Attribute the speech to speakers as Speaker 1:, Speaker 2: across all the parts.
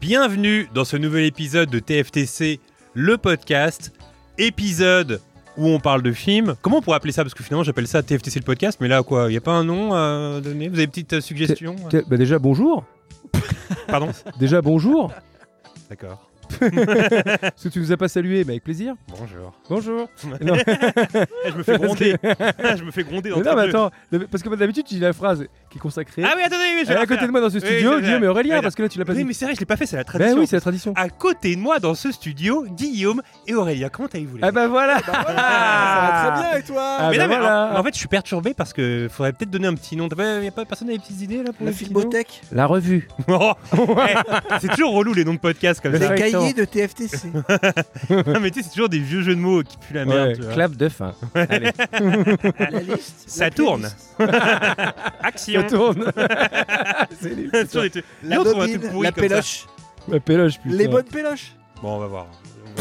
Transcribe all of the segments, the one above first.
Speaker 1: Bienvenue dans ce nouvel épisode de TFTC, le podcast, épisode où on parle de films. Comment on pourrait appeler ça Parce que finalement, j'appelle ça TFTC le podcast, mais là, quoi, il n'y a pas un nom à donner Vous avez une petite euh, suggestion
Speaker 2: T'es- bah déjà bonjour.
Speaker 1: Pardon
Speaker 2: Déjà bonjour.
Speaker 1: D'accord.
Speaker 2: Parce que tu nous as pas salué, mais avec plaisir.
Speaker 1: Bonjour.
Speaker 2: Bonjour.
Speaker 1: Eh, je me fais gronder. je me fais gronder dans
Speaker 2: Mais non, mais
Speaker 1: le
Speaker 2: attends, le- parce que d'habitude, tu dis la phrase qui est consacrée.
Speaker 1: Ah oui, attendez, oui, je vais
Speaker 2: Elle est
Speaker 1: la
Speaker 2: à côté
Speaker 1: faire.
Speaker 2: de moi dans ce
Speaker 1: Oui,
Speaker 2: studio,
Speaker 1: c'est
Speaker 2: Guillaume
Speaker 1: vrai.
Speaker 2: et Aurélien,
Speaker 1: Oui,
Speaker 2: parce que là, tu l'as pas
Speaker 1: Oui,
Speaker 2: dit.
Speaker 1: mais c'est vrai, je l'ai pas fait, c'est la
Speaker 2: Bah
Speaker 1: tradition. Ah
Speaker 2: oui, c'est la tradition.
Speaker 1: À côté de moi dans ce studio, Guillaume et Aurélien. Comment allez-vous les
Speaker 2: Ah
Speaker 1: gars
Speaker 2: bah voilà.
Speaker 3: Ça va très bien et toi
Speaker 2: Ah
Speaker 1: mais
Speaker 2: bah
Speaker 1: non, mais
Speaker 2: voilà.
Speaker 1: en, mais en fait, je suis perturbé parce que faudrait peut-être donner un petit nom. T'as pas- y a pas personne avec des petites idées là pour
Speaker 3: La
Speaker 1: les petits
Speaker 3: filmothèque,
Speaker 2: La revue.
Speaker 1: noms Oh, eh, C'est toujours relou les noms de podcasts comme
Speaker 2: Le
Speaker 1: ça.
Speaker 3: les
Speaker 2: Ouais,
Speaker 3: cahiers de TFTC.
Speaker 1: Non, mais tu sais, c'est toujours des vieux jeux de mots qui puent la Ah, merde. tu vois.
Speaker 2: clap de fin. Allez,
Speaker 3: la liste.
Speaker 1: Ça
Speaker 3: la
Speaker 1: tourne.
Speaker 3: playlist,
Speaker 2: ça
Speaker 1: Action.
Speaker 2: tourne. c'est nul.
Speaker 1: C'est toujours
Speaker 2: putain.
Speaker 1: des trucs-
Speaker 3: La
Speaker 1: Nous, on trouve un
Speaker 3: bobine,
Speaker 1: truc pourri
Speaker 3: la
Speaker 1: comme ça.
Speaker 3: péloche.
Speaker 2: La péloche, putain.
Speaker 3: Les bonnes péloches.
Speaker 1: Bon, on va voir.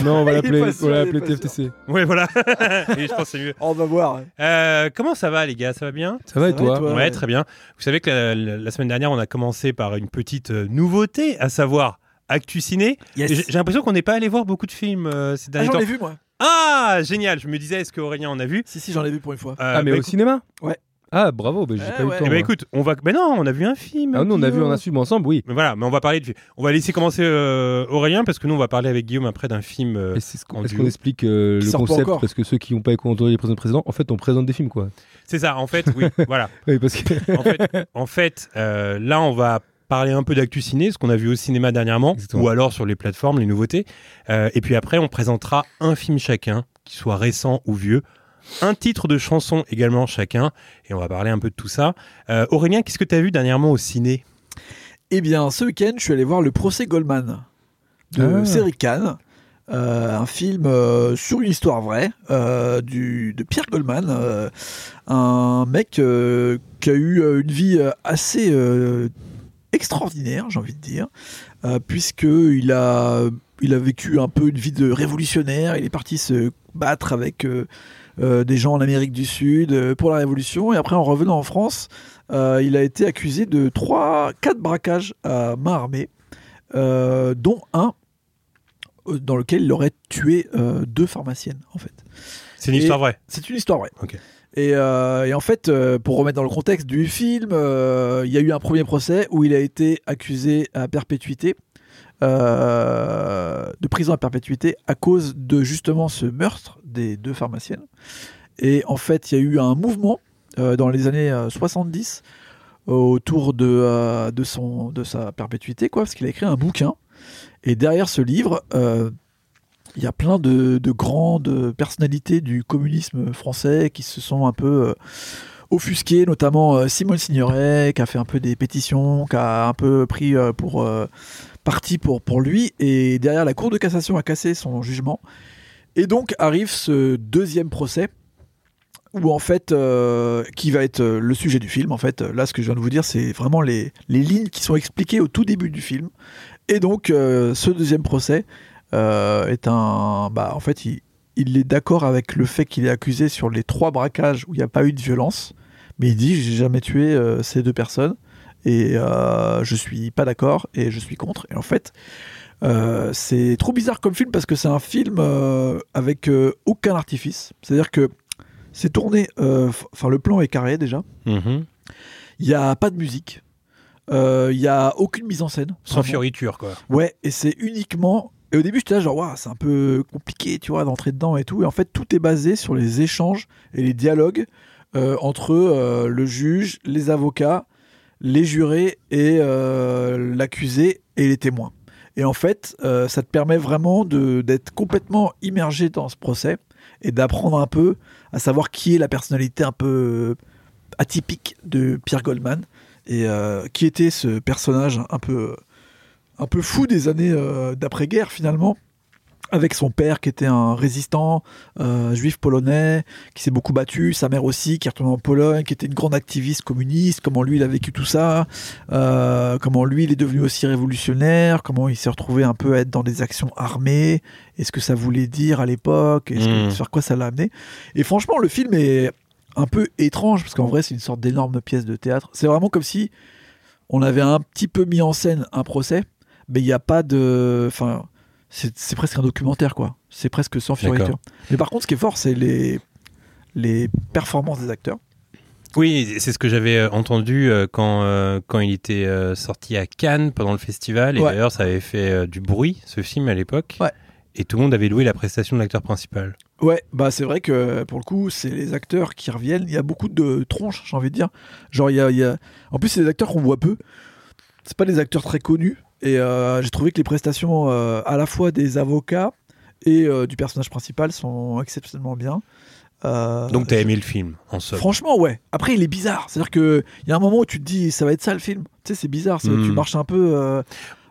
Speaker 2: Non, on va
Speaker 3: Il est
Speaker 2: l'appeler
Speaker 3: pas sûr,
Speaker 2: on va
Speaker 3: il est
Speaker 2: l'appeler
Speaker 3: pas
Speaker 2: TFTC.
Speaker 1: Ouais, voilà. Et je pense que c'est mieux.
Speaker 3: On va voir.
Speaker 1: Euh, comment ça va, les gars Ça va bien
Speaker 2: Ça va et
Speaker 3: Ça va et
Speaker 2: toi
Speaker 3: toi
Speaker 1: Ouais, très bien. Vous savez que la, la- la semaine dernière, on a commencé par une petite euh, nouveauté, à savoir Actu Ciné.
Speaker 3: Yes.
Speaker 1: Et J'ai j'ai l'impression qu'on n'est pas allé voir beaucoup de films euh, ces
Speaker 3: Ah,
Speaker 1: derniers
Speaker 3: j'en
Speaker 1: temps.
Speaker 3: ai vu moi.
Speaker 1: Ah, génial Je me disais, est-ce qu'Aurélien en a vu
Speaker 3: Si, si, j'en ai vu pour une fois.
Speaker 1: Euh,
Speaker 2: Ah, mais
Speaker 1: bah,
Speaker 2: au
Speaker 1: écoute-
Speaker 2: cinéma
Speaker 3: Ouais.
Speaker 2: Ah, bravo, bah, j'ai
Speaker 3: Eh
Speaker 2: pas eu
Speaker 3: ouais.
Speaker 2: le
Speaker 3: Eh
Speaker 2: temps.
Speaker 1: eh ben,
Speaker 2: moi.
Speaker 1: écoute, on va. Mais non, on a vu un film.
Speaker 2: Ah, nous, on a vu, on
Speaker 1: Guillaume.
Speaker 2: a suivi ensemble, oui.
Speaker 1: Mais voilà, mais on va parler de. On va laisser commencer euh, Aurélien parce que nous on va parler avec Guillaume après d'un film. euh,
Speaker 2: Et c'est ce qu'on-
Speaker 1: en
Speaker 2: Est-ce
Speaker 1: duo.
Speaker 2: qu'on explique euh,
Speaker 3: Qui
Speaker 2: le
Speaker 3: sort pas
Speaker 2: concept
Speaker 3: encore.
Speaker 2: Parce que ceux qui n'ont pas entendu les présents précédents, en fait, on présente des films, quoi.
Speaker 1: C'est ça, en fait, oui, voilà.
Speaker 2: Oui, parce que...
Speaker 1: En fait, en fait euh, là on va parler un peu d'actu ciné, ce qu'on a vu au cinéma dernièrement,
Speaker 2: Exactement.
Speaker 1: ou alors sur les plateformes, les nouveautés. Euh, et puis après on présentera un film chacun, qui soit récent ou vieux. Un titre de chanson également chacun, et on va parler un peu de tout ça. Euh, Aurélien, qu'est-ce que tu as vu dernièrement au ciné
Speaker 3: Eh bien, ce week-end, je suis allé voir le procès Goldman de
Speaker 2: Ah.
Speaker 3: Cédric Kahn. Euh, un film euh, sur une histoire vraie euh, du, de Pierre Goldman, euh, un mec euh, qui a eu euh, une vie euh, assez euh, extraordinaire, j'ai envie de dire, euh, puisque il a, il a vécu un peu une vie de révolutionnaire. Il est parti se battre avec euh, euh, des gens en Amérique du Sud euh, pour la Révolution, et après en revenant en France, euh, il a été accusé de trois, quatre braquages à main armée, euh, dont un euh, dans lequel il aurait tué euh, deux pharmaciennes en fait.
Speaker 1: C'est une
Speaker 3: Et-
Speaker 1: histoire vraie.
Speaker 3: C'est une histoire vraie.
Speaker 1: Ok.
Speaker 3: Et, euh, et en fait, euh, pour remettre dans le contexte du film, euh, il y a eu un premier procès où il a été accusé à perpétuité, euh, de prison à perpétuité, à cause de justement ce meurtre des deux pharmaciennes. Et en fait, il y a eu un mouvement euh, dans les années euh, 70 autour de, euh, de, son, de sa perpétuité, quoi, parce qu'il a écrit un bouquin. Et derrière ce livre, euh, il y a plein de, de grandes personnalités du communisme français qui se sont un peu euh, offusquées, notamment euh, Simone Signoret, qui a fait un peu des pétitions, qui a un peu pris euh, pour euh, parti pour, pour lui. Et derrière, la Cour de cassation a cassé son jugement. Et donc arrive ce deuxième procès. Où en fait, euh, qui va être euh, le sujet du film. En fait, euh, là, ce que je viens de vous dire, c'est vraiment les, les lignes qui sont expliquées au tout début du film. Et donc, euh, ce deuxième procès, euh, est un. Bah, en fait, il, il est d'accord avec le fait qu'il est accusé sur les trois braquages où il n'y a pas eu de violence, mais il dit j'ai jamais tué euh, ces deux personnes et euh, je suis pas d'accord et je suis contre. Et en fait, euh, c'est trop bizarre comme film parce que c'est un film euh, avec euh, aucun artifice. C'est-à-dire que c'est tourné. euh, f- Enfin, le plan est carré déjà. Mhm. Il n'y a pas de musique. Euh, Il y n'y a aucune mise en scène.
Speaker 1: Sans
Speaker 3: Vraiment.
Speaker 1: fioriture, quoi.
Speaker 3: Ouais, et c'est uniquement. Et au début, j'étais là, genre, Ouah, c'est un peu compliqué, tu vois, d'entrer dedans et tout. Et en fait, tout est basé sur les échanges et les dialogues euh, entre euh, le juge, les avocats, les jurés et euh, l'accusé et les témoins. Et en fait, euh, ça te permet vraiment de- d'être complètement immergé dans ce procès et d'apprendre un peu à savoir qui est la personnalité un peu atypique de Pierre Goldman. Et euh, qui était ce personnage un peu, un peu fou des années euh, d'après-guerre, finalement, avec son père qui était un résistant euh, juif polonais, qui s'est beaucoup battu, sa mère aussi, qui est retournée en Pologne, qui était une grande activiste communiste, comment lui il a vécu tout ça, euh, comment lui il est devenu aussi révolutionnaire, comment il s'est retrouvé un peu à être dans des actions armées, est-ce que ça voulait dire à l'époque, est-ce que-
Speaker 1: Mhm.
Speaker 3: sur quoi ça l'a amené. Et franchement, le film est un peu étrange, parce qu'en vrai c'est une sorte d'énorme pièce de théâtre. C'est vraiment comme si on avait un petit peu mis en scène un procès, mais il n'y a pas de... Enfin, c'est c'est presque un documentaire, quoi. C'est presque sans fioriture. Mais par contre, ce qui est fort, c'est les, les performances des acteurs.
Speaker 1: Oui, c'est ce que j'avais euh, entendu euh, quand, euh, quand il était euh, sorti à Cannes pendant le festival. Et
Speaker 3: Ouais.
Speaker 1: d'ailleurs, ça avait fait euh, du bruit, ce film, à l'époque.
Speaker 3: Ouais.
Speaker 1: Et tout le monde avait loué la prestation de l'acteur principal.
Speaker 3: Ouais, bah c'est vrai que pour le coup, c'est les acteurs qui reviennent. Il y a beaucoup de tronches, j'ai envie de dire. Genre, il y a, il y a- En plus, c'est des acteurs qu'on voit peu. C'est pas des acteurs très connus. Et euh, j'ai trouvé que les prestations euh, à la fois des avocats et euh, du personnage principal sont exceptionnellement bien. Euh,
Speaker 1: Donc, t'as aimé le film, en somme.
Speaker 3: Franchement, ouais. Après, il est bizarre. C'est-à-dire qu'il y a un moment où tu te dis, ça va être ça le film. Tu sais, c'est bizarre. c'est-
Speaker 1: Mm.
Speaker 3: Tu marches un peu. euh,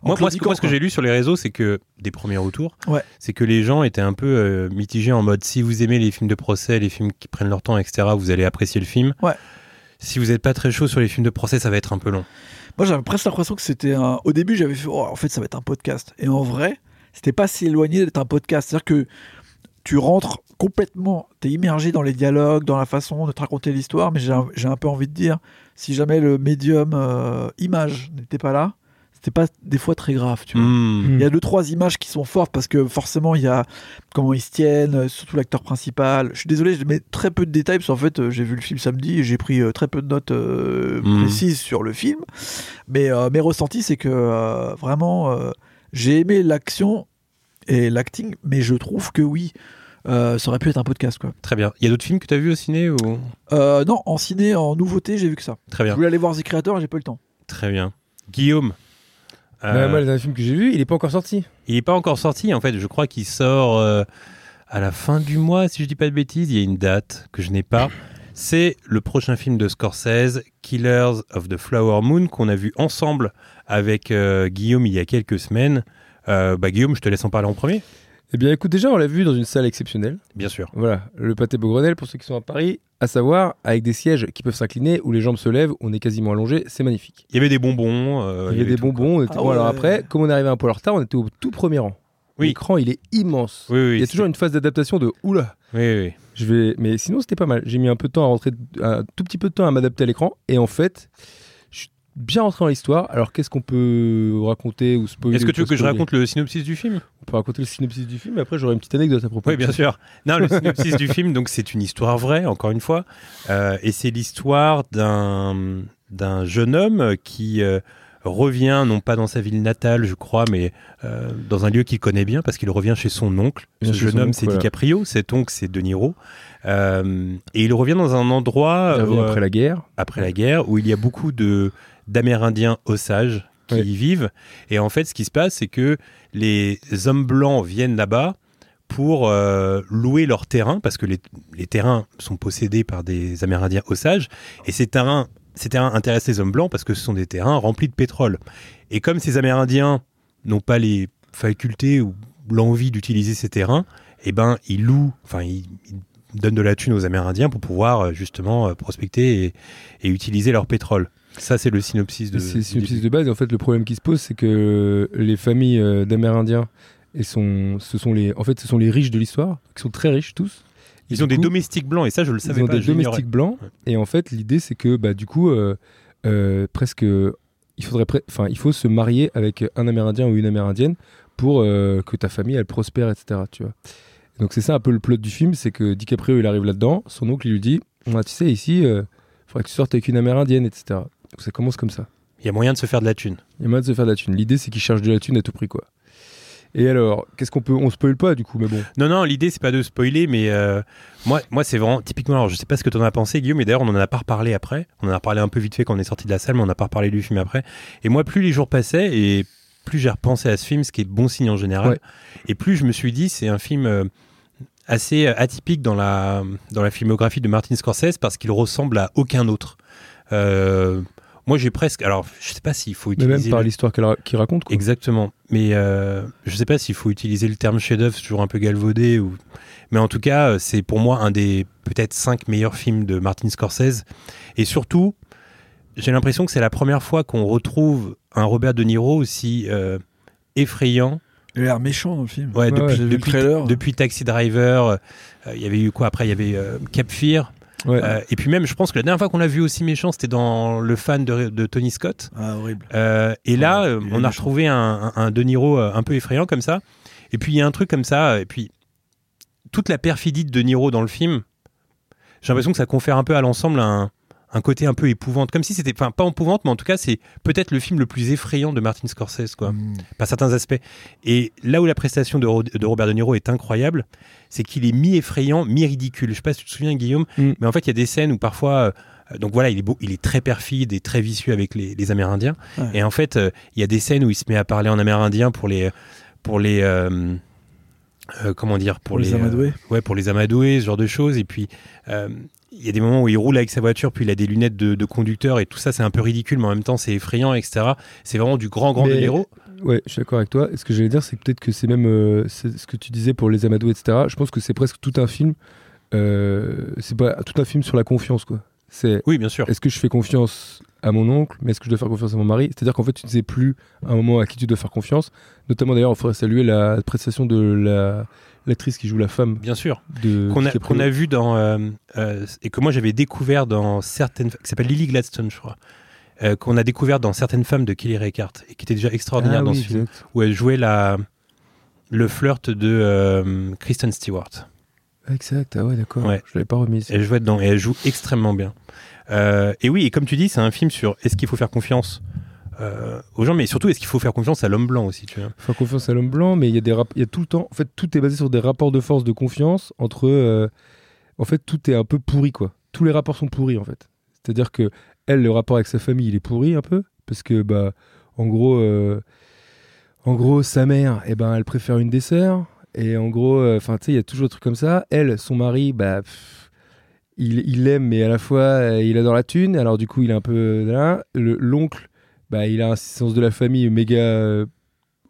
Speaker 3: en
Speaker 1: Moi, moi, ce que,
Speaker 3: claudiquant,
Speaker 1: moi, ce que
Speaker 3: quoi.
Speaker 1: j'ai lu sur les réseaux, c'est que, des premiers retours,
Speaker 3: Ouais.
Speaker 1: c'est que les gens étaient un peu euh, mitigés en mode si vous aimez les films de procès, les films qui prennent leur temps, etc., vous allez apprécier le film.
Speaker 3: Ouais.
Speaker 1: Si vous n'êtes pas très chaud sur les films de procès, ça va être un peu long.
Speaker 3: Moi, j'avais presque l'impression que c'était un. Au début, j'avais fait, oh, en fait, ça va être un podcast. Et en vrai, c'était pas si éloigné d'être un podcast. C'est-à-dire que tu rentres complètement, t'es immergé dans les dialogues, dans la façon de te raconter l'histoire. Mais j'ai un, j'ai un peu envie de dire, si jamais le médium euh, image n'était pas là, c'était pas des fois très grave, tu vois.
Speaker 1: Hmm.
Speaker 3: Il y a deux trois images qui sont fortes parce que forcément il y a comment ils se tiennent, euh, surtout l'acteur principal. Je suis désolé, je mets très peu de détails parce qu'en fait euh, j'ai vu le film samedi et j'ai pris euh, très peu de notes euh,
Speaker 1: Mm.
Speaker 3: précises sur le film. Mais euh, mes ressentis c'est que euh, vraiment euh, j'ai aimé l'action et l'acting, mais je trouve que oui. euh, ça aurait pu être un podcast quoi.
Speaker 1: Très bien. Il y a d'autres films que tu as vus au ciné ou...
Speaker 3: Euh, non, en ciné, en nouveauté, j'ai vu que ça.
Speaker 1: Très
Speaker 3: Je
Speaker 1: bien.
Speaker 3: voulais aller voir The Creator, j'ai pas eu le temps.
Speaker 1: Très bien. Guillaume.
Speaker 2: Ouais,
Speaker 1: euh,
Speaker 2: Bah, moi, le dernier film que j'ai vu, il est pas encore sorti.
Speaker 1: Il n'est pas encore sorti, en fait. Je crois qu'il sort euh, à la fin du mois, si je dis pas de bêtises. Il y a une date que je n'ai pas. C'est le prochain film de Scorsese, Killers of the Flower Moon, qu'on a vu ensemble avec euh, Guillaume il y a quelques semaines. Euh, bah, Guillaume, je te laisse en parler en premier.
Speaker 2: Eh bien, écoute, déjà, on l'a vu dans une salle exceptionnelle.
Speaker 1: Bien sûr.
Speaker 2: Voilà, le pâté Beaugrenelle, pour ceux qui sont à Paris, à savoir, avec des sièges qui peuvent s'incliner, où les jambes se lèvent, où on est quasiment allongé, c'est magnifique.
Speaker 1: Il y avait des bonbons. euh,
Speaker 2: il y avait des
Speaker 1: tout, quoi.
Speaker 2: bonbons. on était-
Speaker 3: Ah
Speaker 2: bon, alors
Speaker 3: ouais.
Speaker 2: après, comme on est arrivé un peu en retard, on était au tout premier rang.
Speaker 1: Oui.
Speaker 2: L'écran, il est immense.
Speaker 1: Oui, oui.
Speaker 2: il y a toujours une phase d'adaptation de oula.
Speaker 1: Oui, oui.
Speaker 2: Je vais, mais sinon c'était pas mal. J'ai mis un peu de temps à rentrer, un tout petit peu de temps à m'adapter à l'écran. Et en fait, je suis bien rentré dans l'histoire. Alors qu'est-ce qu'on peut raconter ou spoiler
Speaker 1: Est-ce que tu veux
Speaker 2: ou pas
Speaker 1: que je
Speaker 2: spoiler
Speaker 1: raconte le synopsis du film
Speaker 2: On peut raconter le synopsis du film. Et après, j'aurai une petite anecdote à propos.
Speaker 1: Oui, bien sûr. Non, le synopsis du film, donc c'est une histoire vraie, encore une fois, Euh, et c'est l'histoire d'un d'un jeune homme qui euh, revient non pas dans sa ville natale, je crois, mais euh, dans un lieu qu'il connaît bien parce qu'il revient chez son oncle.
Speaker 2: Bien
Speaker 1: Ce
Speaker 2: chez
Speaker 1: jeune
Speaker 2: son
Speaker 1: homme,
Speaker 2: oncle,
Speaker 1: c'est
Speaker 2: voilà.
Speaker 1: DiCaprio, cet oncle, c'est De Niro, Euh, et il revient dans un endroit
Speaker 2: Il revient
Speaker 1: euh,
Speaker 2: après la guerre.
Speaker 1: après la guerre où il y a beaucoup de d'Amérindiens ossages qui
Speaker 2: Ouais.
Speaker 1: y vivent. Et en fait, ce qui se passe, c'est que les hommes blancs viennent là-bas pour euh, louer leurs terrains, parce que les, les terrains sont possédés par des Amérindiens ossages, et ces terrains, ces terrains intéressent les hommes blancs parce que ce sont des terrains remplis de pétrole. Et comme ces Amérindiens n'ont pas les facultés ou l'envie d'utiliser ces terrains, eh ben, ils louent, enfin, ils, ils donnent de la thune aux Amérindiens pour pouvoir euh, justement euh, prospecter et, et utiliser leur pétrole. Ça, c'est le synopsis de.
Speaker 2: C'est
Speaker 1: du
Speaker 2: le synopsis
Speaker 1: début.
Speaker 2: de base. Et en fait, le problème qui se pose, c'est que les familles euh, d'Amérindiens, et sont, ce sont les, en fait, ce sont les riches de l'histoire, qui sont très riches tous. Et
Speaker 1: Ils
Speaker 2: du
Speaker 1: ont des
Speaker 2: coup,
Speaker 1: domestiques blancs, et ça, je le savais
Speaker 2: Ils ont
Speaker 1: pas.
Speaker 2: des
Speaker 1: je l'ignorais.
Speaker 2: domestiques blancs.
Speaker 1: Ouais.
Speaker 2: Et en fait, l'idée, c'est que bah, du coup, euh, euh, presque, euh, il faudrait, pre- enfin, il faut se marier avec un Amérindien ou une Amérindienne pour euh, que ta famille elle prospère, etc. Tu vois. Donc c'est ça un peu le plot du film, c'est que DiCaprio il arrive là-dedans, son oncle il lui dit, Ah, tu sais ici, il faudrait que tu sortes avec une Amérindienne, etc. Donc ça commence comme ça.
Speaker 1: Il y a moyen de se faire de la thune.
Speaker 2: Il y a moyen de se faire de la thune. L'idée c'est qu'il cherche de la thune à tout prix quoi. Et alors, qu'est-ce qu'on peut, on spoil pas du coup, mais bon.
Speaker 1: Non, non, l'idée, c'est pas de spoiler, mais euh, moi, moi c'est vraiment typiquement. Alors, je sais pas ce que t'en as pensé, Guillaume, mais d'ailleurs, on en a pas reparlé après. On en a parlé un peu vite fait quand on est sorti de la salle, mais on n'a pas reparlé du film après. Et moi, plus les jours passaient et plus j'ai repensé à ce film, ce qui est bon signe en général,
Speaker 2: Ouais.
Speaker 1: et plus je me suis dit, c'est un film. euh, assez euh, atypique dans la, dans la filmographie de Martin Scorsese parce qu'il ressemble à aucun autre. Euh, moi, j'ai presque. Alors, je sais pas s'il faut
Speaker 2: Mais
Speaker 1: utiliser.
Speaker 2: même par
Speaker 1: le-
Speaker 2: l'histoire qu'elle ra- qu'il raconte, quoi.
Speaker 1: Exactement. Mais euh, je sais pas s'il faut utiliser le terme chef-d'œuvre, c'est toujours un peu galvaudé. Ou... Mais en tout cas, euh, c'est pour moi un des peut-être cinq meilleurs films de Martin Scorsese. Et surtout, j'ai l'impression que c'est la première fois qu'on retrouve un Robert De Niro aussi euh, effrayant.
Speaker 3: Il a l'air méchant dans le film.
Speaker 1: Ouais,
Speaker 2: Ouais,
Speaker 1: depuis,
Speaker 2: ouais.
Speaker 3: J'ai vu le
Speaker 1: depuis,
Speaker 3: trailer.
Speaker 1: depuis Taxi Driver, euh, il y avait eu quoi après Il y avait euh, Cap Fear.
Speaker 2: Ouais.
Speaker 1: Euh, et puis même, je pense que la dernière fois qu'on l'a vu aussi méchant, c'était dans Le Fan de- de Tony Scott.
Speaker 3: Ah, horrible.
Speaker 1: Euh, et là,
Speaker 3: Ouais,
Speaker 1: euh,
Speaker 3: il est
Speaker 1: on a
Speaker 3: méchant.
Speaker 1: retrouvé un, un, un De Niro euh, un peu effrayant comme ça. Et puis il y a un truc comme ça. euh, Et puis toute la perfidie de De Niro dans le film, j'ai l'impression que ça confère un peu à l'ensemble un, un côté un peu épouvante. Comme si c'était, enfin pas épouvante, mais en tout cas c'est peut-être le film le plus effrayant de Martin Scorsese, quoi.
Speaker 3: Mm.
Speaker 1: Par certains aspects. Et là où la prestation de, Ro- de Robert De Niro est incroyable, c'est qu'il est mi effrayant, mi ridicule. Je sais pas si tu te souviens Guillaume,
Speaker 2: Mm.
Speaker 1: mais en fait il y a des scènes où parfois, euh, donc voilà, il est beau, il est très perfide et très vicieux avec les, les Amérindiens. Et en fait, euh, il y a des scènes où il se met à parler en amérindien pour les. Pour les euh, euh, comment dire Pour,
Speaker 3: Pour les
Speaker 1: euh,
Speaker 3: amadoués.
Speaker 1: ouais, pour les amadoués, ce genre de choses. Et puis, euh, il y a des moments où il roule avec sa voiture, puis il a des lunettes de, de conducteur, et tout ça, c'est un peu ridicule, mais en même temps, c'est effrayant, etc. C'est vraiment du grand, grand
Speaker 2: Mais-
Speaker 1: de l'héros.
Speaker 2: Ouais, je suis d'accord avec toi. Et ce que j'allais dire, c'est que peut-être que c'est même euh, c'est ce que tu disais pour les Amadou, etc. Je pense que c'est presque tout un film. euh, c'est pas tout un film sur la confiance, quoi. C'est
Speaker 1: Oui, bien sûr.
Speaker 2: est-ce que je fais confiance à mon oncle, mais est-ce que je dois faire confiance à mon mari C'est-à-dire qu'en fait, tu ne sais plus à un moment à qui tu dois faire confiance. Notamment d'ailleurs, il faudrait saluer la prestation de la l'actrice qui joue la femme
Speaker 1: Bien sûr.
Speaker 2: de
Speaker 1: Qu'on a,
Speaker 2: DiCaprio.
Speaker 1: qu'on a vu dans. euh, euh, et que moi, j'avais découvert dans certaines. qui s'appelle Lily Gladstone, je crois. euh, qu'on a découvert dans certaines femmes de Kelly Reichardt, et qui était déjà extraordinaire
Speaker 2: Ah
Speaker 1: dans
Speaker 2: oui,
Speaker 1: ce film.
Speaker 2: exact.
Speaker 1: où elle jouait la le flirt de euh, Kristen Stewart.
Speaker 2: Exact, ah ouais, d'accord.
Speaker 1: Ouais.
Speaker 2: Je l'avais pas remise.
Speaker 1: Elle jouait dedans et elle joue extrêmement bien. Euh, et oui, et comme tu dis, c'est un film sur est-ce qu'il faut faire confiance euh, aux gens, mais surtout est-ce qu'il faut faire confiance à l'homme blanc aussi, tu vois.
Speaker 2: Faire confiance à l'homme blanc, mais il y a des rap- il y a tout le temps. En fait, tout est basé sur des rapports de force, de confiance entre. euh, En fait, tout est un peu pourri, quoi. Tous les rapports sont pourris, en fait. C'est-à-dire que elle, le rapport avec sa famille, il est pourri un peu, parce que bah, en gros, euh, en gros, sa mère, eh ben, elle préfère une dessert, et en gros, euh, enfin, tu sais, il y a toujours des trucs comme ça. Elle, son mari, bah. pff, il, il l'aime, mais à la fois, euh, il adore la thune. Alors, du coup, il est un peu euh, là. Le- L'oncle, bah, il a un sens de la famille méga euh,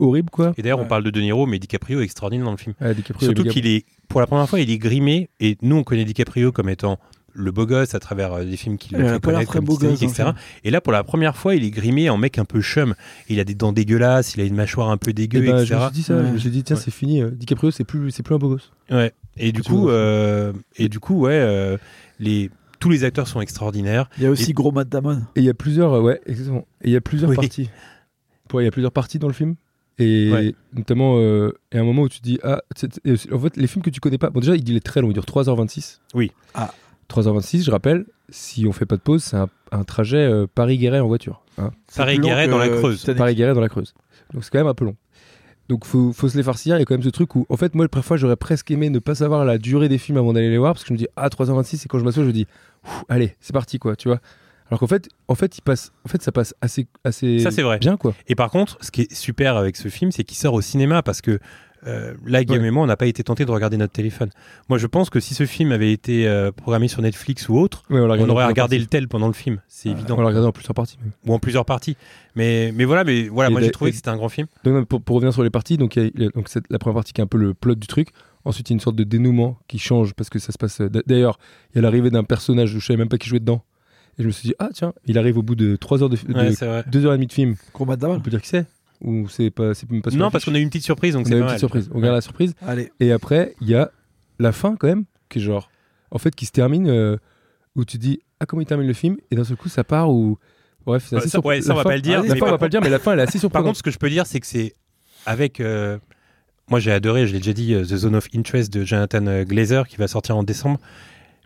Speaker 2: horrible, quoi.
Speaker 1: Et d'ailleurs, on
Speaker 3: Ouais.
Speaker 1: parle de De Niro, mais DiCaprio est extraordinaire dans le film.
Speaker 2: Ah, DiCaprio,
Speaker 1: Surtout
Speaker 2: il est méga-
Speaker 1: qu'il est, pour la première fois, il est grimé, et nous, on connaît DiCaprio comme étant le beau gosse à travers euh, des films qu'il
Speaker 3: Il
Speaker 1: a
Speaker 3: a
Speaker 1: fait
Speaker 3: pas l'air
Speaker 1: connaître,
Speaker 3: très
Speaker 1: comme
Speaker 3: beau
Speaker 1: Titanic,
Speaker 3: gosse, hein,
Speaker 1: etc.
Speaker 3: en
Speaker 2: hein,
Speaker 1: Et là, pour la première fois, il est grimé en mec un peu chum. Il a des dents dégueulasses, il a une mâchoire un peu
Speaker 2: Eh
Speaker 1: dégueu,
Speaker 2: ben,
Speaker 1: etc.
Speaker 2: je me suis dit ça,
Speaker 3: Ouais.
Speaker 2: j'ai dit tiens
Speaker 1: Ouais.
Speaker 2: c'est fini, euh, DiCaprio c'est plus, c'est plus un beau gosse.
Speaker 1: Ouais. Et du
Speaker 2: Tu vois,
Speaker 1: coup,
Speaker 2: c'est-
Speaker 1: euh, et du coup, ouais, euh, les tous les acteurs sont extraordinaires.
Speaker 3: Il y a aussi
Speaker 1: Et-
Speaker 3: Gros Matt Damon.
Speaker 2: Et il y a plusieurs, euh, ouais, exactement. Et il y a plusieurs
Speaker 1: Oui.
Speaker 2: parties. Pour- il y a plusieurs parties dans le film. Et
Speaker 1: Ouais.
Speaker 2: notamment, euh, il y a un moment où tu dis, ah, c'est- c'est- et aussi- en fait, les films que tu connais pas, bon déjà, il est très long, il dure 3h26.
Speaker 1: Oui.
Speaker 3: Ah.
Speaker 2: 3h26, je rappelle, si on fait pas de pause, c'est un, un trajet euh, Paris-Guéret en voiture. hein.
Speaker 1: Paris
Speaker 3: plus long
Speaker 1: Guéret
Speaker 3: que
Speaker 1: dans la Creuse.
Speaker 3: Titanic.
Speaker 2: Paris-Guéret dans la Creuse. Donc c'est quand même un peu long. Donc faut, faut se les farcir. Il y a quand même ce truc où, en fait, moi, parfois, j'aurais presque aimé ne pas savoir la durée des films avant d'aller les voir parce que je me dis, ah, 3h26, et quand je m'assois, je me dis, Ouh, allez, c'est parti, quoi, tu vois. Alors qu'en fait, en fait, il passe, en fait, ça passe assez, assez
Speaker 1: Ça, c'est vrai.
Speaker 2: bien, quoi.
Speaker 1: Et par contre, ce qui est super avec ce film, c'est qu'il sort au cinéma parce que euh, là, Guillaume
Speaker 2: Ouais.
Speaker 1: et moi, on n'a pas été tenté de regarder notre téléphone. Moi, je pense que si ce film avait été euh, programmé sur Netflix ou autre,
Speaker 2: Ouais, on,
Speaker 1: on
Speaker 2: l'a
Speaker 1: aurait
Speaker 2: regardé en plusieurs
Speaker 1: regardé le
Speaker 2: parties.
Speaker 1: tel pendant le film. C'est
Speaker 2: On
Speaker 1: évident.
Speaker 2: l'a regardé en plusieurs parties. même.
Speaker 1: Ou en plusieurs parties. Mais, mais voilà, mais voilà,
Speaker 2: Et
Speaker 1: moi j'ai
Speaker 2: d'a-
Speaker 1: trouvé
Speaker 2: et-
Speaker 1: que c'était un grand film.
Speaker 2: Donc, non, pour, pour revenir sur les parties, donc, il y a- il y a- donc c'est la première partie qui est un peu le plot du truc. Ensuite, il y a une sorte de dénouement qui change parce que ça se passe. euh, d'a- D'ailleurs, il y a l'arrivée d'un personnage, je savais même pas qui jouait dedans. Et je me suis dit, ah tiens, il arrive au bout de 3 heures de, fi- de-
Speaker 1: Ouais, c'est vrai.
Speaker 2: deux heures et demie de film.
Speaker 3: Gros Matt
Speaker 2: On
Speaker 3: Damon.
Speaker 2: peut dire qui c'est Ou c'est pas, c'est même pas sur
Speaker 1: Non,
Speaker 2: l'affiche
Speaker 1: parce qu'on a eu une petite surprise, donc
Speaker 2: On a
Speaker 1: c'est
Speaker 2: une
Speaker 1: pas
Speaker 2: petite
Speaker 1: mal.
Speaker 2: surprise. On garde la surprise.
Speaker 3: Allez.
Speaker 2: Et après, il y a la fin quand même, qui est genre, en fait, qui se termine euh, où tu dis ah comment il termine le film et d'un seul coup ça part ou bref. c'est
Speaker 1: Ouais,
Speaker 2: assez
Speaker 1: ça- ouais, ça,
Speaker 2: la
Speaker 1: on va
Speaker 2: fin-
Speaker 1: pas le dire,
Speaker 2: Ah,
Speaker 1: mais
Speaker 2: La fin, on
Speaker 1: par
Speaker 2: va pas le dire, mais la fin elle est assez
Speaker 1: Par
Speaker 2: surprenante.
Speaker 1: contre, ce que je peux dire, c'est que c'est avec. euh, moi, j'ai adoré, je l'ai déjà dit, euh, The Zone of Interest de Jonathan euh, Glazer qui va sortir en décembre.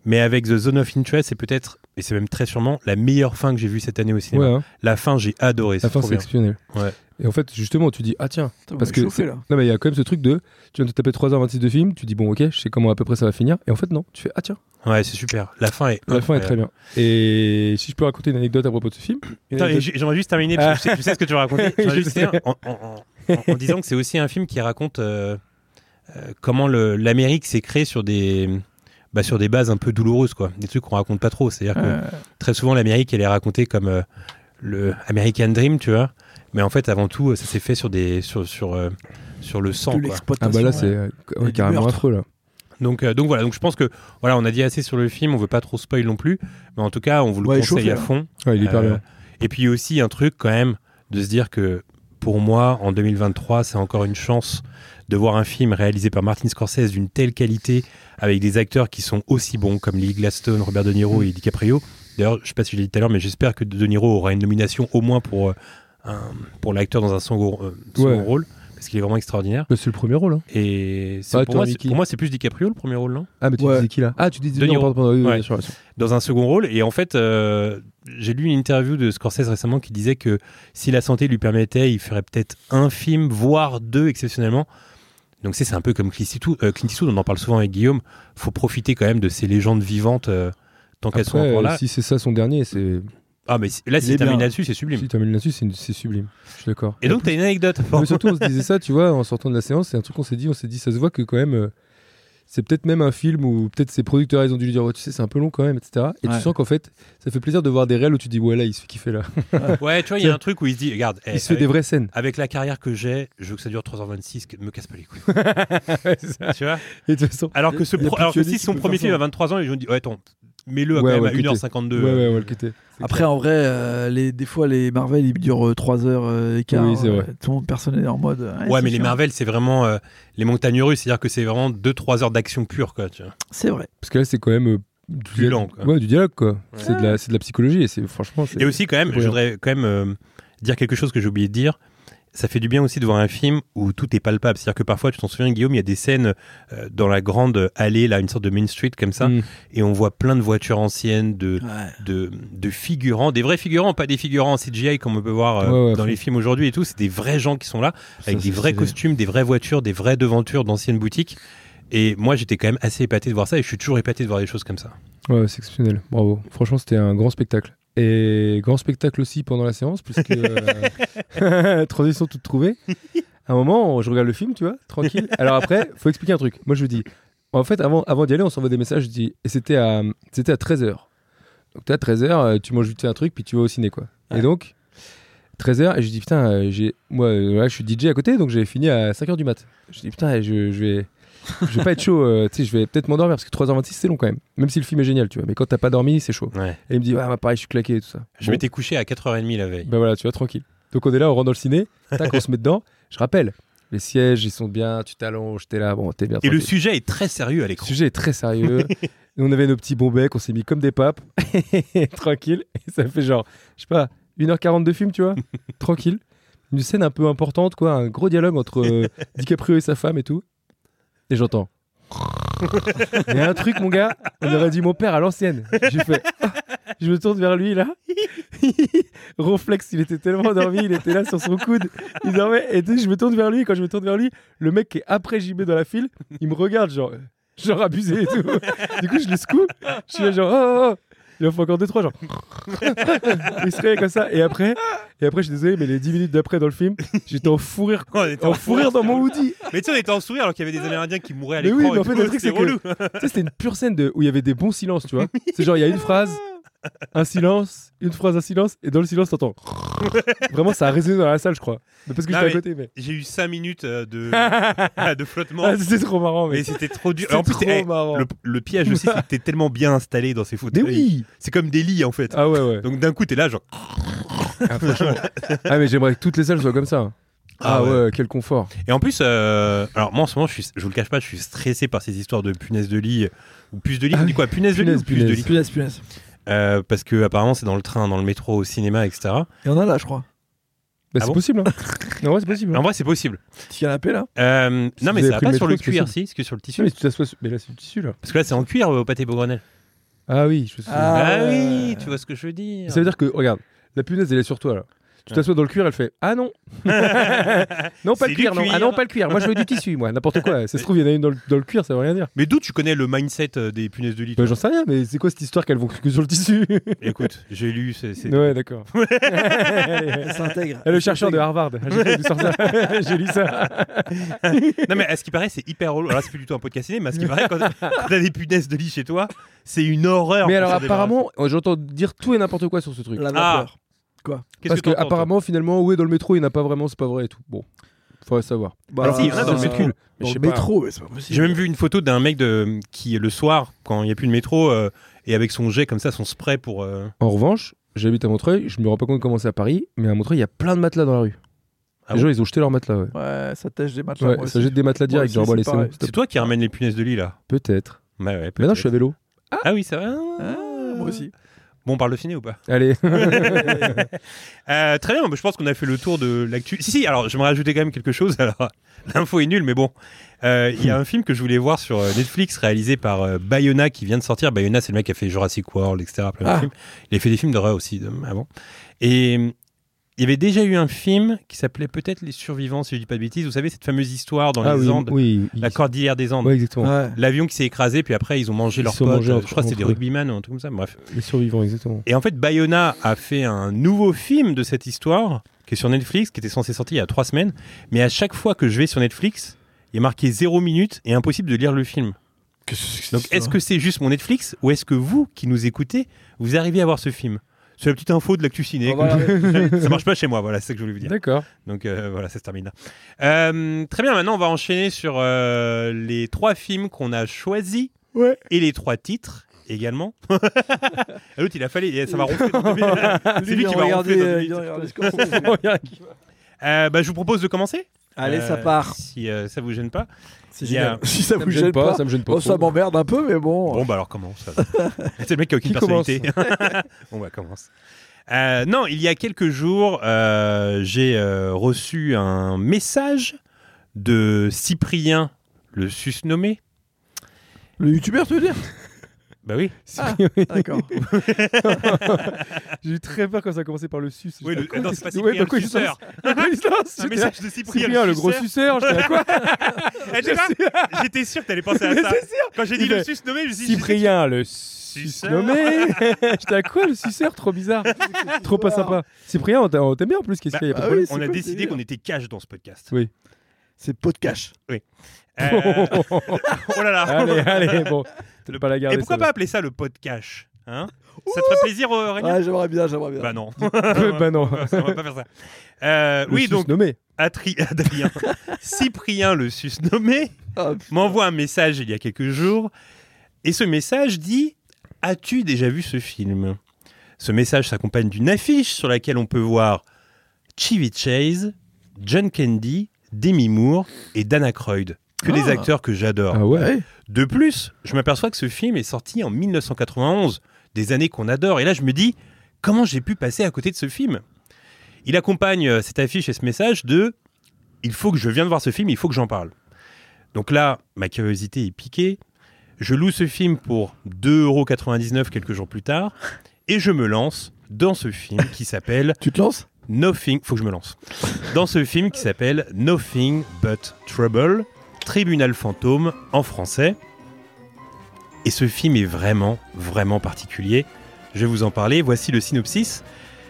Speaker 1: Mais avec The Zone of Interest, c'est peut-être, et c'est même très sûrement, la meilleure fin que j'ai vue cette année au cinéma.
Speaker 2: Ouais, hein.
Speaker 1: La fin, j'ai adoré.
Speaker 2: la
Speaker 1: c'est
Speaker 2: fin
Speaker 1: trop
Speaker 2: c'est
Speaker 1: bien.
Speaker 2: exceptionnel.
Speaker 1: Ouais.
Speaker 2: Et en fait, justement, tu dis ah tiens.
Speaker 3: Putain, on
Speaker 2: Parce
Speaker 3: est
Speaker 2: que
Speaker 3: chauffé,
Speaker 2: c'est-
Speaker 3: là.
Speaker 2: Non mais il y a quand même ce truc de tu viens de taper 3h26 de film, tu dis bon ok, je sais comment à peu près ça va finir et en fait non, tu fais ah tiens,
Speaker 1: Ouais, c'est super. La fin est.
Speaker 2: la fin est très bien. Et si je peux raconter une anecdote à propos de ce film, une
Speaker 1: Attends, et
Speaker 2: anecdote-
Speaker 1: j'ai- J'aimerais juste terminer, parce que je sais, je sais ce que tu vas raconter. J'aimerais
Speaker 2: Je
Speaker 1: juste
Speaker 2: sais.
Speaker 1: dire, en, en- en- en- en disant que c'est aussi un film qui raconte euh, euh, comment le- l'Amérique s'est créée sur des, bah, sur des bases un peu douloureuses, quoi. Des trucs qu'on raconte pas trop. C'est-à-dire que
Speaker 3: Euh,
Speaker 1: très souvent l'Amérique elle est racontée comme euh, le American Dream tu vois mais en fait avant tout euh, ça s'est fait sur des sur sur, euh, sur le sang
Speaker 3: de
Speaker 1: quoi.
Speaker 3: l'exploitation.
Speaker 2: Ah bah là, c'est
Speaker 3: ouais.
Speaker 2: euh,
Speaker 3: y a
Speaker 2: ouais,
Speaker 3: du
Speaker 2: carrément
Speaker 3: meurtre.
Speaker 2: affreux, là.
Speaker 1: donc euh, donc voilà donc je pense que voilà on a dit assez sur le film on veut pas trop spoil non plus mais en tout cas on vous le
Speaker 3: Ouais,
Speaker 1: conseille
Speaker 3: chauffez,
Speaker 1: à
Speaker 3: hein.
Speaker 1: fond
Speaker 2: Ouais, il est hyper
Speaker 1: Euh,
Speaker 2: bien.
Speaker 1: et puis aussi un truc quand même de se dire que pour moi en 2023 c'est encore une chance de voir un film réalisé par Martin Scorsese d'une telle qualité avec des acteurs qui sont aussi bons comme Lee Gladstone, Robert De Niro et DiCaprio. D'ailleurs, je sais pas si je l'ai dit tout à l'heure, mais j'espère que De Niro aura une nomination au moins pour, euh, un- pour l'acteur dans un second, euh, second
Speaker 2: Ouais.
Speaker 1: rôle parce qu'il est vraiment extraordinaire.
Speaker 2: Bah, C'est le premier rôle, hein.
Speaker 1: Et c'est-
Speaker 2: Ah,
Speaker 1: pour,
Speaker 2: toi,
Speaker 1: moi, c'est-
Speaker 2: Mickey.
Speaker 1: pour moi, c'est plus DiCaprio le premier rôle, non
Speaker 2: Ah, mais tu
Speaker 3: Ouais.
Speaker 2: disais qui là Ah, tu disais
Speaker 1: De Niro.
Speaker 2: non, pardon, pardon, oui, oui,
Speaker 1: Ouais.
Speaker 2: bien sûr, bien sûr.
Speaker 1: dans un second rôle. Et en fait, euh, j'ai lu une interview de Scorsese récemment qui disait que si la santé lui permettait, il ferait peut-être un film, voire deux exceptionnellement. Donc c'est c'est un peu comme Clint Eastwood, euh, Clint Eastwood, on en parle souvent avec Guillaume. faut profiter quand même de ces légendes vivantes euh, tant qu'elles sont
Speaker 2: Après,
Speaker 1: encore
Speaker 2: euh,
Speaker 1: là.
Speaker 2: si c'est ça son dernier, c'est
Speaker 1: Ah mais c- là,
Speaker 3: Il
Speaker 1: si
Speaker 3: est
Speaker 1: terminé
Speaker 3: bien.
Speaker 1: là-dessus, c'est sublime.
Speaker 2: si tu termines là-dessus, c'est une- c'est sublime. Je suis d'accord.
Speaker 1: Et donc, tu as une anecdote.
Speaker 2: Mais surtout, on se disait ça, tu vois, en sortant de la séance, c'est un truc qu'on s'est dit, on s'est dit, ça se voit que quand même, euh, c'est peut-être même un film où peut-être ses producteurs, ils ont dû lui dire, ouais, tu sais, c'est un peu long quand même, etc. Et
Speaker 3: Ouais.
Speaker 2: tu sens qu'en fait, ça fait plaisir de voir des réels où tu dis, ouais, là, il se fait kiffer là.
Speaker 1: ouais, tu vois, il y a un truc où il se dit, regarde, eh,
Speaker 2: il se fait des
Speaker 1: avec,
Speaker 2: vraies scènes.
Speaker 1: avec la carrière que j'ai, je veux que ça dure 3h26, que- me casse pas les couilles. tu vois
Speaker 2: Et de toute façon,
Speaker 1: Alors que, ce
Speaker 3: Il y a
Speaker 1: pro-
Speaker 3: plus
Speaker 1: alors que
Speaker 3: que lui
Speaker 1: si
Speaker 3: qui
Speaker 1: son
Speaker 3: peut
Speaker 1: premier
Speaker 3: faire
Speaker 1: film
Speaker 3: ça.
Speaker 1: à 23 ans, ils ont dit Ouais, attends, mets-le
Speaker 2: Ouais,
Speaker 1: quand
Speaker 2: ouais,
Speaker 1: même à
Speaker 2: écoutez.
Speaker 1: 1h52.
Speaker 2: ouais, ouais, on va le quitter. C'est
Speaker 3: Après,
Speaker 2: clair.
Speaker 3: en vrai, euh, les, des fois, les Marvel, ils durent 3 heures et quart.
Speaker 2: Oui, c'est vrai.
Speaker 3: Euh, Tout le monde, personne est en mode. euh,
Speaker 1: Ouais, mais les Marvel, c'est vraiment euh, les montagnes russes, c'est-à-dire que c'est vraiment 2-3 heures d'action pure, quoi. Tu vois.
Speaker 3: C'est vrai.
Speaker 2: Parce que là, c'est quand même. euh, du
Speaker 1: Plus
Speaker 2: dia-
Speaker 1: lent, quoi.
Speaker 2: Ouais, du dialogue, quoi.
Speaker 1: Ouais.
Speaker 2: C'est de, la- c'est de la psychologie, et c'est franchement. c'est-
Speaker 1: Et aussi, quand même, je
Speaker 2: brillant.
Speaker 1: voudrais quand même euh, dire quelque chose que j'ai oublié de dire. Ça fait du bien aussi de voir un film où tout est palpable. C'est-à-dire que parfois, tu t'en souviens, Guillaume, il y a des scènes euh, dans la grande allée, là, une sorte de main street comme ça,
Speaker 2: Mm.
Speaker 1: et on voit plein de voitures anciennes, de, de, de figurants, des vrais figurants, pas des figurants en CGI comme on peut voir euh,
Speaker 2: Ouais, ouais,
Speaker 1: dans les
Speaker 2: faut-
Speaker 1: films aujourd'hui et tout. C'est des vrais gens qui sont là. avec
Speaker 3: Ça,
Speaker 1: des
Speaker 3: c'est
Speaker 1: vrais
Speaker 3: stylé.
Speaker 1: costumes, des vraies voitures, des vraies devantures d'anciennes boutiques. Et moi, j'étais quand même assez épaté de voir ça et je suis toujours épaté de voir des choses comme ça.
Speaker 2: Ouais, c'est exceptionnel. Bravo. Franchement, c'était un grand spectacle. Et grand spectacle aussi pendant la séance, puisque. euh, Transition toute trouvée. À un moment, on- je regarde le film, tu vois, tranquille. Alors après, faut expliquer un truc. Moi, je vous dis. En fait, avant, avant d'y aller, on s'envoie des messages. Je dis. Et c'était à, c'était à 13h. Donc, t'es à 13h, tu manges vite fait un truc, puis tu vas au ciné, quoi. Et donc, 13h, et je dis, putain, euh, j'ai, moi, euh, voilà, je suis DJ à côté, donc j'avais fini à 5h du mat. Je dis, putain, je, je vais. Je vais pas être chaud, euh, tu sais, je vais peut-être m'endormir parce que 3h26 c'est long quand même. Même si le film est génial, tu vois, mais quand t'as pas dormi, c'est chaud.
Speaker 1: Ouais.
Speaker 2: Et il me dit, ah, bah, pareil, je suis claqué et tout ça.
Speaker 1: Je
Speaker 2: Bon.
Speaker 1: m'étais couché à 4h30 la veille.
Speaker 2: Ben voilà, tu vois, tranquille. Donc on est là, on rentre dans le ciné, tac, on se met dedans. Je rappelle, les sièges, ils sont bien, tu t'allonges, t'es là, bon, t'es bien.
Speaker 1: Et le
Speaker 2: tranquille.
Speaker 1: sujet est très sérieux à
Speaker 2: Le
Speaker 1: l'écran.
Speaker 2: sujet est très sérieux. Et on avait nos petits bons becs, on s'est mis comme des papes, tranquille. Et ça fait genre, je sais pas, 1h40 de film, tu vois, tranquille. Une scène un peu importante, quoi, un gros dialogue entre euh, DiCaprio et sa femme et tout. Et j'entends. Il y a un truc, mon gars, on aurait dit mon père à l'ancienne. J'ai fait. ah. Je me tourne vers lui, là. Ronflex, il était tellement endormi, il était là sur son coude. Il dormait. Et tu sais, je me tourne vers lui. Et quand je me tourne vers lui, le mec qui est après JB dans la file, il me regarde, genre, euh, genre abusé et tout. du coup, je le secoue. Je suis là, genre, oh, oh, oh. Il en faut encore deux, trois, genre. il se réveille comme ça. Et après, et après, je suis désolé, mais les 10 minutes d'après dans le film, j'étais en fou rire.
Speaker 1: On était
Speaker 2: En fou rire dans mon hoodie.
Speaker 1: Mais tu sais, on était en sourire alors qu'il y avait des Amérindiens qui mouraient à
Speaker 2: Mais
Speaker 1: l'écran.
Speaker 2: oui, mais
Speaker 1: et
Speaker 2: en fait,
Speaker 1: tout,
Speaker 2: le truc, c'est que-
Speaker 1: relou.
Speaker 2: Tu sais, c'était une pure scène de- où il y avait des bons silences, tu vois. C'est genre, il y a une phrase, un silence, une phrase, un silence, et dans le silence, t'entends. Vraiment, ça a résonné dans la salle, je crois. Mais parce que
Speaker 1: Non,
Speaker 2: j'étais à
Speaker 1: mais-
Speaker 2: côté, mais.
Speaker 1: J'ai eu 5 minutes euh, de, de flottement.
Speaker 2: Ah, c'était trop marrant,
Speaker 1: mais
Speaker 2: mais.
Speaker 1: c'était trop dur.
Speaker 2: C'était
Speaker 1: En plus,
Speaker 2: trop
Speaker 1: eh,
Speaker 2: marrant.
Speaker 1: le, le piège aussi, c'est que t'es tellement bien installé dans ces
Speaker 2: Mais
Speaker 1: fauteuils.
Speaker 2: oui
Speaker 1: C'est comme des lits en fait.
Speaker 2: Ah ouais, ouais.
Speaker 1: Donc d'un coup, t'es là, genre.
Speaker 2: Ah, franchement. Ah, mais j'aimerais que toutes les salles soient comme ça. Ah, ouais. quel confort.
Speaker 1: Et en plus, euh, alors moi en ce moment, je, suis, je vous le cache pas, je suis stressé par ces histoires de punaises de lit euh, ou puces de lit.
Speaker 2: Ah
Speaker 1: on dit
Speaker 2: oui,
Speaker 1: quoi Punaises de lit
Speaker 2: punaises,
Speaker 1: ou puces de lit
Speaker 3: Punaise, punaise.
Speaker 1: Euh, Parce que apparemment, c'est dans le train, dans le métro, au cinéma, etc.
Speaker 3: Il y en a là, je crois.
Speaker 2: Bah,
Speaker 1: Ah
Speaker 2: c'est
Speaker 1: bon
Speaker 2: possible, hein. Non, ouais, c'est possible.
Speaker 1: En vrai, c'est possible.
Speaker 3: Petit canapé là.
Speaker 1: Euh,
Speaker 2: Si
Speaker 1: non,
Speaker 2: vous
Speaker 1: mais
Speaker 2: avez
Speaker 1: ça va
Speaker 2: pris
Speaker 1: pas
Speaker 2: le
Speaker 1: sur
Speaker 2: métro,
Speaker 1: le
Speaker 2: c'est
Speaker 1: cuir,
Speaker 2: possible.
Speaker 1: si, parce que sur le
Speaker 2: Non,
Speaker 1: tissu.
Speaker 2: mais tu t'assois sur- Mais là, c'est du tissu, là.
Speaker 1: Parce que là, c'est en cuir euh, au pâté bourgonel.
Speaker 2: Ah oui, je sais.
Speaker 3: Ah,
Speaker 1: Ah
Speaker 3: ouais.
Speaker 1: oui, tu vois ce que je veux dire.
Speaker 2: Ça veut dire que, regarde, la punaise, elle est sur toi, là. Tu t'assois dans le cuir, elle fait Ah non Non, pas
Speaker 1: C'est du
Speaker 2: le cuir, non. Ah
Speaker 1: cuir.
Speaker 2: non, pas le cuir. Moi, je veux du tissu, moi, n'importe quoi. Ça se trouve, il y en a une dans le, dans le cuir, ça veut rien dire.
Speaker 1: Mais d'où tu connais le mindset euh, des punaises de lit
Speaker 2: Bah,
Speaker 1: toi
Speaker 2: J'en sais rien, mais c'est quoi cette histoire qu'elles vont que sur le tissu
Speaker 1: Écoute, j'ai lu. c'est- c'est-
Speaker 2: Ouais, d'accord.
Speaker 3: Elle s'intègre.
Speaker 2: Ah, le chercheur de Harvard. Ah, J'ai dû sortir. J'ai lu ça.
Speaker 1: Non, mais à ce qui paraît, c'est hyper relou. Alors là, c'est plus du tout un podcast ciné, mais à ce qui paraît, quand quand t'as des punaises de lit chez toi, c'est une horreur.
Speaker 2: Mais
Speaker 1: pour
Speaker 2: alors
Speaker 1: s'en débarrasser.
Speaker 2: apparemment, euh, j'entends dire tout et n'importe quoi sur ce truc.
Speaker 3: La
Speaker 1: Ah.
Speaker 3: vapeur.
Speaker 1: Qu'est-ce
Speaker 2: Parce que,
Speaker 1: t'entends, toi
Speaker 2: apparemment, finalement, ouais, dans le métro, il n'y en a pas vraiment, c'est pas vrai et tout. Bon, faudrait savoir.
Speaker 1: Ah, si, il y en a dans le
Speaker 3: euh,
Speaker 1: métro.
Speaker 2: Mais je
Speaker 3: Dans
Speaker 2: sais
Speaker 3: le
Speaker 2: pas.
Speaker 3: métro, mais c'est pas
Speaker 1: J'ai
Speaker 3: possible.
Speaker 1: même vu une photo d'un mec de, qui, le soir, quand il n'y a plus de métro, euh, et avec son jet comme ça, son spray pour. euh,
Speaker 2: En revanche, j'habite à Montreuil, je me rends pas compte comment c'est à Paris, mais à Montreuil, il y a plein de matelas dans la rue.
Speaker 1: Ah
Speaker 2: les
Speaker 1: bon
Speaker 2: gens, ils ont jeté leurs matelas, ouais.
Speaker 3: Ouais, ça tèche des matchs.
Speaker 2: Ouais, ça jette des matelas
Speaker 3: Moi
Speaker 2: direct,
Speaker 3: aussi,
Speaker 2: genre, bon,
Speaker 3: c'est
Speaker 2: allez, c'est
Speaker 3: pareil.
Speaker 2: bon, stop.
Speaker 1: C'est toi qui ramène les punaises de lit là
Speaker 2: Peut-être.
Speaker 1: Bah ouais,
Speaker 2: Maintenant,
Speaker 1: peut-être.
Speaker 2: je suis à vélo.
Speaker 1: Ah oui, ça va.
Speaker 3: Ah, Moi aussi.
Speaker 1: Bon, on parle de ciné ou pas
Speaker 2: Allez.
Speaker 1: Euh, Très bien, mais je pense qu'on a fait le tour de l'actu. Si, si, alors j'aimerais ajouter quand même quelque chose. Alors, l'info est nulle, mais bon. Euh, Il y a un film que je voulais voir sur euh, Netflix réalisé par euh, Bayona qui vient de sortir. Bayona, c'est le mec qui a fait Jurassic World, etc. plein de
Speaker 3: Ah.
Speaker 1: films. Il a fait des films d'horreur aussi de- avant. Et euh, il y avait déjà eu un film qui s'appelait peut-être Les Survivants, si je dis pas de bêtises. Vous savez, cette fameuse histoire dans
Speaker 2: ah
Speaker 1: les
Speaker 2: oui,
Speaker 1: Andes,
Speaker 2: oui. il-
Speaker 1: la cordillère des Andes.
Speaker 2: Ouais, exactement.
Speaker 3: Ouais.
Speaker 1: L'avion qui s'est écrasé, puis après ils ont mangé
Speaker 2: Ils
Speaker 1: leurs
Speaker 2: se sont
Speaker 1: potes.
Speaker 2: mangés
Speaker 1: euh,
Speaker 2: entre-
Speaker 1: je crois que c'était des
Speaker 2: entre eux.
Speaker 1: rugbyman ou un truc comme ça. Bref.
Speaker 2: Les survivants, exactement.
Speaker 1: Et en fait, Bayona a fait un nouveau film de cette histoire qui est sur Netflix, qui était censé sortir il y a trois semaines. Mais à chaque fois que je vais sur Netflix, il est marqué zéro minute et impossible de lire le film. Donc, est-ce que c'est juste mon Netflix ou est-ce que vous, qui nous écoutez, vous arrivez à voir ce film C'est la petite info de l'actu ciné.
Speaker 3: On va
Speaker 1: comme- ça marche pas chez moi, voilà, c'est ce que je voulais vous dire.
Speaker 2: Oh, bah, D'accord.
Speaker 1: Donc euh, voilà, ça se termine là. Euh, très bien, maintenant on va enchaîner sur euh, les trois films qu'on a choisis
Speaker 3: Ouais.
Speaker 1: et les trois titres également. Ah, L'autre, il a fallu, ça va ronfler. dans deux minutes. C'est lui qui va ronfler. dans deux minutes. Euh, bah, je vous propose de commencer.
Speaker 3: Allez,
Speaker 1: Euh,
Speaker 3: ça part.
Speaker 1: Si euh, ça vous gêne pas.
Speaker 3: C'est
Speaker 1: il y a-
Speaker 3: génial. Si ça
Speaker 2: Ça
Speaker 3: vous
Speaker 2: me gêne
Speaker 3: gêne
Speaker 2: pas,
Speaker 3: pas.
Speaker 2: ça me gêne pas.
Speaker 3: Bon, ça
Speaker 2: trop.
Speaker 3: m'emmerde un peu, mais bon.
Speaker 1: Bon, bah alors commence. alors. C'est le mec qui a aucune
Speaker 2: Oh. Qui commence
Speaker 1: personnalité. On va commencer. Euh, non, il y a quelques jours, euh, j'ai euh, reçu un message de Cyprien, le susnommé.
Speaker 3: Le youtubeur, tu veux dire
Speaker 1: Bah oui.
Speaker 3: Ah, D'accord.
Speaker 2: J'ai eu très peur quand ça a commencé par le sus.
Speaker 1: Oui,
Speaker 2: J'étais
Speaker 1: le-
Speaker 2: à quoi,
Speaker 1: non,
Speaker 2: qu'est-ce
Speaker 1: c'est pas
Speaker 2: que- ouais,
Speaker 1: Cyprien,
Speaker 2: pourquoi
Speaker 1: le
Speaker 2: ils sont-
Speaker 1: suceur.
Speaker 2: pourquoi ils sont-
Speaker 1: Un
Speaker 2: J'étais là,
Speaker 1: message de Cyprien,
Speaker 2: Cyprien, le gros
Speaker 1: suceur.
Speaker 2: suceur. J'étais à quoi
Speaker 1: Eh, tu vois, J'étais sûr que t'allais penser à
Speaker 2: Mais
Speaker 1: ça.
Speaker 2: c'est sûr.
Speaker 1: Quand j'ai dit
Speaker 2: Il
Speaker 1: le
Speaker 2: est-
Speaker 1: susnommé, je me suis dit.
Speaker 2: Cyprien, le susnommé. J'étais à quoi, le suceur Trop bizarre. Trop pas sympa. Cyprien, on t'a- on t'aime bien en plus. Qu'est-ce
Speaker 1: Bah,
Speaker 2: qu'il y a y a pas de
Speaker 3: ah
Speaker 2: problème.
Speaker 3: oui,
Speaker 1: On
Speaker 3: C'est
Speaker 1: a
Speaker 3: quoi,
Speaker 1: décidé
Speaker 3: c'est
Speaker 1: qu'on était cash dans ce podcast.
Speaker 2: Oui.
Speaker 3: C'est pot de cash.
Speaker 1: Euh, oh là là.
Speaker 2: Allez, allez, bon.
Speaker 1: Le-
Speaker 2: Peut-être pas la garder.
Speaker 1: Et pourquoi pas
Speaker 2: celle-là.
Speaker 1: appeler ça le podcast hein Ça te ferait plaisir, euh, Aurélien
Speaker 3: Ah, j'aimerais bien, j'aimerais bien.
Speaker 1: Bah non.
Speaker 2: Bah non.
Speaker 1: on va pas faire ça. Euh,
Speaker 2: Le
Speaker 1: oui, donc
Speaker 2: susnommé.
Speaker 1: Atri- Adrien, Cyprien le susnommé,
Speaker 3: Ah, putain.
Speaker 1: m'envoie un message il y a quelques jours. Et ce message dit As-tu déjà vu ce film Ce message s'accompagne d'une affiche sur laquelle on peut voir Chevy Chase, John Candy, Demi Moore et Dana Croyd. Que des
Speaker 3: Ah.
Speaker 1: acteurs que j'adore.
Speaker 2: Ah ouais.
Speaker 3: Ouais.
Speaker 1: De plus, je m'aperçois que ce film est sorti en 1991, des années qu'on adore. Et là, je me dis, comment j'ai pu passer à côté de ce film Il accompagne euh, cette affiche et ce message de Il faut que je vienne voir ce film, il faut que j'en parle. Donc là, ma curiosité est piquée. Je loue ce film pour 2,99€ quelques jours plus tard. Et je me lance dans ce film qui s'appelle
Speaker 3: Tu te lances
Speaker 1: Nothing, faut que je me lance. Dans ce film qui s'appelle Nothing But Trouble, Tribunal fantôme en français. Et ce film est vraiment, vraiment particulier. Je vais vous en parler. Voici le synopsis.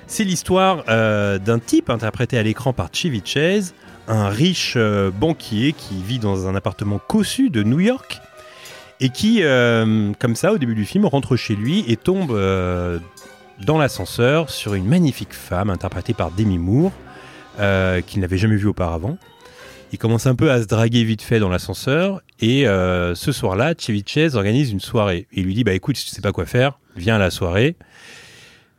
Speaker 1: C'est l'histoire euh, d'un type interprété à l'écran par Chevy Chase, un riche euh, banquier qui vit dans un appartement cossu de New York et qui, euh, comme ça, au début du film, rentre chez lui et tombe euh, dans l'ascenseur sur une magnifique femme interprétée par Demi Moore, euh, qu'il n'avait jamais vue auparavant. Il commence un peu à se draguer vite fait dans l'ascenseur et euh, ce soir-là, Chevichez organise une soirée. Il lui dit bah écoute, si tu sais pas quoi faire, viens à la soirée.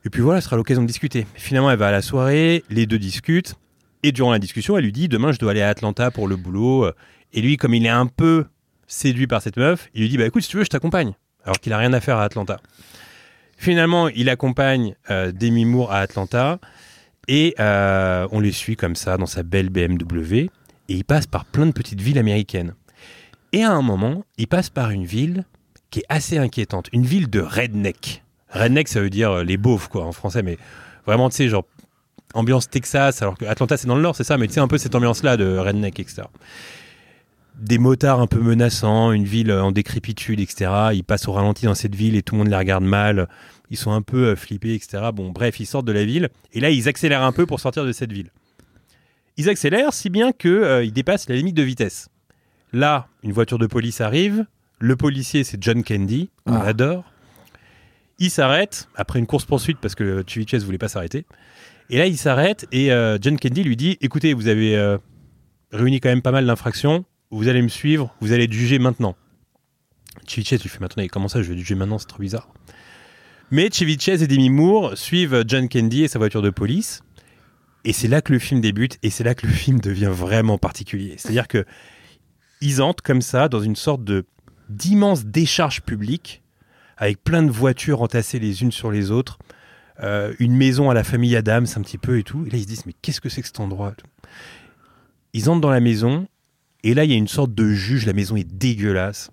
Speaker 1: Et puis voilà, ce sera l'occasion de discuter. Finalement, elle va à la soirée, les deux discutent et durant la discussion, elle lui dit demain je dois aller à Atlanta pour le boulot. Et lui, comme il est un peu séduit par cette meuf, il lui dit bah écoute, si tu veux, je t'accompagne. Alors qu'il a rien à faire à Atlanta. Finalement, il accompagne euh, Demi Moore à Atlanta et euh, on les suit comme ça dans sa belle BMW et il passe par plein de petites villes américaines. Et à un moment, il passe par une ville qui est assez inquiétante, une ville de redneck. Redneck, ça veut dire euh, les beaufs quoi en français, mais vraiment tu sais genre ambiance Texas, alors que Atlanta c'est dans le nord, c'est ça, mais tu sais, un peu cette ambiance-là de redneck, etc. Des motards un peu menaçants, une ville euh, en décrépitude, etc. Ils passent au ralenti dans cette ville et tout le monde les regarde mal. Ils sont un peu euh, flippés, etc. Bon, bref, ils sortent de la ville et là, ils accélèrent un peu pour sortir de cette ville. Ils accélèrent si bien qu'ils dépassent la limite de vitesse. Là, une voiture de police arrive. Le policier, c'est John Candy. On
Speaker 3: Ah.
Speaker 1: l'adore. Il s'arrête après une course-poursuite parce que euh, Chevy Chase voulait pas s'arrêter. Et là, il s'arrête et euh, John Candy lui dit Écoutez, vous avez euh, réuni quand même pas mal d'infractions. Vous allez me suivre. Vous allez être jugé maintenant. Chevy Chase lui fait Mais attendez, comment ça, je vais être jugé maintenant C'est trop bizarre. Mais Chevy Chase et Demi Moore suivent John Candy et sa voiture de police. Et c'est là que le film débute et c'est là que le film devient vraiment particulier. C'est-à-dire que ils entrent comme ça dans une sorte de d'immense décharge publique avec plein de voitures entassées les unes sur les autres, euh, une maison à la famille Adams un petit peu et tout. Et là ils se disent mais qu'est-ce que c'est que cet endroit Ils entrent dans la maison et là il y a une sorte de juge, la maison est dégueulasse.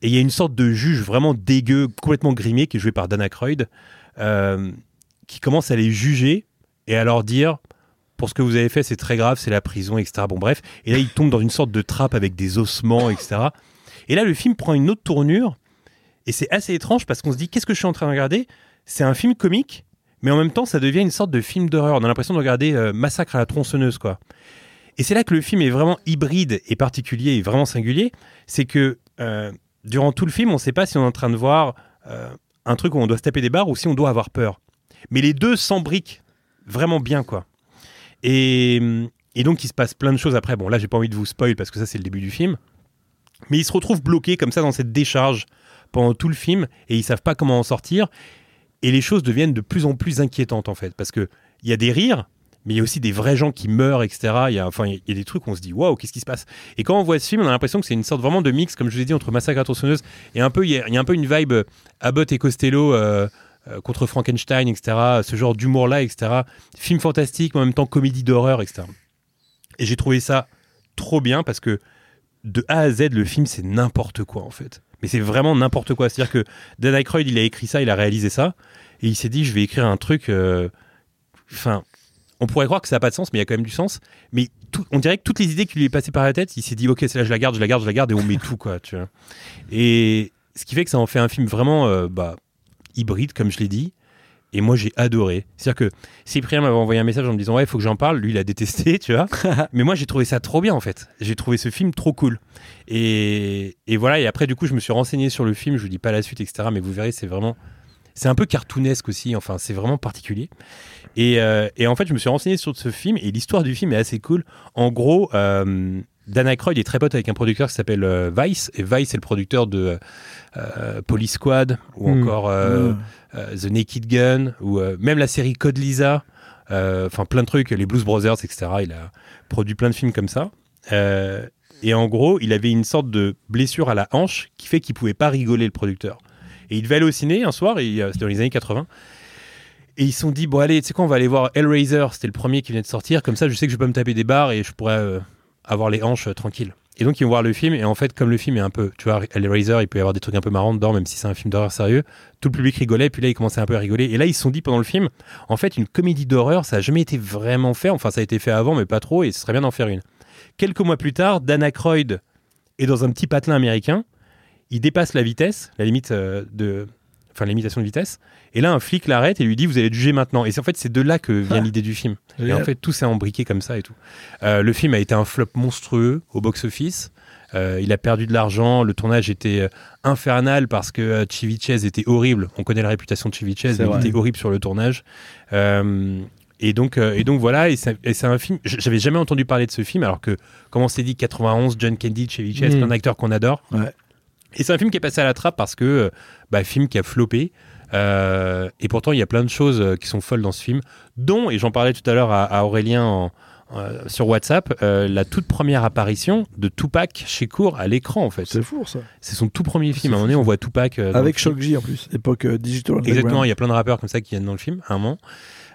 Speaker 1: Et il y a une sorte de juge vraiment dégueu, complètement grimé, qui est joué par Dana Croyd, euh, qui commence à les juger et à leur dire pour ce que vous avez fait, c'est très grave, c'est la prison, etc. Bon, bref. Et là, il tombe dans une sorte de trappe avec des ossements, etc. Et là, le film prend une autre tournure. Et c'est assez étrange parce qu'on se dit, qu'est-ce que je suis en train de regarder C'est un film comique, mais en même temps, ça devient une sorte de film d'horreur. On a l'impression de regarder euh, Massacre à la tronçonneuse, quoi. Et c'est là que le film est vraiment hybride et particulier et vraiment singulier. C'est que euh, durant tout le film, on ne sait pas si on est en train de voir euh, un truc où on doit se taper des barres ou si on doit avoir peur. Mais les deux s'embriquent vraiment bien, quoi. Et, euh, et donc, il se passe plein de choses après. Bon, là, j'ai pas envie de vous spoil parce que ça, c'est le début du film. Mais ils se retrouvent bloqués comme ça dans cette décharge pendant tout le film et ils savent pas comment en sortir. Et les choses deviennent de plus en plus inquiétantes, en fait. Parce que il y a des rires, mais il y a aussi des vrais gens qui meurent, etc. Il y a, enfin, il y a des trucs où on se dit, waouh, qu'est-ce qui se passe Et quand on voit ce film, on a l'impression que c'est une sorte vraiment de mix, comme je vous l'ai dit, entre Massacre à tronçonneuse et un peu, il y, a- il y a un peu une vibe euh, Abbott et Costello. euh, euh, contre Frankenstein, etc. Ce genre d'humour-là, etc film fantastique, mais en même temps comédie d'horreur, etc. Et j'ai trouvé ça trop bien parce que de A à Z, le film, c'est n'importe quoi en fait. Mais c'est vraiment n'importe quoi. C'est-à-dire que Dan Aykroyd, il a écrit ça, il a réalisé ça, et il s'est dit, je vais écrire un truc. euh, Enfin, on pourrait croire que ça n'a pas de sens, mais il y a quand même du sens. Mais tout- on dirait que toutes les idées qui lui est passées par la tête, il s'est dit, ok, celle-là, je la garde, je la garde, je la garde, et on met tout, quoi. Tu vois. Et ce qui fait que ça en fait un film vraiment euh, bah, hybride, comme je l'ai dit. Et moi, j'ai adoré. C'est-à-dire que Cyprien m'avait envoyé un message en me disant ouais, il faut que j'en parle. Lui, il a détesté, tu vois. Mais moi, j'ai trouvé ça trop bien en fait. J'ai trouvé ce film trop cool. Et, et voilà. Et après, du coup, je me suis renseigné sur le film. Je vous dis pas la suite, etc. Mais vous verrez, c'est vraiment, c'est un peu cartoonesque aussi. Enfin, c'est vraiment particulier. Et, euh, et en fait, je me suis renseigné sur ce film et l'histoire du film est assez cool. En gros. Euh, Dan Aykroyd est très pote avec un producteur qui s'appelle euh, Vice, et Vice est le producteur de euh, Police Squad ou
Speaker 2: Hmm.
Speaker 1: encore euh,
Speaker 3: Euh,
Speaker 1: euh, The Naked Gun ou euh, même la série Code Lisa, euh, enfin plein de trucs, les Blues Brothers, etc. Il a produit plein de films comme ça. Euh, et en gros, il avait une sorte de blessure à la hanche qui fait qu'il pouvait pas rigoler le producteur. Et il devait aller au ciné un soir, et, euh, c'était dans les années 80. Et ils se sont dit, bon allez, tu sais quoi, on va aller voir Hellraiser, c'était le premier qui venait de sortir, comme ça je sais que je peux me taper des barres et je pourrais euh, avoir les hanches euh, tranquilles. Et donc ils vont voir le film, et en fait, comme le film est un peu, tu vois, Hellraiser, il peut y avoir des trucs un peu marrants dedans, même si c'est un film d'horreur sérieux, tout le public rigolait, puis là ils commençaient un peu à rigoler. Et là ils se sont dit pendant le film, en fait, une comédie d'horreur, ça n'a jamais été vraiment fait, enfin ça a été fait avant, mais pas trop, et ce serait bien d'en faire une. Quelques mois plus tard, Dan Aykroyd est dans un petit patelin américain, il dépasse la vitesse, la limite euh, de... Enfin, la limitation de vitesse. Et là, un flic l'arrête et lui dit Vous allez être jugé maintenant. Et c'est en fait, c'est de là que vient
Speaker 4: Ah.
Speaker 1: l'idée du film. Et en fait, tout s'est embriqué comme ça et tout. Euh, le film a été un flop monstrueux au box-office. Euh, il a perdu de l'argent. Le tournage était euh, infernal parce que euh, Chevy Chase était horrible. On connaît la réputation de Chevy Chase,
Speaker 4: C'est
Speaker 1: mais
Speaker 4: vrai.
Speaker 1: il était horrible sur le tournage. Euh, et donc, euh, et donc voilà, et c'est et c'est un film. j- J'avais jamais entendu parler de ce film, alors que, comme on s'est dit, 91, John Candy, Chevy Chase,
Speaker 2: Mm.
Speaker 1: plein d'acteurs qu'on adore.
Speaker 3: Ouais.
Speaker 1: Et c'est un film qui est passé à la trappe parce que, euh, bah, film qui a floppé. Euh, et pourtant, il y a plein de choses euh, qui sont folles dans ce film, dont, et j'en parlais tout à l'heure à, à Aurélien en- euh, sur WhatsApp, euh, la toute première apparition de Tupac chez Cour à l'écran, en fait.
Speaker 3: C'est fou ça.
Speaker 1: C'est son tout premier film.
Speaker 3: C'est
Speaker 1: À un moment donné, on voit Tupac. euh, dans
Speaker 3: Avec
Speaker 1: le film.
Speaker 3: Shock J en plus, époque euh, Digital Underground.
Speaker 1: Exactement, il y a plein de rappeurs comme ça qui viennent dans le film, à un moment.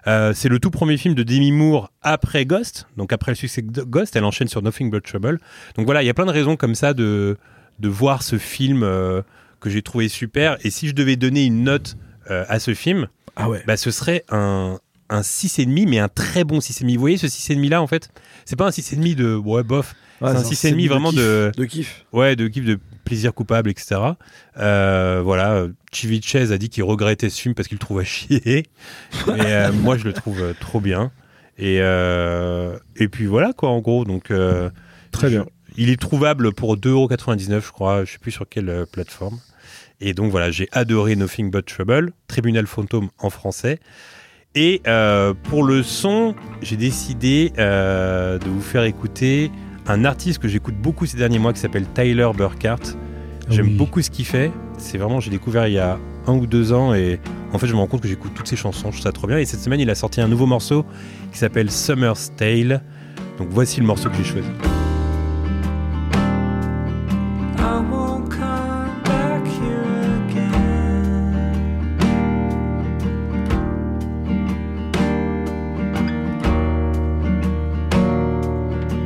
Speaker 1: Euh, c'est le tout premier film de Demi Moore après Ghost. Donc après le succès de Ghost, elle enchaîne sur Nothing But Trouble. Donc voilà, il y a plein de raisons comme ça de, de voir ce film euh, que j'ai trouvé super. Et si je devais donner une note euh, à ce film,
Speaker 3: Ah ouais.
Speaker 1: bah, ce serait un, un 6,5, mais un très bon 6,5. Vous voyez ce 6,5 là en fait C'est pas un 6,5 de ouais, bof,
Speaker 3: Ouais,
Speaker 1: c'est un 6,5 vraiment
Speaker 3: kiff,
Speaker 1: de,
Speaker 3: De kiff.
Speaker 1: ouais, de kiff de plaisir coupable, etc. Euh, voilà, Chivichez a dit qu'il regrettait ce film parce qu'il le trouve à chier. Mais euh, moi, je le trouve euh, trop bien. Et, euh, et puis voilà, quoi, en gros. Donc, euh,
Speaker 2: Très
Speaker 1: je-
Speaker 2: bien.
Speaker 1: Il est trouvable pour 2,99€, je crois. Je sais plus sur quelle euh, plateforme. Et donc, voilà, j'ai adoré Nothing But Trouble, Tribunal Fantôme en français. Et euh, pour le son, j'ai décidé euh, de vous faire écouter un artiste que j'écoute beaucoup ces derniers mois qui s'appelle Tyler Burkhardt. J'aime
Speaker 2: Oui.
Speaker 1: beaucoup ce qu'il fait. C'est vraiment, j'ai découvert il y a un ou deux ans et en fait, je me rends compte que j'écoute toutes ses chansons. Je trouve ça trop bien. Et cette semaine, il a sorti un nouveau morceau qui s'appelle Summer's Tale. Donc voici le morceau que j'ai choisi.
Speaker 4: I won't come back here again.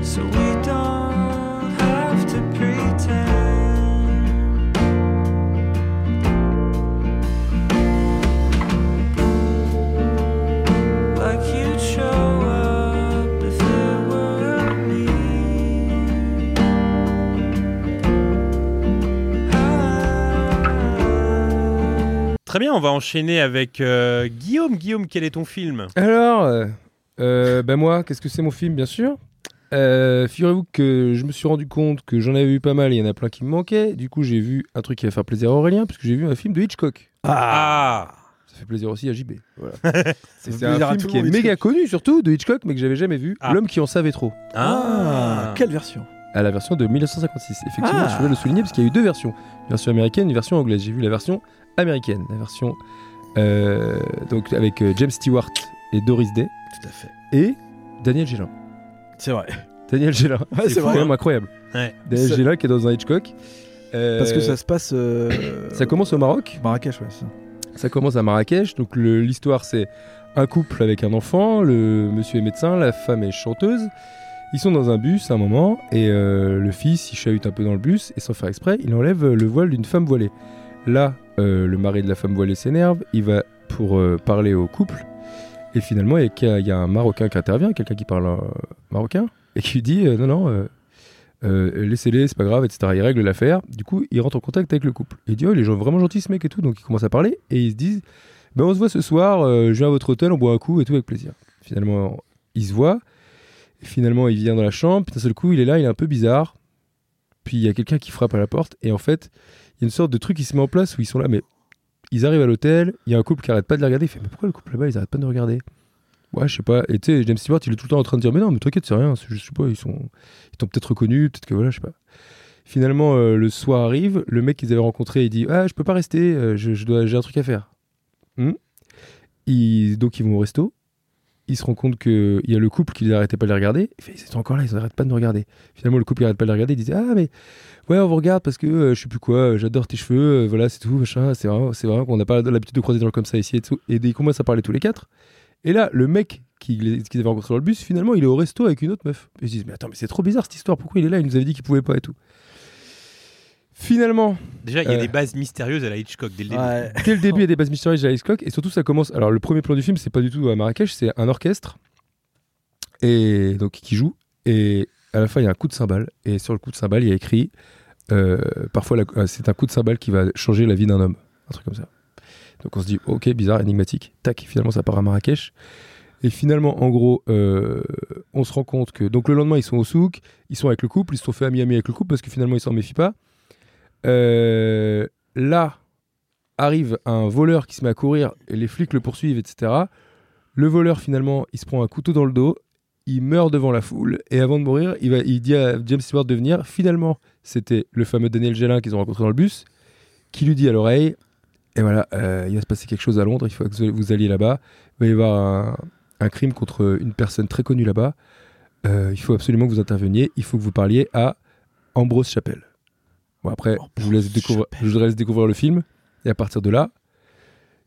Speaker 4: So we don't have to pretend. Like you'd show up if it were me.
Speaker 1: Très bien, on va enchaîner avec euh, Guillaume. Guillaume, quel est ton film
Speaker 2: Alors, euh, euh, ben moi, qu'est-ce que c'est mon film, bien sûr Euh, Figurez-vous que je me suis rendu compte que j'en avais vu pas mal, il y en a plein qui me manquaient. Du coup, j'ai vu un truc qui va faire plaisir à Aurélien, puisque j'ai vu un film de Hitchcock.
Speaker 1: Ah,
Speaker 2: Ça fait plaisir aussi à JB. Voilà.
Speaker 3: Ça fait
Speaker 2: c'est un
Speaker 3: plaisir à
Speaker 2: film
Speaker 3: tout le
Speaker 2: qui est
Speaker 3: monde,
Speaker 2: méga
Speaker 3: Hitchcock.
Speaker 2: connu, surtout de Hitchcock, mais que j'avais jamais vu.
Speaker 1: Ah.
Speaker 2: L'homme qui en savait trop.
Speaker 3: Ah, quelle version
Speaker 2: à la version de 1956. Effectivement,
Speaker 3: Ah.
Speaker 2: je voulais le souligner parce qu'il y a eu deux versions. Une version américaine, une version anglaise. J'ai vu la version américaine, la version euh, donc avec euh, James Stewart et Doris Day
Speaker 3: Tout à fait.
Speaker 2: et Daniel Gélin.
Speaker 3: C'est vrai.
Speaker 2: Daniel Gélin,
Speaker 3: Ouais,
Speaker 1: C'est
Speaker 3: c'est
Speaker 1: fou,
Speaker 2: quand
Speaker 3: vrai.
Speaker 1: hein.
Speaker 2: même incroyable.
Speaker 1: Ouais.
Speaker 2: Daniel
Speaker 3: Ça-
Speaker 2: Gélin qui est dans un Hitchcock. Euh,
Speaker 3: Parce que ça se passe. euh,
Speaker 2: ça commence au Maroc.
Speaker 3: Marrakech, ouais. c'est ça.
Speaker 2: Ça commence à Marrakech, donc le- l'histoire c'est un couple avec un enfant, le monsieur est médecin, la femme est chanteuse. Ils sont dans un bus à un moment et euh, le fils il chahute un peu dans le bus et sans faire exprès il enlève euh, le voile d'une femme voilée. Là, euh, le mari de la femme voilée s'énerve, il va pour euh, parler au couple et finalement il y a qu'un- il y, a un Marocain qui intervient, quelqu'un qui parle euh, marocain et qui lui dit euh, non non euh, euh, laissez-les, c'est pas grave, etc. Il règle l'affaire. Du coup, il rentre en contact avec le couple. Il dit, oh, les gens vraiment gentils, ce mec et tout. Donc, il commence à parler et ils se disent, ben, on se voit ce soir, euh, je viens à votre hôtel, on boit un coup et tout avec plaisir. Finalement, ils se voient. Finalement, il vient dans la chambre. Puis d'un seul coup, il est là, il est un peu bizarre. Puis il y a quelqu'un qui frappe à la porte. Et en fait, il y a une sorte de truc qui se met en place où ils sont là, mais ils arrivent à l'hôtel. Il y a un couple qui arrête pas de les regarder. Il fait, mais pourquoi le couple là-bas, ils arrêtent pas de nous regarder Ouais, je sais pas. Et tu sais, James Stewart, il est tout le temps en train de dire, mais non, mais t'inquiète, c'est rien. c'est juste, Je sais pas, ils sont ils t'ont peut-être reconnu, peut-être que voilà, je sais pas. Finalement, euh, le soir arrive, le mec qu'ils avaient rencontré, il dit Ah, je peux pas rester, euh, je, je dois, j'ai un truc à faire. Hmm. Ils- donc, ils vont au resto. Ils se rendent compte qu'il y a le couple qui n'arrêtait pas de les regarder. Il fait, Ils étaient encore là, ils n'arrêtent pas de nous regarder. Finalement, le couple n'arrête pas de les regarder. Ils disent Ah, mais ouais, on vous regarde parce que euh, je sais plus quoi, euh, j'adore tes cheveux, euh, voilà, c'est tout, machin. C'est vraiment, c'est vraiment qu'on n'a pas l'habitude de croiser des gens comme ça ici et tout. Et ils commencent à parler tous les quatre. Et là, le mec qui- qu'ils avaient rencontré dans le bus, finalement, il est au resto avec une autre meuf. Ils se disent, mais attends, mais c'est trop bizarre cette histoire, pourquoi il est là Il nous avait dit qu'il pouvait pas et tout. Finalement,
Speaker 1: Déjà, il y a
Speaker 2: Euh.
Speaker 1: des bases mystérieuses à la Hitchcock dès le début.
Speaker 3: Ouais.
Speaker 2: dès le début, il y a des bases mystérieuses à Hitchcock, et surtout, ça commence. Alors, le premier plan du film, c'est pas du tout à Marrakech, c'est un orchestre, et donc qui joue, et à la fin, il y a un coup de cymbale, et sur le coup de cymbale, il y a écrit, euh, parfois, la- euh, c'est un coup de cymbale qui va changer la vie d'un homme, un truc comme ça. Donc, on se dit, ok, bizarre, énigmatique, tac, finalement, ça part à Marrakech. Et finalement, en gros, euh, on se rend compte que. Donc, le lendemain, ils sont au souk, ils sont avec le couple, ils se sont fait ami-ami avec le couple parce que finalement, ils s'en méfient pas. Euh, là, arrive un voleur qui se met à courir et les flics le poursuivent, etc. Le voleur, finalement, il se prend un couteau dans le dos, il meurt devant la foule et avant de mourir, il, va, il dit à James Stewart de venir. Finalement, c'était le fameux Daniel Gélin qu'ils ont rencontré dans le bus qui lui dit à l'oreille Et voilà, euh, il va se passer quelque chose à Londres, il faut que vous alliez là-bas. Il va y avoir un, un crime contre une personne très connue là-bas. Euh, il faut absolument que vous interveniez, il faut que vous parliez à Ambrose Chapelle. Bon, après, je, vous laisse
Speaker 3: Ambrose
Speaker 2: découvrir, je vous laisse découvrir le film. Et à partir de là,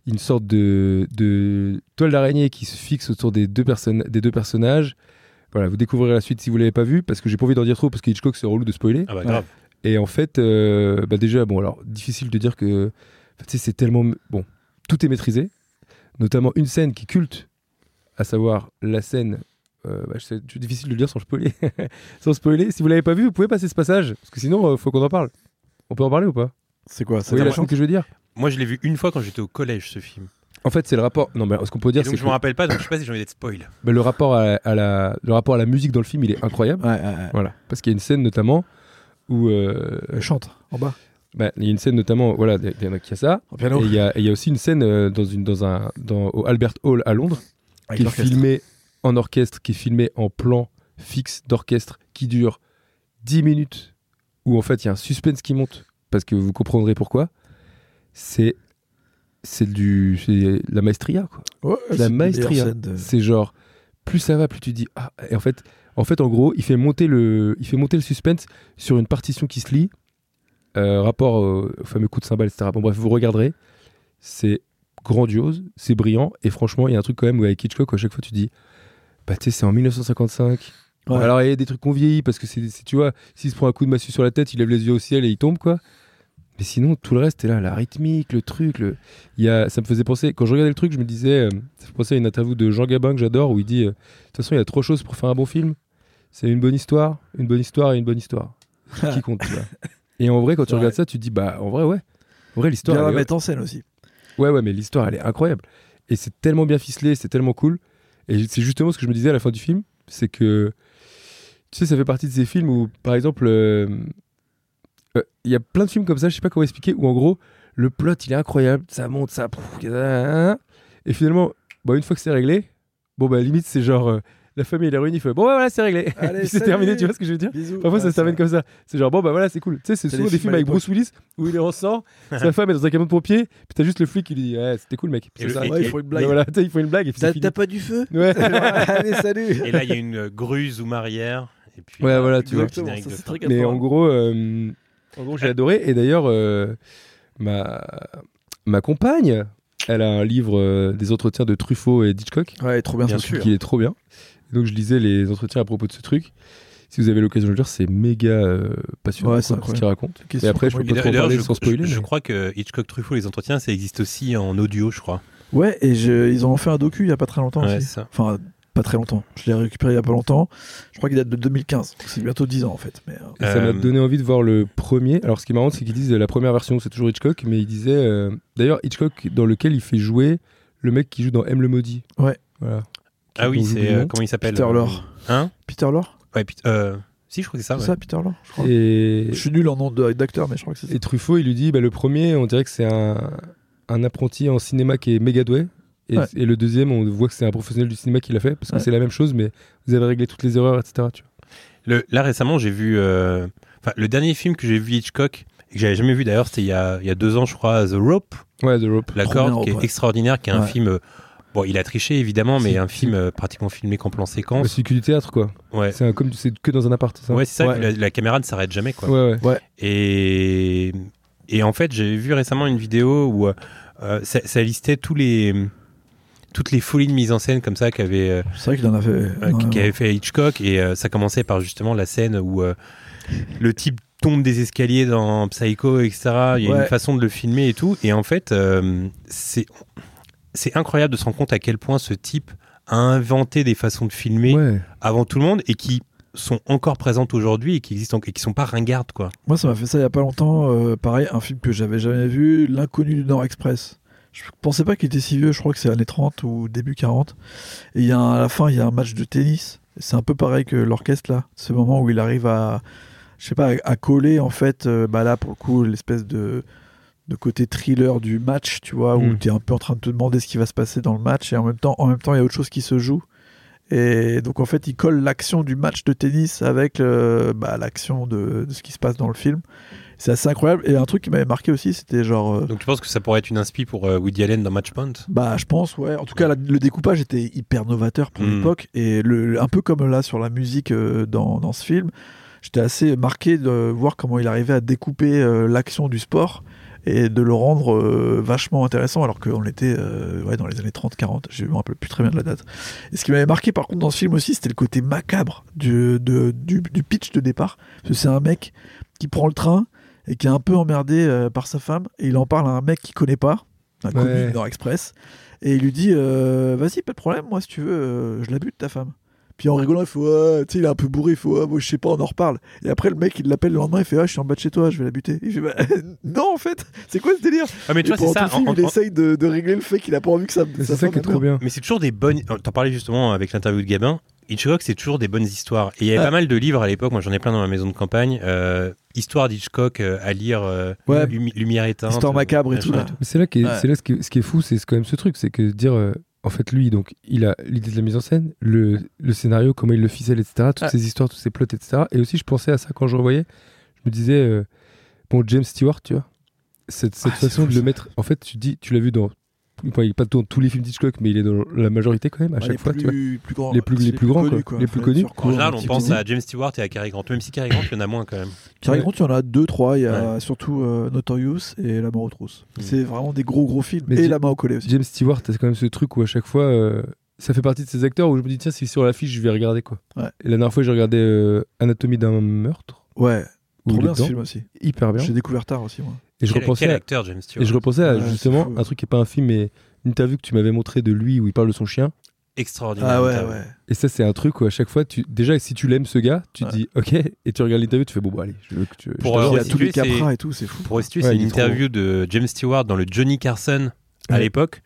Speaker 2: une sorte de, de toile d'araignée qui se fixe autour des deux, personnes, des deux personnages. Voilà, vous découvrirez la suite si vous l'avez pas vu, parce que j'ai pas envie d'en dire trop, parce que Hitchcock c'est relou de spoiler.
Speaker 1: Ah bah grave.
Speaker 2: Et en fait, euh, bah déjà, bon, alors, difficile de dire que. enfin, tu sais, c'est tellement. Bon, tout est maîtrisé, notamment une scène qui culte à savoir la scène. euh, bah, c'est difficile de le dire sans spoiler. sans spoiler. Si vous l'avez pas vu, vous pouvez passer ce passage, parce que sinon, euh, faut qu'on en parle. On peut en parler ou pas
Speaker 3: C'est quoi
Speaker 2: Vous voyez la chambre que je veux dire
Speaker 1: Moi, je l'ai vu une fois quand j'étais au collège, ce film.
Speaker 2: En fait, c'est le rapport. Non, mais ce qu'on peut
Speaker 1: Et
Speaker 2: dire,
Speaker 1: donc,
Speaker 2: c'est
Speaker 1: je
Speaker 2: que
Speaker 1: me rappelle pas, donc je sais pas si j'ai envie d'être spoil.
Speaker 2: bah, le rapport à, à la le rapport à la musique dans le film, il est incroyable.
Speaker 3: Ouais, ouais, ouais.
Speaker 2: Voilà, parce qu'il y a une scène notamment où euh,
Speaker 3: Elle chante en bas.
Speaker 2: bah, il y a une scène notamment voilà, il y en a qui a ça.
Speaker 3: En
Speaker 2: Et
Speaker 3: piano.
Speaker 2: il y, a- et il y a aussi une scène euh, dans une dans un dans au Albert Hall à Londres
Speaker 3: Avec
Speaker 2: qui est
Speaker 3: l'orchestre.
Speaker 2: filmée en orchestre, qui est filmée en plan fixe d'orchestre qui dure 10 minutes où en fait il y a un suspense qui monte parce que vous comprendrez pourquoi. C'est c'est du c'est la maestria quoi.
Speaker 3: Ouais,
Speaker 2: la
Speaker 3: c'est une des
Speaker 2: maestria.
Speaker 3: meilleures scènes de-
Speaker 2: C'est genre plus ça va, plus tu dis ah et en fait en fait en gros il fait monter le il fait monter le suspense sur une partition qui se lit euh, rapport au, au fameux coup de cymbale etc. Bon bref vous regarderez c'est grandiose c'est brillant et franchement il y a un truc quand même où avec Hitchcock à chaque fois tu dis bah tu sais c'est en 1955 Bon,
Speaker 3: Ouais.
Speaker 2: alors il y a des trucs qu'on vieillit parce que c'est c'est- tu vois s'il se prend un coup de massue sur la tête il lève les yeux au ciel et il tombe quoi mais sinon, tout le reste est là, la rythmique, le truc. Le... Il y a... Ça me faisait penser, quand je regardais le truc, je me disais, euh, ça me fait penser à une interview de Jean Gabin que j'adore, où il dit, euh, de toute façon, il y a trois choses pour faire un bon film. C'est une bonne histoire, une bonne histoire et une bonne histoire. C'est ce qui compte, tu vois. Et en vrai, quand tu
Speaker 3: C'est
Speaker 2: regardes ça, tu te dis, bah, en vrai, ouais. En vrai, l'histoire,
Speaker 3: Bien la
Speaker 2: elle est-
Speaker 3: mettre en scène aussi.
Speaker 2: Ouais, ouais, mais l'histoire, elle est incroyable. Et c'est tellement bien ficelé, c'est tellement cool. Et c'est justement ce que je me disais à la fin du film, c'est que, tu sais, ça fait partie de ces films où, par exemple, euh, euh, il y a plein de films comme ça, je sais pas comment expliquer, où en gros, le plot, il est incroyable, ça monte, ça... Et finalement, bah, une fois que c'est réglé, bon, bah, limite, c'est genre, euh, la famille, elle est réunie, il fait, bon, bah, voilà, c'est réglé.
Speaker 3: Allez,
Speaker 2: Puis c'est
Speaker 3: salut.
Speaker 2: terminé, tu vois ce que je veux dire
Speaker 3: Bisous.
Speaker 2: Parfois, ça
Speaker 3: Ouais,
Speaker 2: se termine
Speaker 3: c'est-
Speaker 2: comme ça. C'est genre, bon, bah voilà, c'est cool. Tu sais, c'est
Speaker 3: C'est
Speaker 2: souvent des
Speaker 3: les films
Speaker 2: films
Speaker 3: à
Speaker 2: avec
Speaker 3: l'époque.
Speaker 2: Bruce Willis où il est en sang, sa femme est dans un camion de pompiers, puis t'as juste le flic qui lui dit, ouais, c'était cool, mec.
Speaker 1: Et le-
Speaker 2: Ça,
Speaker 1: et-
Speaker 2: ouais,
Speaker 3: Ouais, il faut une
Speaker 2: bah,
Speaker 3: blague.
Speaker 2: voilà, tu sais, il faut une blague et puis c'est
Speaker 3: T'as
Speaker 2: fini.
Speaker 3: t'as pas du feu
Speaker 2: Ouais.
Speaker 3: Allez, salut
Speaker 1: Et là, il y a une euh, gruse ou marière. Et puis,
Speaker 2: Ouais,
Speaker 1: euh,
Speaker 2: voilà, tu vois.
Speaker 1: Exactement, ça, c'est très
Speaker 2: Mais en gros, euh, en gros, j'ai adoré. Et d'ailleurs, euh, ma, ma compagne, elle a un livre euh, des entretiens de Truffaut et d'Hitchcock,
Speaker 3: Ouais, trop bien,
Speaker 1: Bien
Speaker 3: ce
Speaker 1: sûr.
Speaker 3: truc.
Speaker 2: qui est trop bien. Donc, je lisais les entretiens à propos de ce truc. Si vous avez l'occasion de le lire, c'est méga euh, passionnant
Speaker 3: Ouais,
Speaker 2: quoi,
Speaker 3: c'est
Speaker 2: ce
Speaker 3: incroyable.
Speaker 2: qu'il raconte.
Speaker 3: Question
Speaker 2: Et après, je
Speaker 3: pour
Speaker 2: peux
Speaker 1: Et
Speaker 2: pas trop en
Speaker 1: d'ailleurs,
Speaker 2: parler
Speaker 1: je,
Speaker 2: sans spoiler.
Speaker 1: je
Speaker 2: mais-
Speaker 1: crois que Hitchcock Truffaut, les entretiens, ça existe aussi en audio, je crois.
Speaker 3: Ouais, et je- ils en ont fait un docu il y a pas très longtemps
Speaker 1: Ouais,
Speaker 3: aussi.
Speaker 1: c'est ça.
Speaker 3: Enfin, pas très longtemps. Je l'ai récupéré il y a pas longtemps. Je crois qu'il date de 2015. C'est bientôt 10 ans en fait. Mais, euh,
Speaker 2: Et Ça
Speaker 1: Euh,
Speaker 2: m'a donné envie de voir le premier. Alors, ce qui est marrant, c'est qu'ils disent euh, la première version, c'est toujours Hitchcock, mais ils disaient. euh, D'ailleurs, Hitchcock, dans lequel il fait jouer le mec qui joue dans M le maudit.
Speaker 3: Ouais.
Speaker 2: Voilà.
Speaker 1: Ah oui,
Speaker 2: dont j'oublie
Speaker 1: c'est.
Speaker 2: le
Speaker 1: euh,
Speaker 2: nom.
Speaker 1: comment il s'appelle
Speaker 3: Peter
Speaker 1: euh,
Speaker 3: Lorre.
Speaker 1: Hein
Speaker 3: Peter Lorre
Speaker 1: Ouais, Pete- euh, Si, je crois que c'est ça.
Speaker 3: C'est
Speaker 1: ouais.
Speaker 3: ça, Peter Lorre Je crois.
Speaker 2: Ah Et,
Speaker 3: Je suis nul en nom de- d'acteur, mais je crois que c'est ça.
Speaker 2: et Truffaut, il lui dit bah, le premier, on dirait que c'est un, un apprenti en cinéma qui est méga doué. Et,
Speaker 3: Ouais.
Speaker 2: et le deuxième, on voit que c'est un professionnel du cinéma qui l'a fait, parce que
Speaker 3: Ouais.
Speaker 2: c'est la même chose, mais vous avez réglé toutes les erreurs, etc. Tu vois.
Speaker 1: Le- là, récemment, j'ai vu. euh, Enfin, le dernier film que j'ai vu Hitchcock, et que j'avais jamais vu d'ailleurs, c'était il, y a- il y a deux ans, je crois, The Rope,
Speaker 2: Ouais, The Rope.
Speaker 1: La
Speaker 3: Trop
Speaker 1: Corde,
Speaker 3: bien,
Speaker 1: qui est
Speaker 3: ouais.
Speaker 1: extraordinaire, qui est un
Speaker 3: Ouais.
Speaker 1: film. euh, Bon, il a triché évidemment, mais
Speaker 2: Si,
Speaker 1: un
Speaker 2: si.
Speaker 1: film euh, pratiquement filmé qu'en plan
Speaker 2: Bah,
Speaker 1: séquence.
Speaker 2: C'est que du théâtre, quoi.
Speaker 1: Ouais,
Speaker 2: C'est un- comme c'est que dans un appart. ça
Speaker 1: ouais c'est ça,
Speaker 3: Ouais.
Speaker 1: La, la caméra ne s'arrête jamais, quoi.
Speaker 2: Ouais, ouais.
Speaker 1: Et, et en fait, j'ai vu récemment une vidéo où euh, ça, ça listait tous les, toutes les folies de mise en scène comme ça qu'avait euh,
Speaker 3: C'est vrai qu'il en a fait.
Speaker 1: euh,
Speaker 3: non,
Speaker 1: qu'avait
Speaker 3: non.
Speaker 1: fait Hitchcock. Et euh, ça commençait par justement la scène où euh, le type tombe des escaliers dans Psycho, etc. Il y a
Speaker 3: Ouais.
Speaker 1: une façon de le filmer et tout. Et en fait, euh, c'est c'est incroyable de se rendre compte à quel point ce type a inventé des façons de filmer
Speaker 2: Ouais.
Speaker 1: avant tout le monde et qui sont encore présentes aujourd'hui et qui existent en- et qui sont pas ringardes quoi.
Speaker 3: Moi, ça m'a fait ça il y a pas longtemps. euh, pareil, un film que j'avais jamais vu, L'inconnu du Nord Express. Je pensais pas qu'il était si vieux. Je crois que c'est années 30 ou début 40. Et il y a un- à la fin, il y a un match de tennis. C'est un peu pareil que l'orchestre là. Ce moment où il arrive à, je sais pas, à- à coller en fait. euh, bah là, pour le coup, l'espèce de de côté thriller du match, tu vois, où
Speaker 2: Mm.
Speaker 3: tu es un peu en train de te demander ce qui va se passer dans le match et en même temps, en même temps, il y a autre chose qui se joue. Et donc en fait, il colle l'action du match de tennis avec euh, bah, l'action de, de ce qui se passe dans le film. C'est assez incroyable. Et un truc qui m'avait marqué aussi, c'était genre, euh,
Speaker 1: Donc tu penses que ça pourrait être une inspi pour euh, Woody Allen dans Match Point
Speaker 3: bah je pense, ouais. En tout cas, la- le découpage était hyper novateur pour
Speaker 1: Mm.
Speaker 3: l'époque et le, le- un peu comme là sur la musique euh, dans, dans ce film, j'étais assez marqué de voir comment il arrivait à découper euh, l'action du sport et de le rendre euh, vachement intéressant alors qu'on était euh, ouais, dans les années 30-40, je me rappelle plus très bien de la date. Et ce qui m'avait marqué par contre dans ce film aussi, c'était le côté macabre du, de- du, du pitch de départ. Parce que c'est un mec qui prend le train et qui est un peu emmerdé euh, par sa femme et il en parle à un mec qu'il connaît pas. un
Speaker 2: Ouais.
Speaker 3: comique dans Express, et il lui dit euh, Vas-y, pas de problème, moi, si tu veux, euh, je la bute ta femme. Puis en rigolant, il faut Ouais, tu sais, il est un peu bourré, il faut Ouais, moi, je sais pas, on en reparle. Et après, le mec, il l'appelle le lendemain, il fait Ah, je suis en bas de chez toi, je vais la buter. Il fait Bah, Non, en fait, c'est quoi ce délire
Speaker 1: Ah, mais tu
Speaker 3: Et
Speaker 1: vois, c'est
Speaker 3: pendant tout
Speaker 1: ça.
Speaker 3: le film,
Speaker 1: en-
Speaker 3: il
Speaker 1: en-
Speaker 3: essaye de, de régler le fait qu'il a pas envie que ça.
Speaker 2: C'est ça qui est trop bien.
Speaker 1: Mais c'est toujours des bonnes. oh, T'en parlais justement avec l'interview de Gabin. Hitchcock, c'est toujours des bonnes histoires. Et il y avait
Speaker 3: Ah.
Speaker 1: pas mal de livres à l'époque. Moi, j'en ai plein dans ma maison de campagne. euh, histoire d'Hitchcock euh, à lire. euh,
Speaker 3: Ouais.
Speaker 1: Lumi- Lumière éteinte.
Speaker 3: Histoire
Speaker 1: euh,
Speaker 3: macabre et tout,
Speaker 1: machin
Speaker 3: là. Bah,
Speaker 2: Mais c'est là, qu'est-
Speaker 3: Ouais.
Speaker 2: c'est là ce, qui est, ce qui est fou, c'est quand même ce truc, c'est que dire, euh, en fait, lui, donc, il a l'idée de la mise en scène, le, le scénario, comment il le ficelle, etc., toutes
Speaker 3: Ouais.
Speaker 2: ces histoires, tous ces plots, etc. Et aussi, je pensais à ça quand je revoyais, je me disais, euh, bon, James Stewart, tu vois, cette, cette
Speaker 3: Ah, c'est
Speaker 2: façon
Speaker 3: fou,
Speaker 2: de le
Speaker 3: ça.
Speaker 2: mettre, en fait, tu dis, tu l'as vu dans, enfin, il est pas dans tous les films d'Hitchcock, mais il est dans la majorité quand même, à chaque fois, tu vois.
Speaker 3: grands,
Speaker 2: Les plus- les plus grands, quoi. Les plus connus.
Speaker 1: En général,
Speaker 2: Un
Speaker 1: on
Speaker 2: petit
Speaker 1: pense
Speaker 2: peu.
Speaker 1: à James Stewart et à Cary Grant. Même si Cary Grant, il y en a moins quand même.
Speaker 3: Cary Grant, il y en a deux, trois. Il y a
Speaker 1: Ouais.
Speaker 3: surtout euh, Notorious et La mort aux trousses.
Speaker 1: Mm.
Speaker 3: C'est vraiment des gros, gros films.
Speaker 2: Mais
Speaker 3: et
Speaker 2: Jim-
Speaker 3: La main au collet aussi.
Speaker 2: James Stewart, c'est quand même ce truc où à chaque fois, euh, ça fait partie de ces acteurs où je me dis, tiens, c'est sur l'affiche, je vais regarder quoi.
Speaker 3: Ouais.
Speaker 2: Et la dernière fois, j'ai regardé euh, Anatomie d'un meurtre.
Speaker 3: Ouais,
Speaker 2: où
Speaker 3: trop
Speaker 2: il est
Speaker 3: bien ce
Speaker 2: dedans.
Speaker 3: film aussi.
Speaker 2: Hyper bien.
Speaker 3: J'ai découvert tard aussi, moi.
Speaker 2: Et je
Speaker 1: Quel-
Speaker 2: repensais,
Speaker 1: quel
Speaker 2: à,
Speaker 1: acteur, James Stewart
Speaker 2: et je repensais à
Speaker 3: Ouais, c'est
Speaker 2: justement
Speaker 3: fou.
Speaker 2: un truc qui est pas un film, mais une interview que tu m'avais montré de lui où il parle de son chien.
Speaker 1: Extraordinaire.
Speaker 3: Ah ouais,
Speaker 1: interview.
Speaker 3: ouais.
Speaker 2: Et ça, c'est un truc où à chaque fois, tu, déjà, si tu l'aimes ce gars, tu
Speaker 3: Ouais.
Speaker 2: te dis ok, et tu regardes l'interview, tu fais bon, bon, allez, je veux que tu. je
Speaker 1: Pour,
Speaker 2: t'adore.
Speaker 3: Il y a
Speaker 1: si
Speaker 3: tous
Speaker 1: tu
Speaker 3: les
Speaker 1: veux, c'est-
Speaker 3: capras et tout, c'est fou.
Speaker 1: Pour restituer,
Speaker 2: Ouais,
Speaker 1: c'est
Speaker 2: il
Speaker 1: une
Speaker 2: est trop
Speaker 1: interview de James Stewart dans le Johnny Carson à
Speaker 2: Ouais.
Speaker 1: l'époque,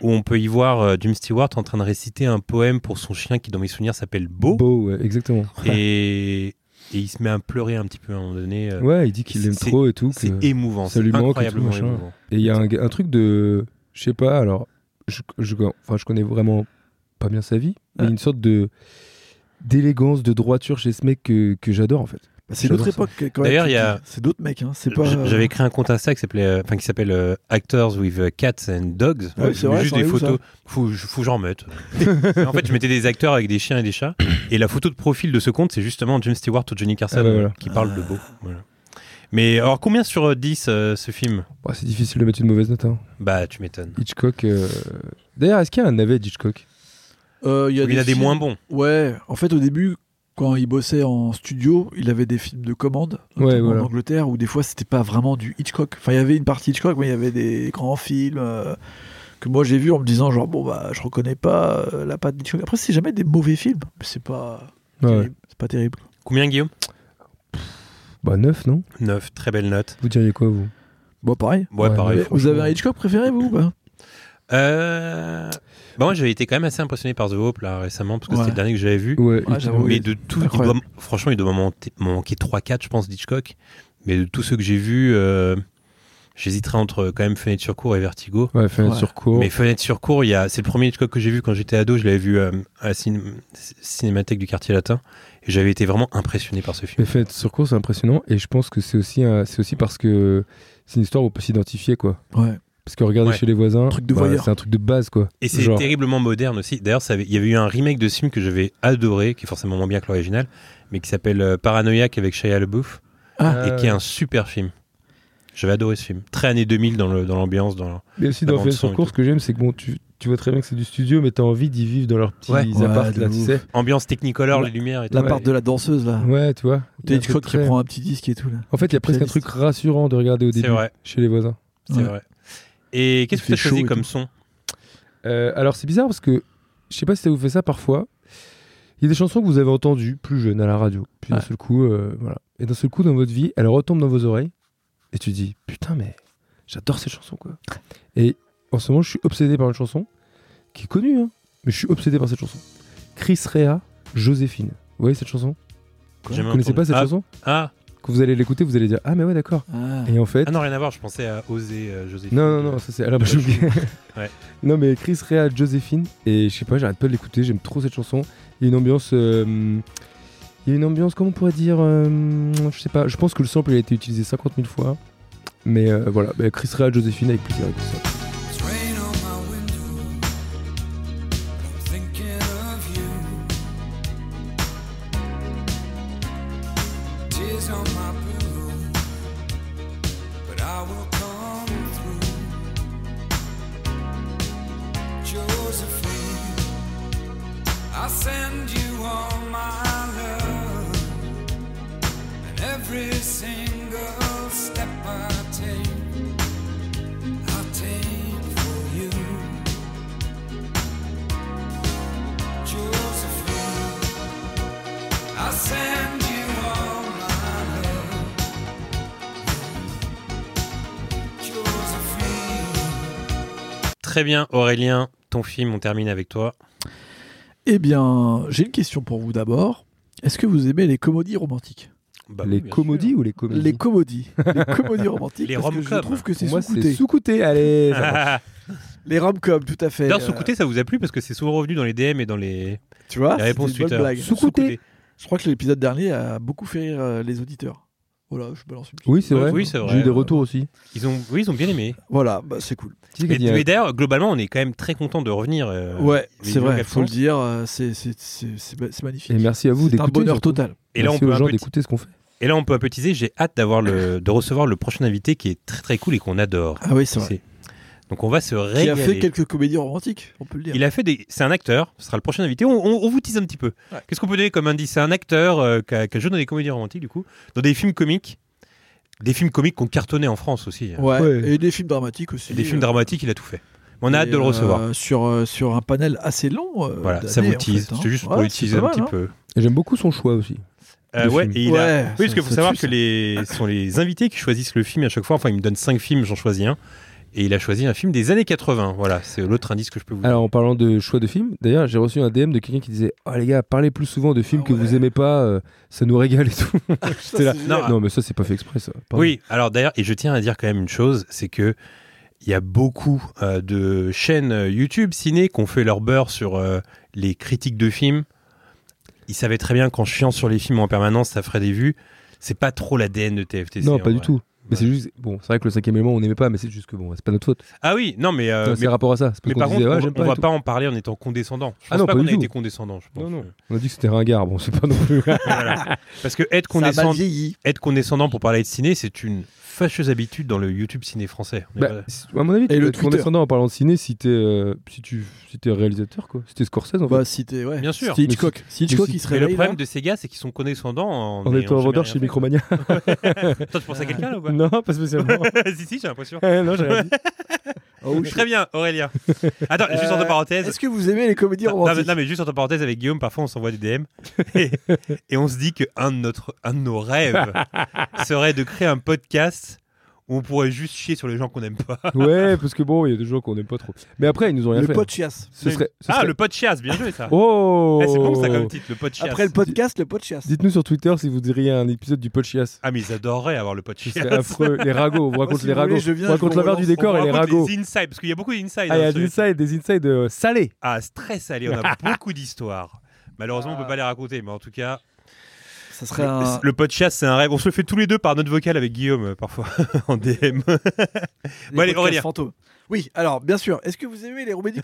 Speaker 1: où on peut y voir euh, James Stewart en train de réciter un poème pour son chien qui, dans mes souvenirs, s'appelle Beau.
Speaker 2: Beau, ouais, exactement.
Speaker 1: Et, et il se met à pleurer un petit peu à un moment donné. euh,
Speaker 2: Ouais, il dit qu'il
Speaker 1: c'est-
Speaker 2: l'aime
Speaker 1: c'est-
Speaker 2: trop et tout.
Speaker 1: C'est
Speaker 2: que-
Speaker 1: émouvant,
Speaker 2: ça
Speaker 1: c'est
Speaker 2: lui manque et tout,
Speaker 1: incroyablement
Speaker 2: machin.
Speaker 1: émouvant.
Speaker 2: Et il y a un, un truc de. Je sais pas, alors. Je, je, enfin, je connais vraiment pas bien sa vie, mais
Speaker 3: Ouais.
Speaker 2: une sorte de. d'élégance, de droiture chez ce mec que, que j'adore en fait.
Speaker 3: Bah, c'est d'autres
Speaker 2: J'adore
Speaker 3: époques, quand même.
Speaker 1: D'ailleurs, il y
Speaker 3: tu
Speaker 1: a-
Speaker 3: dis. C'est d'autres mecs, hein. C'est pas.
Speaker 1: J- J'avais créé un compte Insta qui s'appelait, euh, enfin qui s'appelle euh, Actors with Cats and Dogs.
Speaker 3: Ah oui,
Speaker 1: Je
Speaker 3: c'est
Speaker 1: mets
Speaker 3: vrai,
Speaker 1: juste
Speaker 3: j'en
Speaker 1: des
Speaker 3: ai vu
Speaker 1: photos. Faut, je- faut que j'en mette. en fait, je mettais des acteurs avec des chiens et des chats. Et la photo de profil de ce compte, c'est justement James Stewart ou Johnny Carson
Speaker 2: Ah bah voilà.
Speaker 1: qui parle de beau. Voilà. Mais alors, combien sur euh, 10 euh, ce film
Speaker 2: Bon, c'est difficile de mettre une mauvaise note. Hein.
Speaker 1: Bah, tu m'étonnes.
Speaker 2: Hitchcock. euh, D'ailleurs, est-ce qu'il y a un navet d'Hitchcock
Speaker 3: Euh,
Speaker 1: Il y en a des
Speaker 3: films-
Speaker 1: moins bons.
Speaker 3: Ouais, en fait, au début, quand il bossait en studio, il avait des films de commande
Speaker 2: Ouais,
Speaker 3: notamment
Speaker 2: voilà.
Speaker 3: en Angleterre où des fois c'était pas vraiment du Hitchcock. Enfin, il y avait une partie Hitchcock, mais il y avait des grands films euh, que moi j'ai vus en me disant genre bon bah je reconnais pas euh, la patte d'Hitchcock. Après, c'est jamais des mauvais films, mais c'est pas
Speaker 2: Ouais.
Speaker 3: terrible. c'est pas terrible.
Speaker 1: Combien, Guillaume
Speaker 2: Bah, 9, non
Speaker 1: 9, très belle note.
Speaker 2: Vous diriez quoi, vous
Speaker 3: Bon, pareil.
Speaker 1: Ouais,
Speaker 2: Ouais,
Speaker 1: pareil.
Speaker 3: Mais vous avez un Hitchcock préféré vous ou pas
Speaker 1: Euh... Bah, moi, j'avais été quand même assez impressionné par The Hope là récemment parce que
Speaker 3: Ouais.
Speaker 1: c'était le dernier que j'avais vu.
Speaker 2: Ouais,
Speaker 3: Ouais,
Speaker 2: Hitch-
Speaker 3: Ah, j'avoue,
Speaker 1: Mais
Speaker 3: oui.
Speaker 1: de tout, il
Speaker 3: Incroyable.
Speaker 1: doit- franchement, il doit m'en manquer- m'en manquer 3-4, je pense, d'Hitchcock. Mais de tous ceux que j'ai vus, euh, j'hésiterais entre quand même Fenêtre sur cour et Vertigo.
Speaker 2: ouais, fait un
Speaker 3: Ouais.
Speaker 2: surcours.
Speaker 1: Mais Fenêtre sur cour, il y a- c'est le premier Hitchcock que j'ai vu quand j'étais ado. Je l'avais vu euh, à la ciné- Cinémathèque du Quartier Latin. Et j'avais été vraiment impressionné par ce film.
Speaker 2: Mais fait surcours, c'est impressionnant. Et je pense que c'est aussi, un- c'est aussi parce que c'est une histoire où on peut s'identifier, quoi.
Speaker 3: Ouais.
Speaker 2: Parce que regarder
Speaker 1: Ouais.
Speaker 2: chez les voisins,
Speaker 3: Truc de
Speaker 2: bah,
Speaker 3: voyeur.
Speaker 2: c'est un truc de base, quoi.
Speaker 1: Et c'est
Speaker 2: Genre-
Speaker 1: terriblement moderne aussi. D'ailleurs, ça avait- il y avait eu un remake de ce film que j'avais adoré, qui est forcément moins bien que l'original, mais qui s'appelle euh, Paranoïaque avec Shia LaBeouf,
Speaker 2: Ah.
Speaker 1: et qui est un super film. J'avais adoré ce film. Très années 2000 dans le- dans l'ambiance, dans, le-
Speaker 2: Mais aussi
Speaker 1: La
Speaker 2: dans
Speaker 1: bande
Speaker 2: Fait
Speaker 1: son et
Speaker 2: surcours,
Speaker 1: tout.
Speaker 2: ce que j'aime, c'est que bon, tu, tu vois très bien que c'est du studio, mais t'as envie d'y vivre dans leurs petits
Speaker 1: Ouais.
Speaker 3: Ouais,
Speaker 2: apparts,
Speaker 3: de
Speaker 2: là, tu
Speaker 3: ouf.
Speaker 2: sais.
Speaker 1: Ambiance Technicolor,
Speaker 3: La-
Speaker 1: les lumières et tout.
Speaker 3: La
Speaker 2: Ouais.
Speaker 3: part de la danseuse là.
Speaker 2: Ouais, tu vois. Il y
Speaker 3: T'as
Speaker 2: a un truc
Speaker 3: Hitchcock qui
Speaker 2: très-
Speaker 3: prend un petit disque et tout là.
Speaker 2: En fait, il y a presque un
Speaker 3: pianiste.
Speaker 2: truc rassurant de regarder au
Speaker 1: C'est
Speaker 2: début
Speaker 1: vrai.
Speaker 2: chez les voisins.
Speaker 1: C'est
Speaker 3: Ouais.
Speaker 1: vrai. Et qu'est-ce
Speaker 2: Il
Speaker 1: que tu as
Speaker 2: fait chaud
Speaker 1: choisi
Speaker 2: et
Speaker 1: comme
Speaker 2: tout.
Speaker 1: son
Speaker 2: Euh, alors c'est bizarre parce que je sais pas si ça vous fait ça parfois. Il y a des chansons que vous avez entendues plus jeunes à la radio, puis d'un
Speaker 3: Ouais.
Speaker 2: seul coup, euh, voilà. Et d'un seul coup, dans votre vie, elles retombent dans vos oreilles, et tu dis putain mais j'adore ces chansons quoi. Et en ce moment, je suis obsédé par une chanson qui est connue, hein, mais je suis obsédé par cette chanson. Chris Rea, Joséphine. Vous voyez cette chanson
Speaker 1: J'ai
Speaker 2: Vous
Speaker 1: jamais
Speaker 2: connaissez pas
Speaker 1: entendu.
Speaker 2: cette
Speaker 1: ah,
Speaker 2: chanson
Speaker 1: ah,
Speaker 2: Quand vous allez l'écouter, vous allez dire ah mais ouais d'accord.
Speaker 3: Ah.
Speaker 2: Et en fait,
Speaker 1: ah non, rien à voir, je pensais à Oser euh, Joséphine.
Speaker 2: non, non, non, ça c'est. Alors, bah,
Speaker 1: Ouais,
Speaker 2: j'ai oublié.
Speaker 1: Ouais.
Speaker 2: Non, mais Chris Rea, Joséphine, et je sais pas, j'arrête pas de l'écouter, j'aime trop cette chanson. Il y a une ambiance. euh, il y a une ambiance, comment on pourrait dire euh, Je sais pas, je pense que le sample il a été utilisé 50 000 fois. Mais euh, voilà, bah, Chris Rea, Joséphine avec plaisir avec tout ça.
Speaker 4: It's rain on my window. I'm thinking of you. Tears on my pillow, but I will come through. Josephine, I send you all my love and every single step I take. I take send you all my love. Josephine.
Speaker 1: Très bien, Aurélien, ton film, on termine avec toi.
Speaker 3: Eh bien, j'ai une question pour vous d'abord. Est-ce que vous aimez les comédies romantiques
Speaker 1: Bah oui,
Speaker 2: les
Speaker 1: bien sûr.
Speaker 2: comédies ou les comédies
Speaker 3: Les comédies. les comédies romantiques.
Speaker 1: Les
Speaker 3: parce que Je
Speaker 1: rom-coms.
Speaker 3: trouve que c'est
Speaker 2: Pour moi, c'est
Speaker 3: sous-coté.
Speaker 2: sous-coté. Allez, ça va.
Speaker 3: Les rom-coms, tout à fait.
Speaker 1: D'ailleurs,
Speaker 3: Euh,
Speaker 1: sous côté, ça vous a plu parce que c'est souvent revenu dans les DM et dans
Speaker 2: Ah,
Speaker 1: les,
Speaker 3: Tu vois,
Speaker 1: les
Speaker 3: c'est
Speaker 1: réponses
Speaker 3: une bonne
Speaker 1: Twitter.
Speaker 3: blague.
Speaker 2: Sous-coté.
Speaker 1: Sous-coté.
Speaker 3: Je crois que l'épisode dernier a beaucoup fait rire euh, les auditeurs. Voilà, je balance une petite-
Speaker 2: oui, c'est vrai.
Speaker 1: Bah Oui, c'est vrai.
Speaker 2: J'ai eu des retours aussi.
Speaker 1: Ils ont, oui, ils ont bien aimé.
Speaker 3: Voilà, bah, c'est cool.
Speaker 2: Qui c'est qui a
Speaker 1: Mais,
Speaker 2: dit, euh,
Speaker 1: mais d'ailleurs, globalement, on est quand même très content de revenir. euh,
Speaker 3: ouais,
Speaker 1: les
Speaker 3: c'est vrai,
Speaker 1: longues
Speaker 3: faut le
Speaker 1: absences.
Speaker 3: dire, euh, c'est c'est- c'est- c'est ma- c'est magnifique.
Speaker 2: Et merci à vous
Speaker 3: C'est un
Speaker 2: d'écouter.
Speaker 3: bonheur
Speaker 2: surtout.
Speaker 3: total.
Speaker 1: Et là, on
Speaker 2: Merci
Speaker 1: peut
Speaker 2: aux
Speaker 1: un
Speaker 2: gens
Speaker 1: peu-
Speaker 2: d'écouter ce qu'on fait.
Speaker 1: et là, on peut un peu teaser. J'ai hâte d'avoir le, de recevoir le prochain invité qui est très très cool et qu'on adore.
Speaker 3: Ah oui, c'est vrai.
Speaker 1: C'est- Donc, on va se régaler.
Speaker 3: Qui a fait quelques comédies romantiques, on peut le dire.
Speaker 1: Il a fait des. C'est un acteur. Ce sera le prochain invité. On, on- on vous tease un petit peu.
Speaker 3: Ouais.
Speaker 1: Qu'est-ce qu'on peut donner comme indice C'est un acteur euh, qui a, qui a joué dans des comédies romantiques, du coup, dans des films comiques, des films comiques qu'on cartonnait en France aussi. hein.
Speaker 3: Ouais,
Speaker 2: Ouais.
Speaker 3: et des films dramatiques aussi.
Speaker 1: Et Des films
Speaker 3: dramatiques.
Speaker 1: dramatiques, il a tout fait. Mais on a hâte de le recevoir.
Speaker 3: sur, euh, sur un panel assez long. euh,
Speaker 1: voilà, ça
Speaker 3: d'années,
Speaker 1: vous
Speaker 3: en
Speaker 1: tease.
Speaker 3: fait, hein.
Speaker 1: C'est juste pour
Speaker 3: Ouais,
Speaker 1: le
Speaker 3: c'est
Speaker 1: teaser
Speaker 3: pas
Speaker 1: un
Speaker 3: mal,
Speaker 1: petit
Speaker 3: hein.
Speaker 1: peu.
Speaker 2: Et J'aime beaucoup son choix aussi.
Speaker 1: Euh,
Speaker 2: Le
Speaker 1: ouais,
Speaker 2: film.
Speaker 1: et il a-
Speaker 3: Ouais,
Speaker 1: Oui, parce
Speaker 3: ça-
Speaker 1: qu'il faut
Speaker 3: ça
Speaker 1: savoir
Speaker 3: tue,
Speaker 1: que
Speaker 3: ça.
Speaker 1: les ce sont les invités qui choisissent le film à chaque fois. Enfin, il me donne cinq films, j'en choisis un. Et il a choisi un film des années 80. Voilà, c'est l'autre indice que je peux vous donner.
Speaker 2: Alors en parlant de choix de films, d'ailleurs j'ai reçu un DM de quelqu'un qui disait Oh les gars, parlez plus souvent de films
Speaker 3: Ah
Speaker 2: que vous aimez pas, euh, ça nous régale et tout.
Speaker 3: Ça,
Speaker 2: J'étais là.
Speaker 3: c'est
Speaker 1: Non,
Speaker 3: génial.
Speaker 1: Ah.
Speaker 2: Non mais ça c'est pas fait exprès ça. Pardon.
Speaker 1: Oui, alors d'ailleurs, et je tiens à dire quand même une chose, c'est que il y a beaucoup euh, de chaînes euh, YouTube ciné qui ont fait leur beurre sur euh, les critiques de films. Ils savaient très bien qu'en chiant sur les films en permanence, ça ferait des vues. C'est pas trop l'ADN de TFTC.
Speaker 2: Non
Speaker 1: en
Speaker 2: pas du
Speaker 1: vrai.
Speaker 2: tout. Mais
Speaker 1: Ouais.
Speaker 2: c'est juste, bon, c'est vrai que le cinquième élément on n'aimait pas, mais c'est juste que bon, c'est pas notre faute.
Speaker 1: Ah oui, non, mais, euh,
Speaker 2: Non,
Speaker 1: mais,
Speaker 2: c'est rapport à ça. C'est parce
Speaker 1: mais
Speaker 2: qu'on
Speaker 1: par contre,
Speaker 2: disait, Ah,
Speaker 1: on,
Speaker 2: j'aime
Speaker 1: on
Speaker 2: et
Speaker 1: va
Speaker 2: tout.
Speaker 1: pas en parler en étant condescendant. Je pense
Speaker 2: Ah non,
Speaker 1: pas,
Speaker 2: pas
Speaker 1: qu'on
Speaker 2: du
Speaker 1: a été
Speaker 2: tout.
Speaker 1: condescendant. Je pense.
Speaker 2: Non, non. On a dit que c'était ringard, bon, c'est pas non plus.
Speaker 1: Voilà. Parce que être
Speaker 3: hein. Ça a mal
Speaker 1: condescendant,
Speaker 3: vieilli.
Speaker 1: être condescendant pour parler de ciné, c'est une fâcheuse habitude dans le YouTube ciné français. On est
Speaker 2: Bah,
Speaker 1: pas-
Speaker 2: c'est- à mon avis, tu
Speaker 3: le
Speaker 2: peux être
Speaker 3: Twitter.
Speaker 2: condescendant en parlant de ciné si t'es euh, si tu si t'es réalisateur quoi. Si t'es Scorsese en fait.
Speaker 3: Bah, si t'es- ouais.
Speaker 1: Bien sûr.
Speaker 3: Si Hitchcock. Si Hitchcock,
Speaker 2: mais
Speaker 3: il
Speaker 2: si-
Speaker 3: se
Speaker 1: Mais
Speaker 3: réveille.
Speaker 1: le problème
Speaker 3: là.
Speaker 1: de ces gars, c'est qu'ils sont condescendants en.
Speaker 2: en étant
Speaker 1: n'ayant jamais
Speaker 2: vendeur chez
Speaker 1: rien
Speaker 2: Micromania.
Speaker 1: fait. Toi, tu penses à quelqu'un là ou pas
Speaker 2: non, pas spécialement.
Speaker 1: Si, si, j'ai l'impression.
Speaker 2: Eh, non, j'ai rien dit.
Speaker 3: Oh, je-
Speaker 1: Très bien, Aurélien. Attends, juste entre
Speaker 3: Euh,
Speaker 1: parenthèses.
Speaker 3: Est-ce que vous aimez les comédies Bah,
Speaker 1: Non, non, mais,
Speaker 3: romantiques
Speaker 1: non, mais juste entre parenthèses, avec Guillaume, parfois on s'envoie des DM et, et on se dit qu'un de, notre- un de nos rêves serait de créer un podcast où on pourrait juste chier sur les gens qu'on n'aime pas.
Speaker 2: Ouais, parce que bon, il y a des gens qu'on n'aime pas trop. Mais après, ils nous ont rien
Speaker 3: Le
Speaker 2: fait. hein.
Speaker 3: podcast.
Speaker 2: Ce serait, ce
Speaker 1: Ah,
Speaker 2: serait-
Speaker 1: le podcast, bien joué ça.
Speaker 2: Oh
Speaker 1: Eh, c'est bon ça comme titre, le podcast.
Speaker 3: Après le podcast, le podcast.
Speaker 2: Dites-nous sur Twitter si vous diriez un épisode du Podchias.
Speaker 1: Ah, mais ils adoreraient avoir le
Speaker 2: Ce
Speaker 1: podcast.
Speaker 2: serait affreux. Les ragots, on vous raconte
Speaker 3: si
Speaker 2: les
Speaker 3: vous voulez,
Speaker 2: ragots.
Speaker 3: je viens,
Speaker 2: on raconte
Speaker 3: je vous
Speaker 2: l'envers du
Speaker 3: relance.
Speaker 1: On
Speaker 2: décor et les
Speaker 1: raconte
Speaker 2: ragots.
Speaker 1: Les insides, parce qu'il y a beaucoup d'insides.
Speaker 2: Ah, il y
Speaker 1: hein,
Speaker 2: a
Speaker 1: sur
Speaker 2: des
Speaker 1: les-
Speaker 2: insides, des insides euh, salés.
Speaker 1: Ah, c'est très salé, on a beaucoup d'histoires. Malheureusement, on peut pas les raconter, mais en tout cas,
Speaker 3: Ça serait un.
Speaker 1: le podcast, c'est un rêve. On se le fait tous les deux par notre vocale avec Guillaume, euh, parfois, en DM.
Speaker 3: les
Speaker 1: Bon, allez,
Speaker 3: podcasts
Speaker 1: Aurélien.
Speaker 3: fantômes. Oui, alors, bien sûr. Est-ce que vous aimez les comédies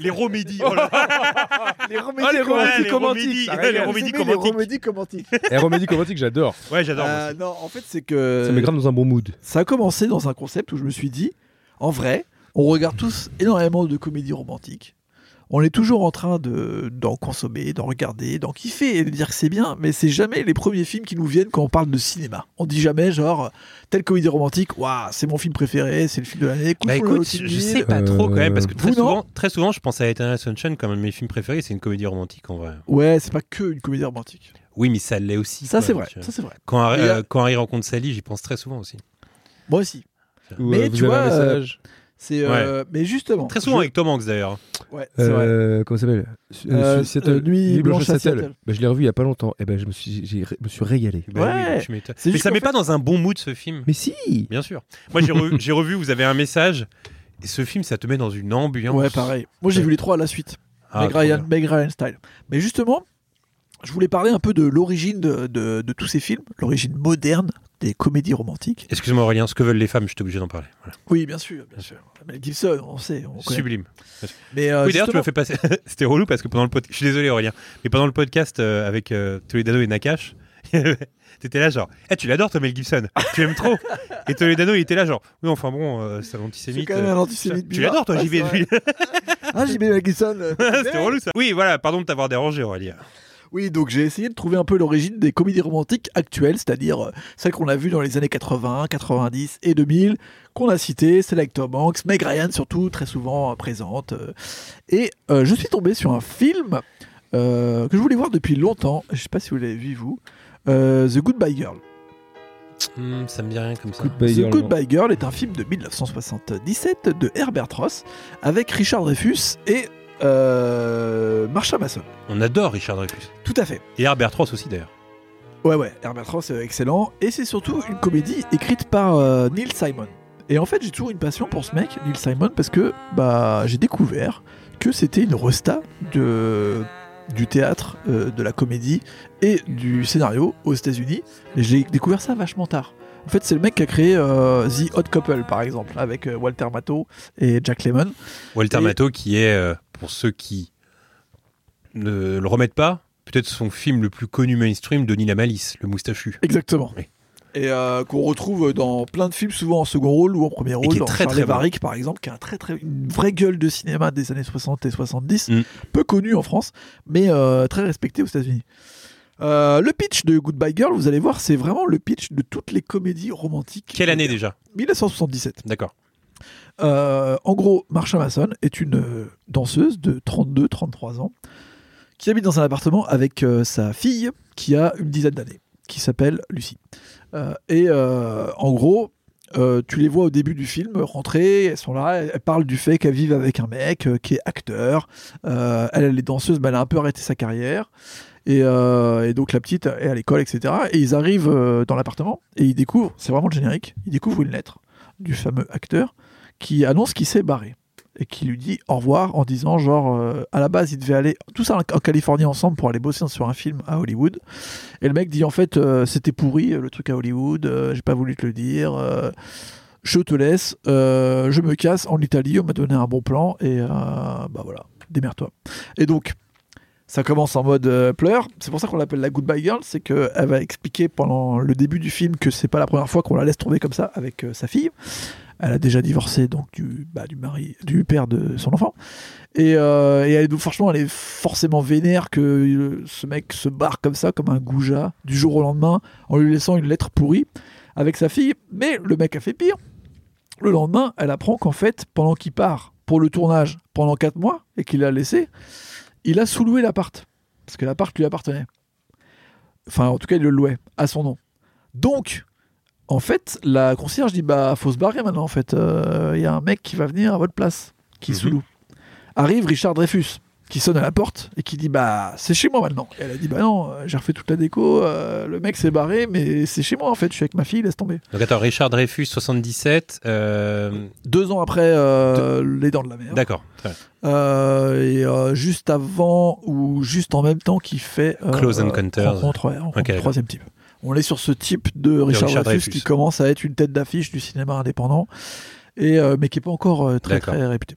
Speaker 1: les romédies. Oh là là.
Speaker 3: Les
Speaker 2: Ah,
Speaker 1: Oh, les
Speaker 3: comédies
Speaker 1: romédies, les
Speaker 3: romantiques.
Speaker 1: romédies,
Speaker 3: ça
Speaker 1: les
Speaker 3: régale. Vous
Speaker 1: romédies
Speaker 3: aimez Ah, les
Speaker 1: romantiques.
Speaker 3: comédies romantiques.
Speaker 2: Et Romédie Comantique, j'adore.
Speaker 1: Ouais, j'adore. moi,
Speaker 3: Euh,
Speaker 1: ça.
Speaker 3: Non, en fait, c'est
Speaker 2: Ça met
Speaker 3: que.
Speaker 2: grave dans un bon mood.
Speaker 3: ça a commencé dans un concept où je me suis dit, en vrai, on regarde tous énormément de comédies romantiques. On est toujours en train de d'en consommer, d'en regarder, d'en kiffer et de dire que c'est bien, mais c'est jamais les premiers films qui nous viennent quand on parle de cinéma. On dit jamais genre telle comédie romantique, waouh, c'est mon film préféré, c'est le film de l'année. Cool
Speaker 1: Bah
Speaker 3: for
Speaker 1: écoute,
Speaker 3: Lottie
Speaker 1: je je
Speaker 3: Bill.
Speaker 1: sais pas trop quand même, parce que très
Speaker 3: Vous, non
Speaker 1: souvent, très souvent, je pense à Eternal Sunshine comme un de mes films préférés, c'est une comédie romantique en vrai.
Speaker 3: Ouais, c'est pas que une comédie romantique.
Speaker 1: Oui, mais ça l'est aussi.
Speaker 3: Ça
Speaker 1: quoi,
Speaker 3: c'est vrai,
Speaker 1: tu vois.
Speaker 3: ça c'est vrai.
Speaker 1: Quand Harry,
Speaker 3: Et, euh,
Speaker 1: euh, quand Harry rencontre Sally, j'y pense très souvent aussi.
Speaker 3: Moi aussi.
Speaker 2: Ou,
Speaker 3: Mais
Speaker 2: euh, vous
Speaker 3: tu
Speaker 2: avez un
Speaker 3: vois, euh,
Speaker 2: message.
Speaker 3: C'est euh, mais justement.
Speaker 1: Très souvent
Speaker 3: je-
Speaker 1: avec Tom Hanks d'ailleurs.
Speaker 3: Ouais, c'est vrai.
Speaker 2: Euh, comment ça s'appelle
Speaker 3: Euh, euh, Nuit blanche à Seattle.
Speaker 2: Bah, je l'ai revu il y a pas longtemps. Et ben je me suis, j'ai- je me suis régalé.
Speaker 1: Bah
Speaker 3: Ouais.
Speaker 1: tu m'étonnes.
Speaker 3: C'est
Speaker 1: mais
Speaker 3: juste
Speaker 1: ça
Speaker 3: qu'en
Speaker 1: met
Speaker 3: fait-
Speaker 1: pas dans un bon mood ce film.
Speaker 2: Mais si
Speaker 1: Bien sûr. Moi, j'ai revu, j'ai revu, vous avez un message. Et ce film, ça te met dans une ambiance.
Speaker 3: Ouais, pareil. Moi j'ai vu les trois à la suite.
Speaker 1: Ah,
Speaker 3: Meg
Speaker 1: trop
Speaker 3: Ryan,
Speaker 1: bien.
Speaker 3: Meg Ryan style. Mais justement, je voulais parler un peu de l'origine de, de- de tous ces films, l'origine moderne des comédies romantiques.
Speaker 1: Excuse-moi Aurélien, ce que veulent les femmes, je suis obligé d'en parler. Voilà.
Speaker 3: Oui, bien sûr, bien sûr. Mel Gibson, on sait, on connaît.
Speaker 1: Sublime.
Speaker 3: Mais euh,
Speaker 1: oui, d'ailleurs, tu
Speaker 3: justement-
Speaker 1: m'as fait passer. C'était relou parce que pendant le podcast. Je suis désolé, Aurélien. Mais pendant le podcast euh, avec euh, Toledano et Nakash, t'étais là genre. Eh, tu l'adores, Tom Mel Gibson. Tu aimes trop. et Toledano, il était là genre. Oui, enfin bon, euh, c'est un
Speaker 3: c'est
Speaker 1: antisémite.
Speaker 3: quand même
Speaker 1: euh,
Speaker 3: un
Speaker 1: tu
Speaker 3: antisémite.
Speaker 1: tu
Speaker 3: buvard.
Speaker 1: l'adores, toi,
Speaker 3: Ouais,
Speaker 1: j'y vais.
Speaker 3: c'est vrai. Ah, JB Mel Gibson. euh,
Speaker 1: C'était relou ça. Oui, voilà, pardon de t'avoir dérangé, Aurélien.
Speaker 3: Oui, donc j'ai essayé de trouver un peu l'origine des comédies romantiques actuelles, c'est-à-dire euh, celles qu'on a vues dans les années 80, 90 et 2000, qu'on a citées, celles avec Tom Hanks, Meg Ryan surtout, très souvent euh, présente. euh. Et euh, je suis tombé sur un film euh, que je voulais voir depuis longtemps. Je sais pas si vous l'avez vu, vous. Euh, The Goodbye Girl.
Speaker 1: Hmm, ça me dit rien comme ça.
Speaker 2: Goodbye
Speaker 3: The
Speaker 2: Girl, non.
Speaker 3: Goodbye Girl est un film de 1977 de Herbert Ross avec Richard Dreyfus et euh, Marsha Mason.
Speaker 1: On adore Richard Dreyfus.
Speaker 3: Tout à fait.
Speaker 1: Et Herbert Ross aussi d'ailleurs.
Speaker 3: Ouais, ouais, Herbert Ross est excellent. Et c'est surtout une comédie écrite par euh, Neil Simon. Et en fait, j'ai toujours une passion pour ce mec, Neil Simon, parce que bah, j'ai découvert que c'était une resta de, du théâtre, euh, de la comédie et du scénario aux États-Unis. Et j'ai découvert ça vachement tard. En fait, c'est le mec qui a créé euh, The Odd Couple, par exemple, avec euh, Walter Matthau et Jack Lemmon.
Speaker 1: Walter
Speaker 3: Et-
Speaker 1: Matthau qui est, euh, pour ceux qui ne le remettent pas, peut-être son film le plus connu mainstream, Denis la Malice, le moustachu.
Speaker 3: Exactement.
Speaker 1: Oui.
Speaker 3: Et euh, qu'on retrouve dans plein de films, souvent en second rôle ou en premier rôle.
Speaker 1: qui est
Speaker 3: dans
Speaker 1: très,
Speaker 3: Charlie
Speaker 1: très bon.
Speaker 3: Varick, par exemple, qui a un très, très, une vraie gueule de cinéma des années 60 et 70,
Speaker 1: Mm.
Speaker 3: peu connu en France, mais euh, très respecté aux États-Unis. Euh, le pitch de Goodbye Girl, vous allez voir, c'est vraiment le pitch de toutes les comédies romantiques.
Speaker 1: Quelle année déjà
Speaker 3: 1977.
Speaker 1: D'accord.
Speaker 3: Euh, en gros, Marsha Mason est une euh, danseuse de 32-33 ans qui habite dans un appartement avec euh, sa fille qui a une dizaine d'années, qui s'appelle Lucie. Euh, et euh, en gros, euh, tu les vois au début du film rentrer, elles sont là, elles parlent du fait qu'elles vivent avec un mec euh, qui est acteur. Euh, elle, elle est danseuse, mais elle a un peu arrêté sa carrière. Et, euh, et donc la petite est à l'école, etc. Et ils arrivent euh, dans l'appartement et ils découvrent, c'est vraiment le générique, ils découvrent une lettre du fameux acteur qui annonce qu'il s'est barré et qui lui dit au revoir en disant genre euh, à la base ils devaient aller tous en, en Californie ensemble pour aller bosser sur un film à Hollywood et le mec dit en fait euh, c'était pourri euh, le truc à Hollywood euh, j'ai pas voulu te le dire euh, je te laisse euh, je me casse en Italie on m'a donné un bon plan et euh, bah voilà démerde-toi et donc ça commence en mode euh, pleurs. C'est pour ça qu'on l'appelle la Goodbye Girl. C'est qu'elle va expliquer pendant le début du film que c'est pas la première fois qu'on la laisse tomber comme ça avec euh, sa fille. Elle a déjà divorcé donc du, bah, du mari, du père de son enfant. Et, euh, et elle, est- franchement, elle est forcément vénère que euh, ce mec se barre comme ça, comme un goujat, du jour au lendemain, en lui laissant une lettre pourrie avec sa fille. Mais le mec a fait pire. Le lendemain, elle apprend qu'en fait, pendant qu'il part pour le tournage pendant 4 mois et qu'il l'a laissé, il a sous-loué l'appart. Parce que l'appart lui appartenait. Enfin, en tout cas, il le louait à son nom. Donc, en fait, la concierge dit Bah, faut se barrer maintenant, en fait. Euh, Il y a un mec qui va venir à votre place, qui
Speaker 1: Mhm.
Speaker 3: sous-loue. Arrive Richard Dreyfus, qui sonne à la porte et qui dit Bah, c'est chez moi maintenant. Et elle a dit Bah, non, euh, j'ai refait toute la déco, euh, le mec s'est barré, mais c'est chez moi, en fait. Je suis avec ma fille, laisse tomber.
Speaker 1: Donc attends, Richard Dreyfus, 77. euh,
Speaker 3: Deux ans après euh, Les Dents de la Mer.
Speaker 1: D'accord. très bien.
Speaker 3: Euh, et euh, juste avant ou juste en même temps qu'il fait euh,
Speaker 1: Close
Speaker 3: euh,
Speaker 1: Encounters.
Speaker 3: rencontre, ouais, rencontre
Speaker 1: Ok,
Speaker 3: du
Speaker 1: d'accord.
Speaker 3: troisième type. On est sur ce type de Richard,
Speaker 1: Richard
Speaker 3: Dreyfus
Speaker 1: Dreyfus.
Speaker 3: qui commence à être une tête d'affiche du cinéma indépendant, et, euh, mais qui n'est pas encore euh, très,
Speaker 1: D'accord.
Speaker 3: très réputé.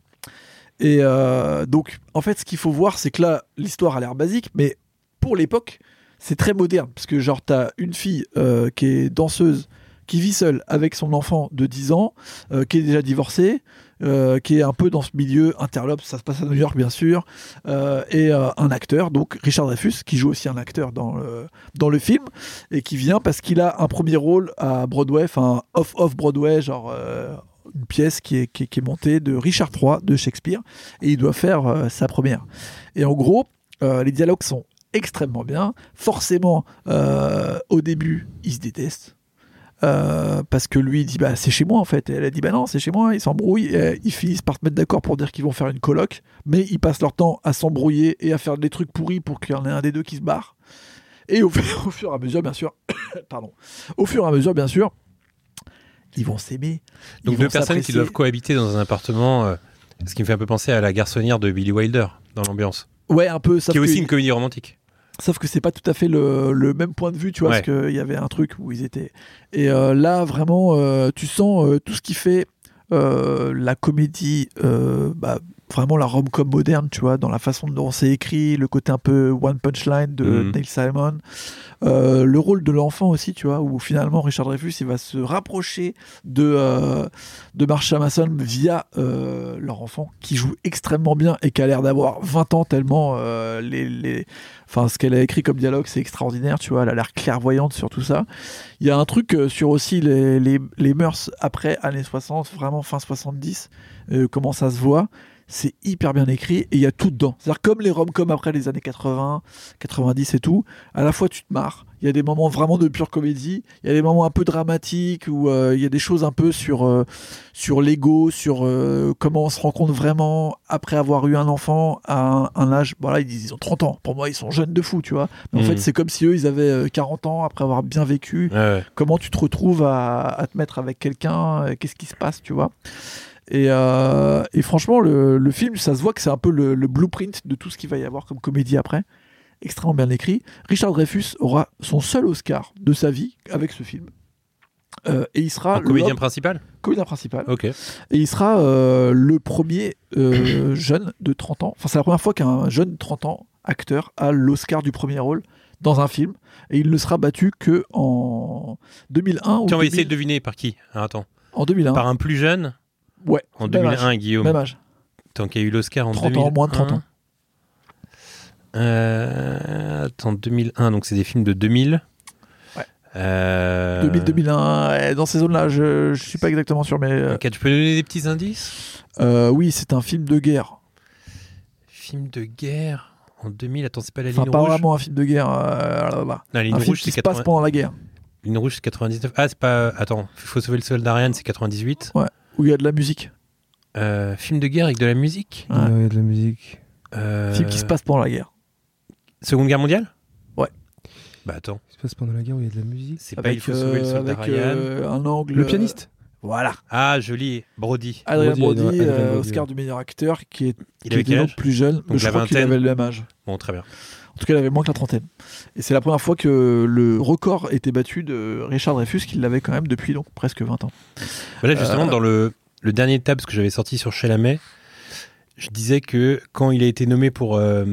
Speaker 3: Et euh, donc, en fait, ce qu'il faut voir, c'est que là, l'histoire a l'air basique, mais pour l'époque, c'est très moderne. Parce que, genre, t'as une fille euh, qui est danseuse, qui vit seule avec son enfant de 10 ans, euh, qui est déjà divorcée, euh, qui est un peu dans ce milieu interlope. Ça se passe à New York, bien sûr. euh, et euh, un acteur, donc Richard Dreyfus, qui joue aussi un acteur dans le, dans le film, et qui vient parce qu'il a un premier rôle à Broadway, enfin, off-off-Broadway, genre. euh, une pièce qui est, qui est- qui est montée de Richard III de Shakespeare et il doit faire euh, sa première. Et en gros, euh, les dialogues sont extrêmement bien. Forcément, euh, au début, ils se détestent. Euh, parce que lui il dit bah c'est chez moi en fait et elle a dit bah non c'est chez moi ils s'embrouillent et ils finissent par se mettre d'accord pour dire qu'ils vont faire une coloc mais ils passent leur temps à s'embrouiller et à faire des trucs pourris pour qu'il y en ait un des deux qui se barre et au fur, au fur et à mesure bien sûr pardon au fur et à mesure bien sûr ils vont s'aimer
Speaker 1: Donc
Speaker 3: ils
Speaker 1: deux
Speaker 3: vont
Speaker 1: personnes qui
Speaker 3: s'apprécier.
Speaker 1: doivent cohabiter dans un appartement, euh, ce qui me fait un peu penser à La garçonnière de Billy Wilder dans l'ambiance,
Speaker 3: ouais un peu ça
Speaker 1: qui est aussi une comédie romantique.
Speaker 3: Sauf que c'est pas tout à fait le, le même point de vue, tu vois,
Speaker 1: Ouais.
Speaker 3: parce qu'il y avait un truc où ils étaient. Et euh, là, vraiment, euh, tu sens euh, tout ce qui fait euh, la comédie, euh, bah, vraiment la rom-com moderne, tu vois, dans la façon dont c'est écrit, le côté un peu One Punch Line de
Speaker 1: Mhm.
Speaker 3: Neil Simon, Euh, le rôle de l'enfant aussi, tu vois, où finalement Richard Dreyfus, il va se rapprocher de, euh, de Marsha Mason via euh, leur enfant qui joue extrêmement bien et qui a l'air d'avoir 20 ans tellement euh, les, les- enfin ce qu'elle a écrit comme dialogue c'est extraordinaire tu vois elle a l'air clairvoyante sur tout ça il y a un truc euh, sur aussi les, les, les mœurs après années 60 vraiment fin 70 euh, comment ça se voit c'est hyper bien écrit et il y a tout dedans. C'est-à-dire comme les rom-coms après les années 80, 90 et tout, à la fois tu te marres, il y a des moments vraiment de pure comédie, il y a des moments un peu dramatiques où euh, il y a des choses un peu sur, euh, sur l'ego, sur euh, comment on se rencontre vraiment après avoir eu un enfant à un, un âge, voilà, ils, ils ont 30 ans, pour moi ils sont jeunes de fou, tu vois. Mais en
Speaker 1: Mhm.
Speaker 3: fait c'est comme si eux ils avaient euh, 40 ans après avoir bien vécu,
Speaker 1: Ouais.
Speaker 3: comment tu te retrouves à, à te mettre avec quelqu'un, euh, qu'est-ce qui se passe, tu vois. Et, euh, et franchement, le, le film, ça se voit que c'est un peu le, le blueprint de tout ce qu'il va y avoir comme comédie après. Extrêmement bien écrit. Richard Dreyfus aura son seul Oscar de sa vie avec ce film. Euh, et il sera
Speaker 1: En comédien
Speaker 3: l'homme-
Speaker 1: principal
Speaker 3: comédien principal.
Speaker 1: Ok.
Speaker 3: Et il sera euh, le premier euh, jeune de 30 ans. Enfin, c'est la première fois qu'un jeune de 30 ans acteur a l'Oscar du premier rôle dans un film. Et il ne sera battu que en 2001 ou
Speaker 1: Tiens, on va essayer
Speaker 3: 2000
Speaker 1: de deviner par qui Ah, Attends.
Speaker 3: en 2001.
Speaker 1: Par un plus jeune
Speaker 3: ouais,
Speaker 1: En
Speaker 3: même âge,
Speaker 1: 2001, Guillaume.
Speaker 3: Même âge.
Speaker 1: Tant qu'il y a eu l'Oscar en
Speaker 3: 30
Speaker 1: 2001.
Speaker 3: ans, moins de 30 ans.
Speaker 1: Euh, attends, 2001, donc c'est des films de 2000.
Speaker 3: Ouais.
Speaker 1: Euh,
Speaker 3: 2000, 2001, ouais, dans ces zones-là, je, je suis pas exactement sûr, mais euh,
Speaker 1: ok, tu peux donner des petits indices
Speaker 3: euh, oui, c'est un film de guerre.
Speaker 1: Film de guerre en 2000. Attends, c'est pas la
Speaker 3: Enfin,
Speaker 1: ligne
Speaker 3: pas
Speaker 1: rouge
Speaker 3: vraiment un film de guerre. euh, là, là, là.
Speaker 1: Non, la ligne
Speaker 3: Un film
Speaker 1: rouge,
Speaker 3: qui
Speaker 1: c'est
Speaker 3: se
Speaker 1: 80...
Speaker 3: passe pendant la guerre,
Speaker 1: ligne rouge, c'est 99. Ah, c'est pas. Attends, faut sauver le soldat Ryan, c'est 98.
Speaker 3: où il y a de la musique.
Speaker 1: Euh, film de guerre avec de la musique
Speaker 3: Ouais.
Speaker 2: Il y a de la musique.
Speaker 1: Euh,
Speaker 3: Film qui se passe pendant la guerre.
Speaker 1: Seconde guerre mondiale
Speaker 3: Ouais.
Speaker 1: Bah attends,
Speaker 2: Il se passe pendant la guerre où il y a de la musique.
Speaker 1: c'est pas Il faut sauver le
Speaker 3: euh,
Speaker 1: soldat
Speaker 3: avec,
Speaker 1: Ryan.
Speaker 3: euh, un angle. euh,
Speaker 2: Le pianiste
Speaker 3: Voilà.
Speaker 1: Ah, joli, Brody.
Speaker 3: Adrien
Speaker 2: Brody,
Speaker 3: Brody,
Speaker 2: Adrien
Speaker 3: euh,
Speaker 2: Brody,
Speaker 3: Oscar
Speaker 2: ouais.
Speaker 3: du meilleur acteur, qui est,
Speaker 1: Il
Speaker 3: qui
Speaker 1: avait
Speaker 3: était
Speaker 1: quel
Speaker 3: donc
Speaker 1: âge
Speaker 3: plus jeune.
Speaker 1: Donc
Speaker 3: je
Speaker 1: la
Speaker 3: crois qu'il
Speaker 1: vingtaine.
Speaker 3: avait le même âge.
Speaker 1: Bon, très bien.
Speaker 3: En tout cas, il avait moins que la trentaine. Et c'est la première fois que le record était battu de Richard Dreyfus, qui l'avait quand même depuis donc presque 20 ans.
Speaker 1: Voilà, justement,
Speaker 3: Euh,
Speaker 1: dans le, le dernier tab que j'avais sorti sur Chalamet, je disais que quand il a été nommé pour euh,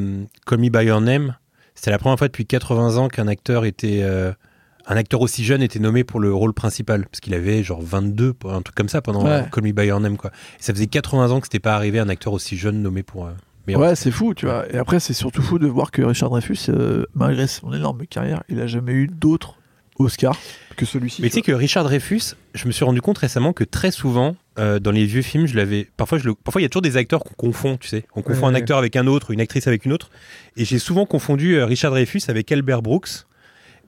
Speaker 1: Call Me By Your Name, c'était la première fois depuis 80 ans qu'un acteur était... euh, un acteur aussi jeune était nommé pour le rôle principal, parce qu'il avait genre 22, un truc comme ça, pendant
Speaker 3: Ouais.
Speaker 1: Call Me By Your Name. Quoi. Et ça faisait 80 ans que c'était pas arrivé un acteur aussi jeune nommé pour... euh, meilleur
Speaker 3: Ouais, c'est fou, tu vois. Et après, c'est surtout fou de voir que Richard Dreyfus, euh, malgré son énorme carrière, il a jamais eu d'autres Oscars que celui-ci.
Speaker 1: Mais
Speaker 3: tu
Speaker 1: tu sais que Richard Dreyfus, je me suis rendu compte récemment que très souvent, euh, dans les vieux films, je l'avais. Parfois, je le... parfois, il y a toujours des acteurs qu'on confond, tu sais. On confond
Speaker 2: Ouais,
Speaker 1: un
Speaker 2: ouais.
Speaker 1: acteur avec un autre, une actrice avec une autre. Et j'ai souvent confondu euh, Richard Dreyfus avec Albert Brooks.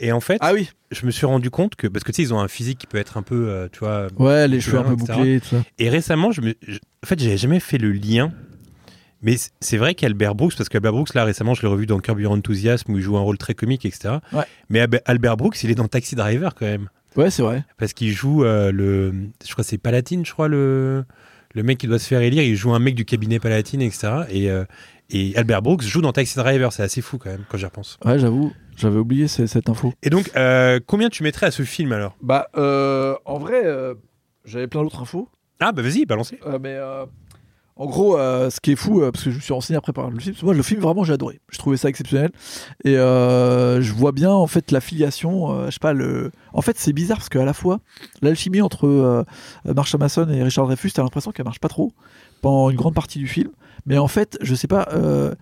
Speaker 1: Et en fait,
Speaker 3: vois. Ah oui.
Speaker 1: je me suis rendu compte que. Parce que tu sais, ils ont un physique qui peut être un peu. euh, tu vois.
Speaker 3: Ouais, les cheveux un peu
Speaker 1: etc.
Speaker 3: bouclés, et tout ça.
Speaker 1: Et récemment, je me... je- en fait, j'avais jamais fait le lien. Mais c- c'est vrai qu'Albert Brooks, parce qu'Albert Brooks, là récemment, je l'ai revu dans Curb Your Enthusiasm où il joue un rôle très comique, etc.
Speaker 3: Ouais.
Speaker 1: Mais Ab- Albert Brooks, il est dans Taxi Driver quand même.
Speaker 3: Ouais, c'est vrai.
Speaker 1: Parce qu'il joue euh, le. Je crois que c'est Palatine, je crois, le, le mec qui doit se faire élire. Il joue un mec du cabinet Palatine, etc. Et, euh, et Albert Brooks joue dans Taxi Driver. C'est assez fou quand même, quand j'y repense.
Speaker 3: Ouais, j'avoue, j'avais oublié ce- cette info.
Speaker 1: Et donc, euh, combien tu mettrais à ce film alors
Speaker 3: Bah, en vrai, euh, j'avais plein d'autres infos.
Speaker 1: Ah, bah vas-y, balancez.
Speaker 3: Euh, mais euh, en gros, euh, ce qui est fou, euh, parce que je me suis renseigné après par le film, parce que moi le film vraiment j'ai adoré. Je trouvais ça exceptionnel et euh, je vois bien en fait la filiation. euh, je sais pas le. En fait, c'est bizarre parce qu'à la fois l'alchimie entre euh, Marshall Mason et Richard Dreyfus, t'as l'impression qu'elle marche pas trop pendant une grande partie du film, mais en fait, je sais pas. euh,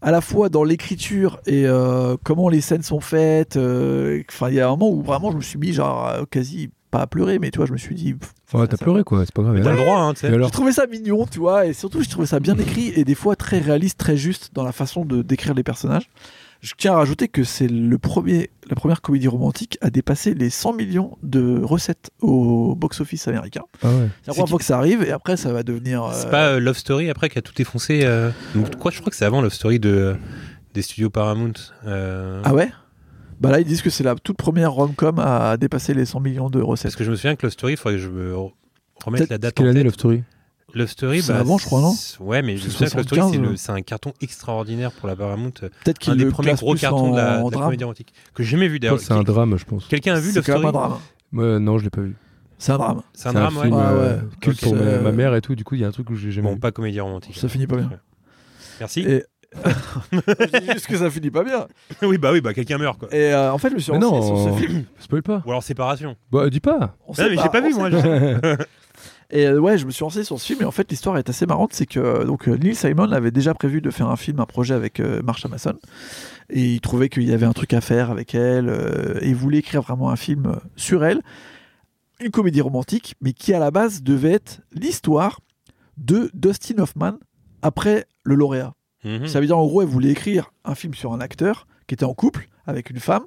Speaker 3: à la fois dans l'écriture et euh, comment les scènes sont faites. euh, Enfin, il y a un moment où vraiment je me suis mis genre euh, quasi pas à pleurer, mais tu vois, je me suis dit. pff,
Speaker 2: Enfin,
Speaker 3: ça-
Speaker 2: t'as
Speaker 3: ça-
Speaker 2: pleuré quoi, c'est pas grave.
Speaker 1: T'as le droit, hein, tu sais.
Speaker 2: Et alors
Speaker 3: j'ai trouvé ça mignon, tu vois, et surtout j'ai trouvé ça bien écrit et des fois très réaliste, très juste dans la façon de décrire les personnages. Je tiens à rajouter que c'est le premier, la première comédie romantique à dépasser les 100 millions de recettes au box-office américain.
Speaker 2: Ah ouais.
Speaker 3: C'est la
Speaker 1: C'est
Speaker 3: première fois que ça arrive et après ça va devenir. euh,
Speaker 1: C'est pas euh, Love Story après qui a tout défoncé. euh, Donc, quoi, je crois que c'est avant Love Story de, des studios Paramount. euh,
Speaker 3: Ah ouais Bah là ils disent que c'est la toute première rom-com à dépasser les 100 millions de
Speaker 1: Parce
Speaker 3: recettes.
Speaker 1: que je me souviens que Love Story, il faudrait que je me re- remette
Speaker 3: Peut-être
Speaker 1: la date en
Speaker 2: Quelle année
Speaker 1: tête.
Speaker 2: Love Story
Speaker 1: Love Story,
Speaker 3: C'est
Speaker 1: bah,
Speaker 3: avant, je crois, non
Speaker 1: c'est- Ouais, mais je me
Speaker 3: C'est euh.
Speaker 1: souviens que Love Story,
Speaker 3: 75,
Speaker 1: c'est le-
Speaker 3: ouais.
Speaker 1: c'est un carton extraordinaire pour la Paramount. euh,
Speaker 3: Peut-être
Speaker 1: un
Speaker 3: qu'ils
Speaker 1: des
Speaker 3: le
Speaker 1: premiers
Speaker 3: classent
Speaker 1: gros
Speaker 3: plus
Speaker 1: cartons
Speaker 3: en,
Speaker 1: de la,
Speaker 3: en
Speaker 1: de la
Speaker 3: drame.
Speaker 1: comédie romantique. Que j'ai jamais vu d'ailleurs.
Speaker 2: C'est un
Speaker 1: Quel-
Speaker 2: drame, je pense.
Speaker 1: Quelqu'un a vu
Speaker 3: C'est
Speaker 1: Love
Speaker 3: quand même
Speaker 1: Story
Speaker 3: un drame.
Speaker 2: Ouais, non, je l'ai pas vu.
Speaker 3: C'est un drame.
Speaker 1: C'est un drame, ouais.
Speaker 2: film,
Speaker 3: ouais.
Speaker 2: euh,
Speaker 3: Ouais, ouais.
Speaker 2: culte pour
Speaker 3: Ok.
Speaker 2: ma,
Speaker 3: Euh,
Speaker 2: ma mère et tout. Du coup, il y a un truc que j'ai jamais
Speaker 1: Bon,
Speaker 2: vu.
Speaker 1: pas comédie romantique. hein.
Speaker 3: Ça finit pas bien.
Speaker 1: Merci.
Speaker 3: Et- Je dis juste que ça finit pas bien.
Speaker 1: oui, bah oui, bah quelqu'un meurt quoi.
Speaker 3: Et euh, en fait je me suis
Speaker 2: Mais
Speaker 3: renseigné sur ce
Speaker 2: non.
Speaker 3: film.
Speaker 2: Spoil pas.
Speaker 1: Ou alors séparation.
Speaker 2: Bah, dis pas.
Speaker 3: On
Speaker 1: Non,
Speaker 3: sait
Speaker 1: mais j'ai pas
Speaker 3: on
Speaker 1: vu
Speaker 3: sait
Speaker 1: moi.
Speaker 3: pas.
Speaker 1: je-
Speaker 3: Et euh, ouais, je me suis lancé sur ce film, et en fait, l'histoire est assez marrante. C'est que euh, donc, euh, Neil Simon avait déjà prévu de faire un film, un projet avec euh, Marsha Mason. Et il trouvait qu'il y avait un truc à faire avec elle. euh, et il voulait écrire vraiment un film euh, sur elle. Une comédie romantique, mais qui à la base devait être l'histoire de Dustin Hoffman après le lauréat.
Speaker 1: Mhm.
Speaker 3: Ça veut dire en gros, elle voulait écrire un film sur un acteur qui était en couple avec une femme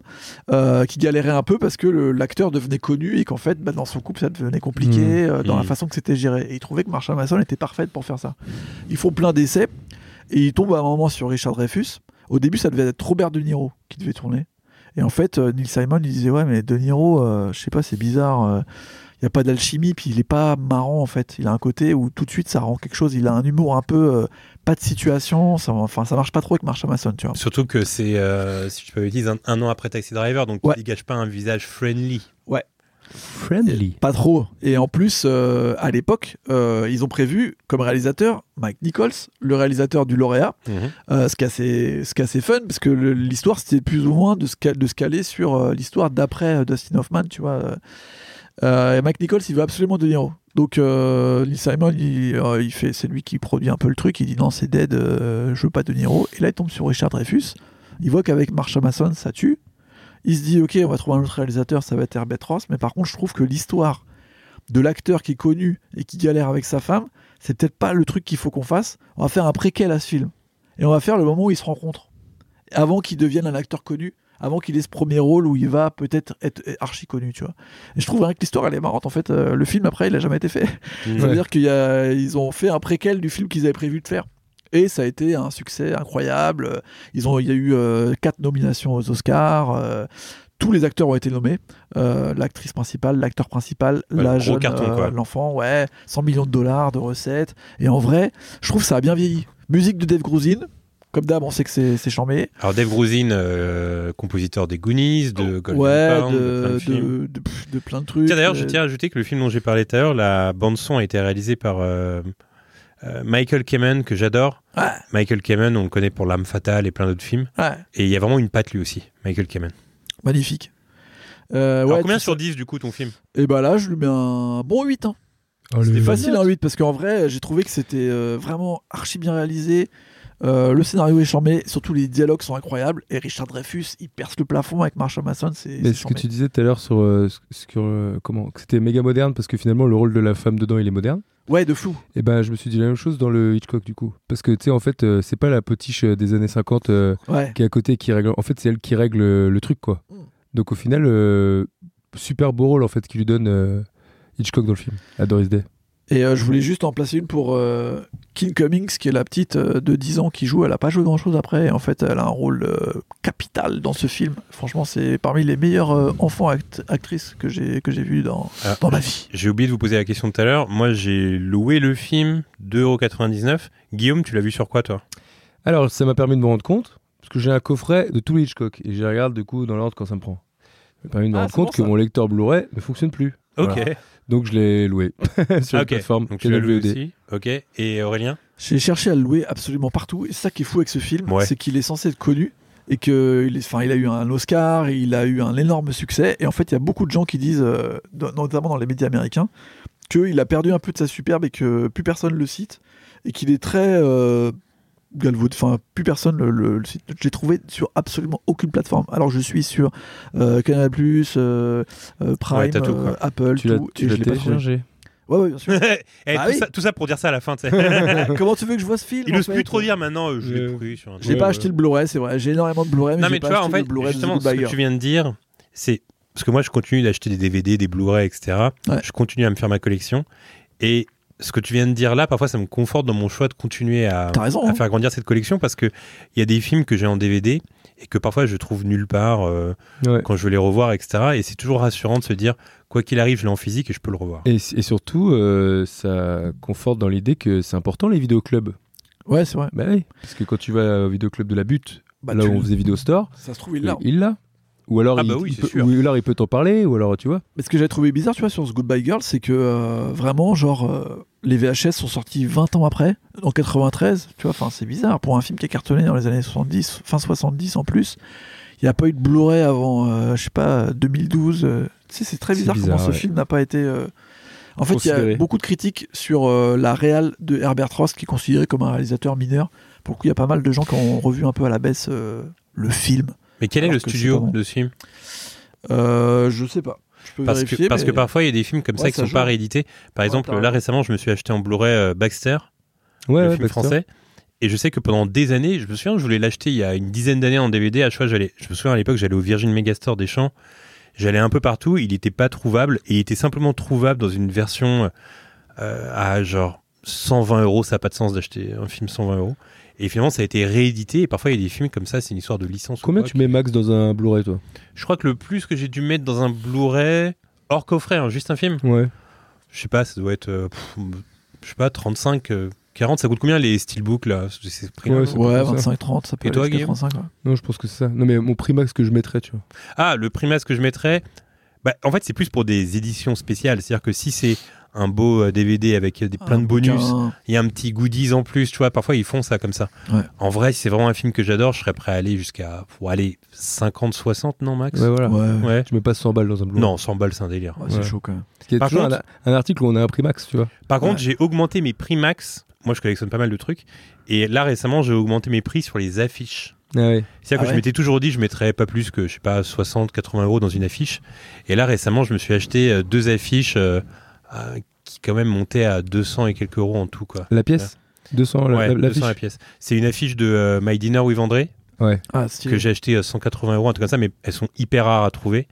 Speaker 3: euh, qui galérait un peu parce que le- l'acteur devenait connu et qu'en fait, bah, dans son couple, ça devenait compliqué euh, dans la
Speaker 1: Mmh.
Speaker 3: façon que c'était géré. Et il trouvait que Marshall Mason était parfaite pour faire ça. Ils font plein d'essais et ils tombent à un moment sur Richard Dreyfus. Au début, ça devait être Robert De Niro qui devait tourner. Et en fait, euh, Neil Simon, il disait Ouais, mais De Niro, euh, je sais pas, c'est bizarre. euh, il n'y a pas d'alchimie, puis il n'est pas marrant en fait. Il a un côté où tout de suite ça rend quelque chose. Il a un humour un peu euh, pas de situation. Ça, enfin, ça marche pas trop avec Marshall Mason, tu vois.
Speaker 1: Surtout que c'est, euh, si je peux utiliser, un, un an après Taxi Driver, donc
Speaker 3: Ouais.
Speaker 1: il gâche pas un visage friendly.
Speaker 2: Friendly.
Speaker 3: Pas trop. Et en plus, euh, à l'époque, euh, ils ont prévu comme réalisateur Mike Nichols, le réalisateur du lauréat,
Speaker 1: Mhm.
Speaker 3: euh, ce qui est assez, ce qui est assez fun, parce que le- l'histoire c'était plus ou moins de se, cal- de se caler sur euh, l'histoire d'après euh, Dustin Hoffman, tu vois. Euh, et Mike Nichols, il veut absolument De Niro. Donc euh, Neil Simon, il, euh, il fait, c'est lui qui produit un peu le truc. Il dit non, c'est dead, euh, je veux pas De Niro. Et là, il tombe sur Richard Dreyfus. Il voit qu'avec Marshall Mason, ça tue. Il se dit ok, on va trouver un autre réalisateur, ça va être Herbert Ross. Mais par contre, je trouve que l'histoire de l'acteur qui est connu et qui galère avec sa femme, c'est peut-être pas le truc qu'il faut qu'on fasse. On va faire un préquel à ce film et on va faire le moment où ils se rencontrent, avant qu'il devienne un acteur connu, avant qu'il ait ce premier rôle où il va peut-être être archi connu, tu vois. Et je trouve vraiment que l'histoire elle est marrante en fait. Euh, le film après il a jamais été fait. Ça veut
Speaker 2: Ouais.
Speaker 3: dire qu'ils ont fait un préquel du film qu'ils avaient prévu de faire. Et ça a été un succès incroyable. Euh, Ils ont, il y a eu euh, quatre nominations aux Oscars. euh, tous les acteurs ont été nommés. Euh, L'actrice principale, l'acteur principal,
Speaker 1: Ouais,
Speaker 3: la
Speaker 1: gros
Speaker 3: jeune,
Speaker 1: carton,
Speaker 3: euh,
Speaker 1: quoi.
Speaker 3: l'enfant, ouais, 100 millions de dollars de recettes. Et en vrai, je trouve que ça a bien vieilli. Musique de Dave Grusin. Comme d'hab, on sait que c'est c'est chambé.
Speaker 1: Alors Dave Grusin, euh, compositeur des Goonies, de Golden
Speaker 3: Oh, ouais,
Speaker 1: Pound, de plein de
Speaker 3: de,
Speaker 1: films.
Speaker 3: de- de- pff, de plein de trucs.
Speaker 1: Tiens, d'ailleurs, je
Speaker 3: Euh,
Speaker 1: tiens à ajouter que le film dont j'ai parlé tout à l'heure, la bande-son a été réalisée par euh, euh, Michael Kamen, que j'adore.
Speaker 3: Ouais.
Speaker 1: Michael Kamen, on le connaît pour L'âme fatale et plein d'autres films.
Speaker 3: ouais,
Speaker 1: Et il y a vraiment une patte lui aussi, Michael Kamen.
Speaker 3: magnifique. Euh,
Speaker 1: Alors
Speaker 3: ouais,
Speaker 1: combien
Speaker 3: tu-
Speaker 1: sur 10 du coup ton film
Speaker 3: Et bah là, je lui mets un bon 8. Hein.
Speaker 2: Oh,
Speaker 3: C'était
Speaker 2: le-
Speaker 3: facile hein, un 8 parce qu'en vrai, j'ai trouvé que c'était euh, vraiment archi bien réalisé. Euh, le scénario est charmé, surtout les dialogues sont incroyables. Et Richard Dreyfus, il perce le plafond avec Marshall Mason, c'est
Speaker 2: Mais
Speaker 3: c'est
Speaker 2: ce que
Speaker 3: charmé.
Speaker 2: tu disais tout à l'heure sur, euh, ce- ce que, euh, comment que c'était méga moderne parce que finalement le rôle de la femme dedans il est moderne.
Speaker 3: Ouais, de flou.
Speaker 2: Et ben je me suis dit la même chose dans le Hitchcock du coup parce que tu sais en fait euh, c'est pas la potiche euh, des années 50 euh,
Speaker 3: Ouais.
Speaker 2: qui est à côté qui règle en fait c'est elle qui règle euh, le truc quoi.
Speaker 3: Mm.
Speaker 2: Donc au final euh, super beau rôle en fait qui lui donne euh, Hitchcock dans le film à Doris Day.
Speaker 3: Et euh, je voulais juste en placer une pour euh, King Cummings, qui est la petite euh, de 10 ans qui joue. Elle a pas joué grand chose après. Et en fait, elle a un rôle euh, capital dans ce film. Franchement, c'est parmi les meilleurs euh, enfants act- actrices que j'ai que j'ai vu dans,
Speaker 1: Ah.
Speaker 3: dans ma vie.
Speaker 1: J'ai oublié de vous poser la question tout à l'heure. Moi, j'ai loué le film 2,99€. Guillaume, tu l'as vu sur quoi toi
Speaker 2: Alors ça m'a permis de me rendre compte parce que j'ai un coffret de tous les Hitchcock et je les regarde du coup dans l'ordre quand ça me prend. Ça m'a permis de me
Speaker 3: Ah,
Speaker 2: rendre
Speaker 3: c'est bon,
Speaker 2: compte que
Speaker 3: ça.
Speaker 2: mon lecteur Blu-ray ne fonctionne plus.
Speaker 1: Ok. Ah,
Speaker 2: Voilà. Donc je l'ai loué sur la
Speaker 1: Ok.
Speaker 2: plateforme
Speaker 1: Donc tu l'as
Speaker 2: Canal
Speaker 1: loué
Speaker 2: VOD.
Speaker 1: aussi. Ok. Et Aurélien
Speaker 3: J'ai cherché à le louer absolument partout. Et c'est ça qui est fou avec ce film,
Speaker 1: Ouais.
Speaker 3: c'est qu'il est censé être connu et que il est- enfin, il a eu un Oscar, il a eu un énorme succès. Et en fait, il y a beaucoup de gens qui disent, euh, dans- notamment dans les médias américains, qu'il a perdu un peu de sa superbe et que plus personne le cite et qu'il est très euh, galvaudé. Enfin, plus personne le, le- le cite. J'ai trouvé sur absolument aucune plateforme. Alors, je suis sur euh, Canal+, euh, euh,
Speaker 1: Ouais,
Speaker 3: Prime,
Speaker 1: t'as tout, quoi.
Speaker 3: euh, Apple,
Speaker 2: Tu l'as
Speaker 3: tout.
Speaker 2: tu
Speaker 3: et
Speaker 2: l'as
Speaker 3: je l'ai pas trouvé.
Speaker 2: téléchargé.
Speaker 3: Ouais, ouais, bien sûr.
Speaker 1: Eh,
Speaker 3: Bah
Speaker 1: tout,
Speaker 3: oui.
Speaker 1: ça, tout ça pour dire ça à la fin. tu sais.
Speaker 3: Comment tu veux que je vois ce film
Speaker 1: Il
Speaker 3: en
Speaker 1: n'ose
Speaker 3: fait
Speaker 1: plus trop dire maintenant. euh, je l'ai
Speaker 2: Euh,
Speaker 1: pris sur un
Speaker 3: J'ai
Speaker 2: Ouais,
Speaker 3: pas
Speaker 2: ouais.
Speaker 3: acheté le Blu-ray, c'est vrai. J'ai énormément de Blu-ray, mais,
Speaker 1: non,
Speaker 3: j'ai
Speaker 1: mais
Speaker 3: pas
Speaker 1: tu vois,
Speaker 3: acheté
Speaker 1: en fait,
Speaker 3: le Blu-ray de
Speaker 1: justement,
Speaker 3: The
Speaker 1: ce
Speaker 3: Good
Speaker 1: que
Speaker 3: Bagger.
Speaker 1: tu viens de dire, c'est. Parce que moi, je continue d'acheter des DVD, des Blu-ray, etc.
Speaker 3: Ouais.
Speaker 1: Je continue à me faire ma collection. Et ce que tu viens de dire là, parfois, ça me conforte dans mon choix de continuer à,
Speaker 3: T'as raison.
Speaker 1: à
Speaker 3: hein.
Speaker 1: faire grandir cette collection parce qu'il y a des films que j'ai en DVD et que parfois je trouve nulle part euh,
Speaker 2: Ouais.
Speaker 1: quand je veux les revoir, etc. Et c'est toujours rassurant de se dire, quoi qu'il arrive, je l'ai en physique et je peux le revoir.
Speaker 2: Et, et surtout, euh, ça conforte dans l'idée que c'est important les vidéoclubs.
Speaker 3: Ouais, c'est vrai.
Speaker 2: Bah oui, parce que quand tu vas au vidéoclub de la butte,
Speaker 3: Bah,
Speaker 2: là
Speaker 3: tu-
Speaker 2: où on faisait vidéo store,
Speaker 3: Ça se trouve, il
Speaker 2: il
Speaker 3: l'a.
Speaker 2: l'a. Ou alors,
Speaker 1: Ah
Speaker 2: il,
Speaker 1: bah oui,
Speaker 2: il
Speaker 1: c'est
Speaker 2: peut,
Speaker 1: sûr.
Speaker 2: ou alors il peut t'en parler, ou alors tu vois.
Speaker 3: Mais ce que j'ai trouvé bizarre, tu vois, sur ce Goodbye Girl, c'est que euh, vraiment, genre, euh, les VHS sont sortis 20 ans après, en 93. Tu vois, enfin, c'est bizarre. Pour un film qui a cartonné dans les années 70, fin 70 en plus, il n'y a pas eu de Blu-ray avant, euh, je sais pas, 2012. euh. tu sais, c'est très
Speaker 2: C'est
Speaker 3: bizarre,
Speaker 2: bizarre,
Speaker 3: comment ce
Speaker 2: ouais.
Speaker 3: film n'a pas été. euh, En fait, il y a
Speaker 2: Considéré.
Speaker 3: beaucoup de critiques sur euh, la réal de Herbert Ross, qui est considéré comme un réalisateur mineur. Pour le coup, il y a pas mal de gens qui ont revu un peu à la baisse euh, le film.
Speaker 1: Mais quel est
Speaker 3: Alors
Speaker 1: le
Speaker 3: que c'est
Speaker 1: studio
Speaker 3: pas bon.
Speaker 1: de ce film
Speaker 3: Euh, je sais pas. Je peux
Speaker 1: parce,
Speaker 3: vérifier.
Speaker 1: que, parce
Speaker 3: mais-
Speaker 1: que parfois, il y a des films comme
Speaker 3: Ouais,
Speaker 1: ça qui
Speaker 3: ça
Speaker 1: ne sont pas
Speaker 3: joue.
Speaker 1: réédités. Par
Speaker 3: Ouais,
Speaker 1: exemple,
Speaker 3: t'as
Speaker 1: là
Speaker 3: raison.
Speaker 1: récemment, je me suis acheté en Blu-ray euh, Baxter. le
Speaker 2: Ouais, ouais, bah,
Speaker 1: film
Speaker 2: Baxter.
Speaker 1: français. Et je sais que pendant des années, je me souviens, je voulais l'acheter il y a une dizaine d'années en DVD. À chaque fois, j'allais, je me souviens à l'époque, j'allais au Virgin Megastore des Champs. J'allais un peu partout. Il n'était pas trouvable. Et il était simplement trouvable dans une version euh, à genre 120 euros. Ça n'a pas de sens d'acheter un film 120 euros. Et finalement, ça a été réédité. Et parfois, il y a des films comme ça. C'est une histoire de licence. ou
Speaker 2: Combien
Speaker 1: quoi,
Speaker 2: tu mets max dans un Blu-ray, toi
Speaker 1: Je crois que le plus que j'ai dû mettre dans un Blu-ray, hors coffret, hein, juste un film.
Speaker 2: Ouais.
Speaker 1: Je sais pas, ça doit être, euh, pff, je sais pas, 35, euh, 40. Ça coûte combien les steelbooks là C'est- c'est pris
Speaker 2: Ouais,
Speaker 1: un-
Speaker 2: c'est-
Speaker 3: Ouais,
Speaker 2: comme ça.
Speaker 3: 25-30, ça
Speaker 1: Et
Speaker 3: peut aller
Speaker 1: toi,
Speaker 3: jusqu'à
Speaker 1: Guillaume
Speaker 3: 35. ouais.
Speaker 2: Non, je pense que c'est ça. Non, mais mon prix max que je mettrais, tu vois.
Speaker 1: Ah, le primas que je mettrais, bah, en fait, c'est plus pour des éditions spéciales. C'est-à-dire que si c'est un beau euh, DVD avec euh, des, plein de
Speaker 3: Ah, Un
Speaker 1: bonus,
Speaker 3: bouquin.
Speaker 1: il y a un petit goodies en plus, tu vois. Parfois, ils font ça comme ça.
Speaker 3: Ouais.
Speaker 1: En vrai, si c'est vraiment un film que j'adore, je serais prêt à aller jusqu'à, pour aller 50, 60, non, max
Speaker 2: Ouais, voilà.
Speaker 3: Ouais, ouais,
Speaker 1: Ouais.
Speaker 2: Tu mets pas 100 balles dans un Blu-ray.
Speaker 1: Non, 100 balles, c'est un délire.
Speaker 3: ouais, c'est
Speaker 2: Ouais.
Speaker 3: chaud quand même.
Speaker 2: Parce qu'il y a
Speaker 1: Par
Speaker 2: toujours
Speaker 1: contre-
Speaker 2: un, un article où on a un prix max, tu vois.
Speaker 1: Par contre,
Speaker 3: Ouais.
Speaker 1: j'ai augmenté mes prix max. Moi, je collectionne pas mal de trucs. Et là, récemment, j'ai augmenté mes prix sur les affiches.
Speaker 2: Ah ouais.
Speaker 1: C'est-à-dire que
Speaker 3: Ah
Speaker 1: je
Speaker 3: ouais
Speaker 1: m'étais toujours dit, je mettrais pas plus que, je sais pas, 60, 80 euros dans une affiche. Et là, récemment, je me suis acheté euh, deux affiches euh, à- qui, quand même, montaient à 200 et quelques euros en tout, quoi.
Speaker 2: La pièce 200 la,
Speaker 1: ouais,
Speaker 2: la- la
Speaker 1: 200 la
Speaker 2: fiche
Speaker 1: pièce. C'est une affiche de euh, My Dinner with André
Speaker 3: Ah,
Speaker 1: que
Speaker 3: stylé.
Speaker 1: j'ai acheté à 180 euros, un truc comme ça, mais elles sont hyper rares à trouver.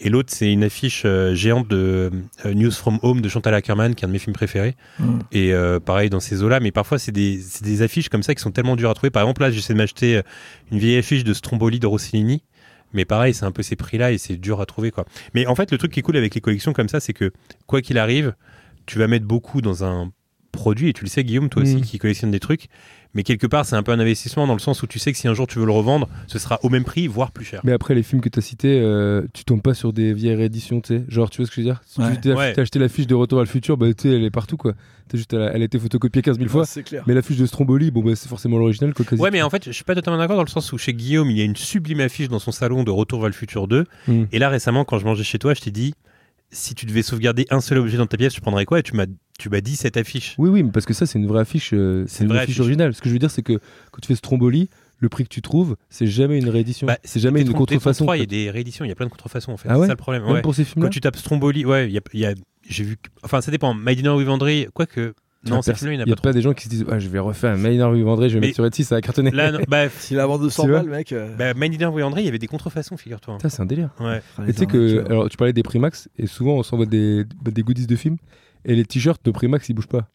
Speaker 1: Et l'autre, c'est une affiche euh, géante de euh, News from Home de Chantal Ackerman, qui est un de mes films préférés.
Speaker 3: Mm.
Speaker 1: Et euh, pareil dans ces eaux-là, mais parfois c'est des, c'est des affiches comme ça qui sont tellement dures à trouver. Par exemple, là, j'essaie de m'acheter euh, une vieille affiche de Stromboli de Rossellini, mais pareil, c'est un peu ces prix-là et c'est dur à trouver. quoi. Mais en fait, le truc qui est cool avec les collections comme ça, c'est que quoi qu'il arrive, tu vas mettre beaucoup dans un produit, et tu le sais, Guillaume, toi aussi,
Speaker 2: Mm.
Speaker 1: qui collectionne des trucs, mais quelque part, c'est un peu un investissement dans le sens où tu sais que si un jour tu veux le revendre, ce sera au même prix, voire plus cher.
Speaker 2: Mais après, les films que t'as cités, euh, tu tombes pas sur des vieilles rééditions, tu sais. Genre, tu vois ce que je veux dire Si
Speaker 3: Ouais.
Speaker 2: tu t'as
Speaker 1: Ouais.
Speaker 2: t'as acheté la fiche de Retour à le futur, bah, tu sais, elle est partout, quoi. T'as juste, elle a, elle a été photocopiée 15 000 fois.
Speaker 3: Ouais, C'est clair.
Speaker 2: Mais la fiche de Stromboli, bon, bah, c'est forcément l'original, quoi, quasi.
Speaker 1: Ouais, mais en fait, je suis pas totalement d'accord dans le sens où chez Guillaume, il y a une sublime affiche dans son salon de Retour vers le futur 2.
Speaker 2: Mm.
Speaker 1: Et là, récemment, quand je mangeais chez toi, je t'ai dit si tu devais sauvegarder un seul objet dans ta pièce, tu prendrais quoi Et tu m'as tu m'as dit cette affiche.
Speaker 2: Oui, oui, mais parce que ça, c'est une vraie affiche. euh, c'est une vraie affiche originale. Ce que je veux dire, c'est que quand tu fais Stromboli, le prix que tu trouves, c'est jamais une réédition.
Speaker 1: Bah,
Speaker 2: c'est jamais une
Speaker 1: Détrompe-
Speaker 2: contrefaçon.
Speaker 1: détrompe-toi, Il y a
Speaker 2: en fait.
Speaker 1: des rééditions, il y a plein de contrefaçons en fait.
Speaker 2: Ah
Speaker 1: c'est
Speaker 2: ouais
Speaker 1: ça le problème.
Speaker 2: Même
Speaker 1: ouais.
Speaker 2: pour ces films-là.
Speaker 1: Quand tu tapes Stromboli, ouais, il y a, il y a- j'ai vu. que- Enfin, ça dépend. My Dinner with André, quoique. Non, ces
Speaker 2: Personne-
Speaker 1: films-là, il n'y en
Speaker 2: Ah, y
Speaker 1: a
Speaker 2: a
Speaker 1: pas trop.
Speaker 2: pas des gens qui se disent ah, je vais refaire un Maynard Rue Vendré, je vais
Speaker 1: Mais-
Speaker 2: mettre sur Etsy, ça a cartonné.
Speaker 1: Là, non, bah,
Speaker 3: S'il a vendu 200
Speaker 2: Tu vois
Speaker 3: balles, mec. euh,
Speaker 1: bah, My Dinner with André, il y avait des contrefaçons, figure-toi.
Speaker 2: Putain, c'est un délire.
Speaker 1: Ouais.
Speaker 3: les
Speaker 2: Et tu sais
Speaker 3: arnaqueurs.
Speaker 2: que alors tu parlais des Primax et souvent on s'envoie des, bah, des goodies de films et les t-shirts de Primax ils bougent pas.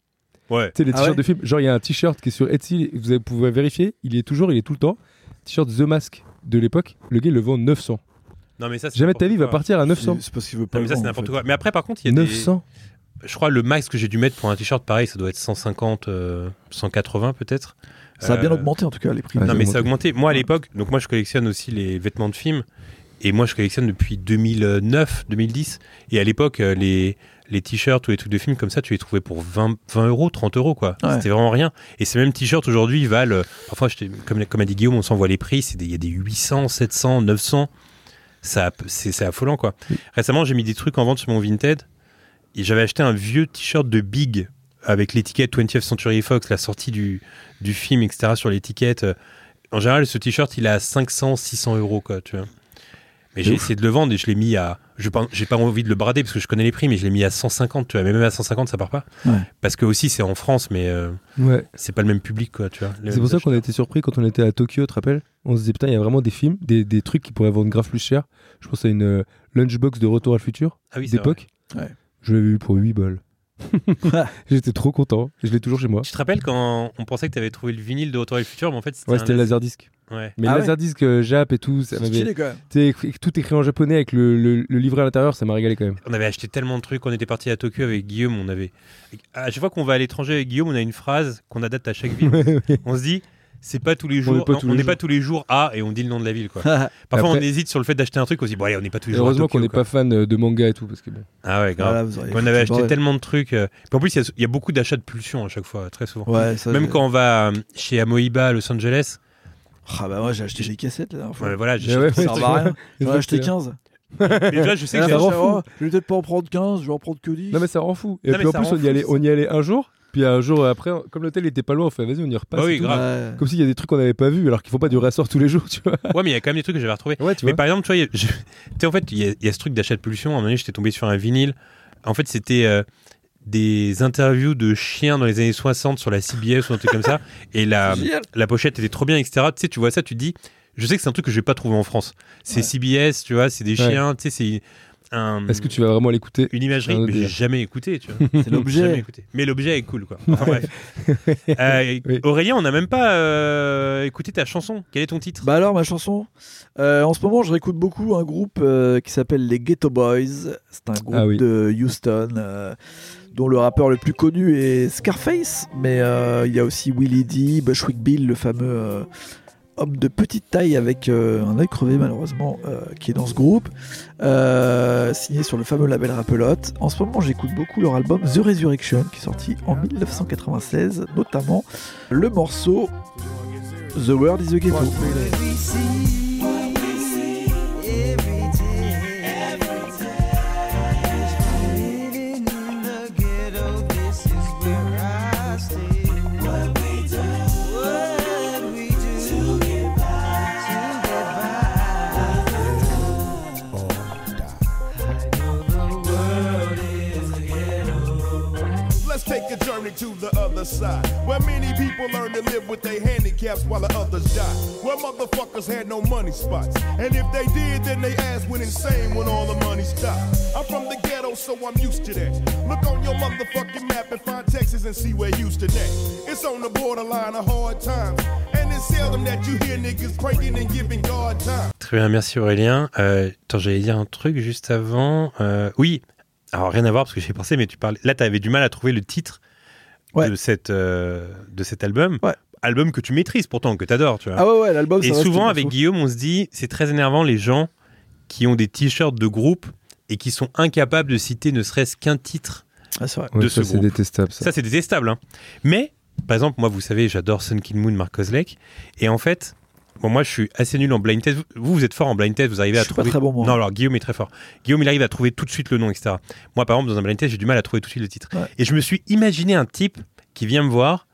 Speaker 1: Ouais.
Speaker 2: Tu sais les
Speaker 3: Ah
Speaker 2: t-shirts
Speaker 3: ouais
Speaker 2: de films, genre il y a un t-shirt qui est sur Etsy, vous avez- pouvez vérifier, il y est toujours, il est tout le temps. T-shirt The Mask de l'époque, le gars il le vend 900.
Speaker 1: Non, mais ça, c'est
Speaker 2: Jamais de ta vie il va
Speaker 1: n'importe quoi.
Speaker 2: partir à 900.
Speaker 3: C'est- C'est parce qu'il veut pas.
Speaker 1: Non, mais ça,
Speaker 3: le
Speaker 1: c'est
Speaker 3: vendre, en
Speaker 1: n'importe
Speaker 3: fait.
Speaker 1: quoi. Mais après, par contre, il y a des.
Speaker 2: 900.
Speaker 1: Je crois le max que j'ai dû mettre pour un t-shirt, pareil, ça doit être 150, euh, 180 peut-être.
Speaker 3: Ça a bien
Speaker 1: Euh,
Speaker 3: augmenté en tout cas les prix.
Speaker 2: Ouais.
Speaker 1: Non, mais ça a
Speaker 2: augmenté.
Speaker 1: augmenté. Moi, à
Speaker 3: Ouais.
Speaker 1: l'époque, donc moi, je collectionne aussi les vêtements de films. Et moi, je collectionne depuis 2009, 2010. Et à l'époque, euh, les, les t-shirts ou les trucs de films comme ça, tu les trouvais pour 20, 20 euros, 30 euros, quoi.
Speaker 3: Ouais.
Speaker 1: C'était vraiment rien. Et ces mêmes t-shirts aujourd'hui ils valent. euh, Parfois, je t'ai- comme, comme a dit Guillaume, on s'envoie les prix. c'est des- Il y a des 800, 700, 900. Ça, c'est c'est affolant, quoi. Récemment, j'ai mis des trucs en vente sur mon Vinted. Et j'avais acheté un vieux t-shirt de Big avec l'étiquette 20th Century Fox, la sortie du, du film, etc. sur l'étiquette. Euh, En général, ce t-shirt, il est à 500, 600 euros, quoi, tu vois. Mais j'ai essayé de le vendre et je l'ai mis à. Je pas- j'ai pas envie de le brader parce que je connais les prix, mais je l'ai mis à 150, tu vois. Mais même à 150, ça part pas.
Speaker 3: Ouais.
Speaker 1: Parce que aussi, c'est en France, mais euh,
Speaker 2: Ouais.
Speaker 1: c'est pas le même public, quoi, tu vois. Le-
Speaker 2: C'est pour ça qu'on a été surpris quand on était à Tokyo, tu te rappelles On se disait, putain, il y a vraiment des films, des, des trucs qui pourraient vendre grave plus cher. Je pense à une euh, lunchbox de Retour à le futur
Speaker 1: Ah oui, c'est
Speaker 2: d'époque.
Speaker 3: vrai. Ouais.
Speaker 2: Je l'avais eu pour 8 balles.
Speaker 1: Ah.
Speaker 2: J'étais trop content. Je l'ai toujours chez moi.
Speaker 1: Tu te rappelles quand on pensait que t'avais trouvé le vinyle de Retour et le futur, mais en fait, c'était.
Speaker 2: Ouais,
Speaker 1: un
Speaker 2: c'était le Laserdisc.
Speaker 1: Ouais.
Speaker 2: Mais
Speaker 3: Ah ouais
Speaker 2: Laserdisc, euh, Jap et tout, ça
Speaker 3: C'est
Speaker 2: m'avait.
Speaker 3: stylé quand même.
Speaker 2: t'es écrit- Tout écrit en japonais avec le, le- le livret à l'intérieur, ça m'a régalé quand même.
Speaker 1: On avait acheté tellement de trucs, on était parti à Tokyo avec Guillaume, on avait. À chaque fois qu'on va à l'étranger avec Guillaume, on a une phrase qu'on adapte à chaque ville. on se dit, c'est pas tous les jours,
Speaker 2: n'est pas
Speaker 1: non,
Speaker 2: tous
Speaker 1: on
Speaker 2: les
Speaker 1: n'est pas,
Speaker 2: jours.
Speaker 1: tous les jours à et on dit le nom de la ville quoi. Parfois on
Speaker 2: Après-
Speaker 1: hésite sur le fait d'acheter un truc, on se dit bon allez on n'est pas tous les jours. à
Speaker 2: Heureusement qu'on
Speaker 1: Tokyo,
Speaker 2: n'est
Speaker 1: quoi.
Speaker 2: pas fan euh, de manga et tout, parce que bon.
Speaker 1: Ah ouais grave.
Speaker 3: Voilà, vous auriez
Speaker 1: on
Speaker 3: foutu
Speaker 1: avait
Speaker 3: le
Speaker 1: acheté
Speaker 3: bordel.
Speaker 1: tellement de trucs. euh, puis En plus il y a- il y, a beaucoup d'achats de pulsions à chaque fois, euh, très souvent.
Speaker 3: Ouais, ça,
Speaker 1: Même
Speaker 3: je-
Speaker 1: quand on va euh, chez Amoiba à Los Angeles,
Speaker 3: Ah bah moi j'ai acheté des cassettes la dernière fois.
Speaker 1: ouais, voilà, j'ai-
Speaker 2: Ouais, ouais,
Speaker 3: Ça
Speaker 2: tu
Speaker 3: sert à
Speaker 2: vois.
Speaker 3: rien. J'en ai acheté 15.
Speaker 1: mais déjà, je sais que
Speaker 3: Ah,
Speaker 1: j'ai-
Speaker 2: ça rend
Speaker 3: oh,
Speaker 2: fou.
Speaker 3: Je vais peut-être pas en prendre 15, je vais en prendre que 10.
Speaker 2: Non, mais ça rend fou. Et
Speaker 1: Non,
Speaker 2: puis
Speaker 1: mais
Speaker 2: en
Speaker 1: ça
Speaker 2: plus,
Speaker 1: rend
Speaker 2: on y,
Speaker 1: fou,
Speaker 2: allait,
Speaker 1: ça.
Speaker 2: on y allait un jour, puis un jour après, comme l'hôtel était pas loin, on fait vas-y, on y repasse.
Speaker 1: Ah oui,
Speaker 2: et tout.
Speaker 1: grave.
Speaker 3: Ouais.
Speaker 2: Comme s'il y a des trucs qu'on n'avait pas vu alors qu'il faut pas du ressort tous les jours, tu vois.
Speaker 1: ouais mais il y a quand même des trucs que j'avais retrouvés.
Speaker 2: Ouais, tu
Speaker 1: Mais par exemple, tu vois, il y a- je- tu sais, en fait, il y, a- il y a ce truc d'achat de pulsion. À un moment donné, j'étais tombé sur un vinyle. En fait, c'était. euh, des interviews de chiens dans les années 60 sur la CBS ou un truc comme ça. Et la,
Speaker 3: Génial.
Speaker 1: la pochette était trop bien, etc. Tu sais, tu vois ça, tu te dis, je sais que c'est un truc que je vais pas trouver en France. C'est
Speaker 3: Ouais.
Speaker 1: CBS, tu vois, c'est des
Speaker 2: Ouais.
Speaker 1: chiens, tu sais, c'est un-
Speaker 2: Est-ce que tu vas vraiment l'écouter
Speaker 1: une imagerie
Speaker 2: un autre
Speaker 1: que j'ai
Speaker 2: délire.
Speaker 1: jamais écoutée, tu vois.
Speaker 3: C'est
Speaker 1: Jamais
Speaker 3: l'objet.
Speaker 1: écoutée. Mais l'objet est cool, quoi. Enfin, bref. Euh,
Speaker 2: Oui.
Speaker 1: Aurélien, on n'a même pas euh, écouté ta chanson. Quel est ton titre
Speaker 3: Bah alors, ma chanson. euh, en ce moment, je réécoute beaucoup un groupe euh, qui s'appelle les Ghetto Boys. C'est un groupe
Speaker 2: Ah oui.
Speaker 3: de Houston euh, dont le rappeur le plus connu est Scarface. Mais euh, il y a aussi Willie D, Bushwick Bill, le fameux euh, homme de petite taille avec euh, un œil crevé malheureusement, euh, qui est dans ce groupe, euh, signé sur le fameux label Rappelote. En ce moment, j'écoute beaucoup leur album The Resurrection, qui est sorti en 1996, notamment le morceau The World is a Ghetto.
Speaker 5: Let's take a journey to the other side. Where many people learn to live with their handicaps while the others die. Where motherfuckers had no money spots. And if they did, then they ass went insane when all the money stopped. I'm from the ghetto, so I'm used to that. Look on your motherfucking map and find Texas and see where Houston at. It's on the borderline of hard times. And it's seldom that you hear niggas praying and giving God time.
Speaker 1: Très bien, merci Aurélien. Euh, attends, j'allais dire un truc juste avant. Euh, oui, alors rien à voir parce que j'ai pensé, mais tu parlais. Là, tu avais du mal à trouver le titre
Speaker 3: Ouais.
Speaker 1: de, cette, euh, de cet album.
Speaker 3: Ouais.
Speaker 1: Album que tu maîtrises pourtant, que tu adores, tu vois.
Speaker 3: Ah ouais, ouais, l'album. ça
Speaker 1: Et
Speaker 3: reste
Speaker 1: souvent,
Speaker 3: une
Speaker 1: avec
Speaker 3: chanson.
Speaker 1: Guillaume, on se dit, c'est très énervant les gens qui ont des t-shirts de groupe et qui sont incapables de citer ne serait-ce qu'un titre.
Speaker 3: Ah, c'est vrai.
Speaker 2: Ouais,
Speaker 1: de
Speaker 2: ça,
Speaker 1: ce
Speaker 2: c'est
Speaker 1: groupe.
Speaker 2: détestable. Ça.
Speaker 1: Ça, c'est détestable. hein. Mais, par exemple, moi, vous savez, j'adore Sun Kill Moon, Marc Kozlek. Et en fait, bon, moi, je suis assez nul en blind test. Vous, vous êtes fort en blind test, vous arrivez
Speaker 3: Je
Speaker 1: à
Speaker 3: suis pas
Speaker 1: trouver.
Speaker 3: très bon, moi.
Speaker 1: Non, alors Guillaume est très fort. Guillaume, il arrive à trouver tout de suite le nom, etc. Moi, par exemple, dans un blind test, j'ai du mal à trouver tout de suite le titre.
Speaker 3: Ouais.
Speaker 1: Et je me suis imaginé un type qui vient me voir.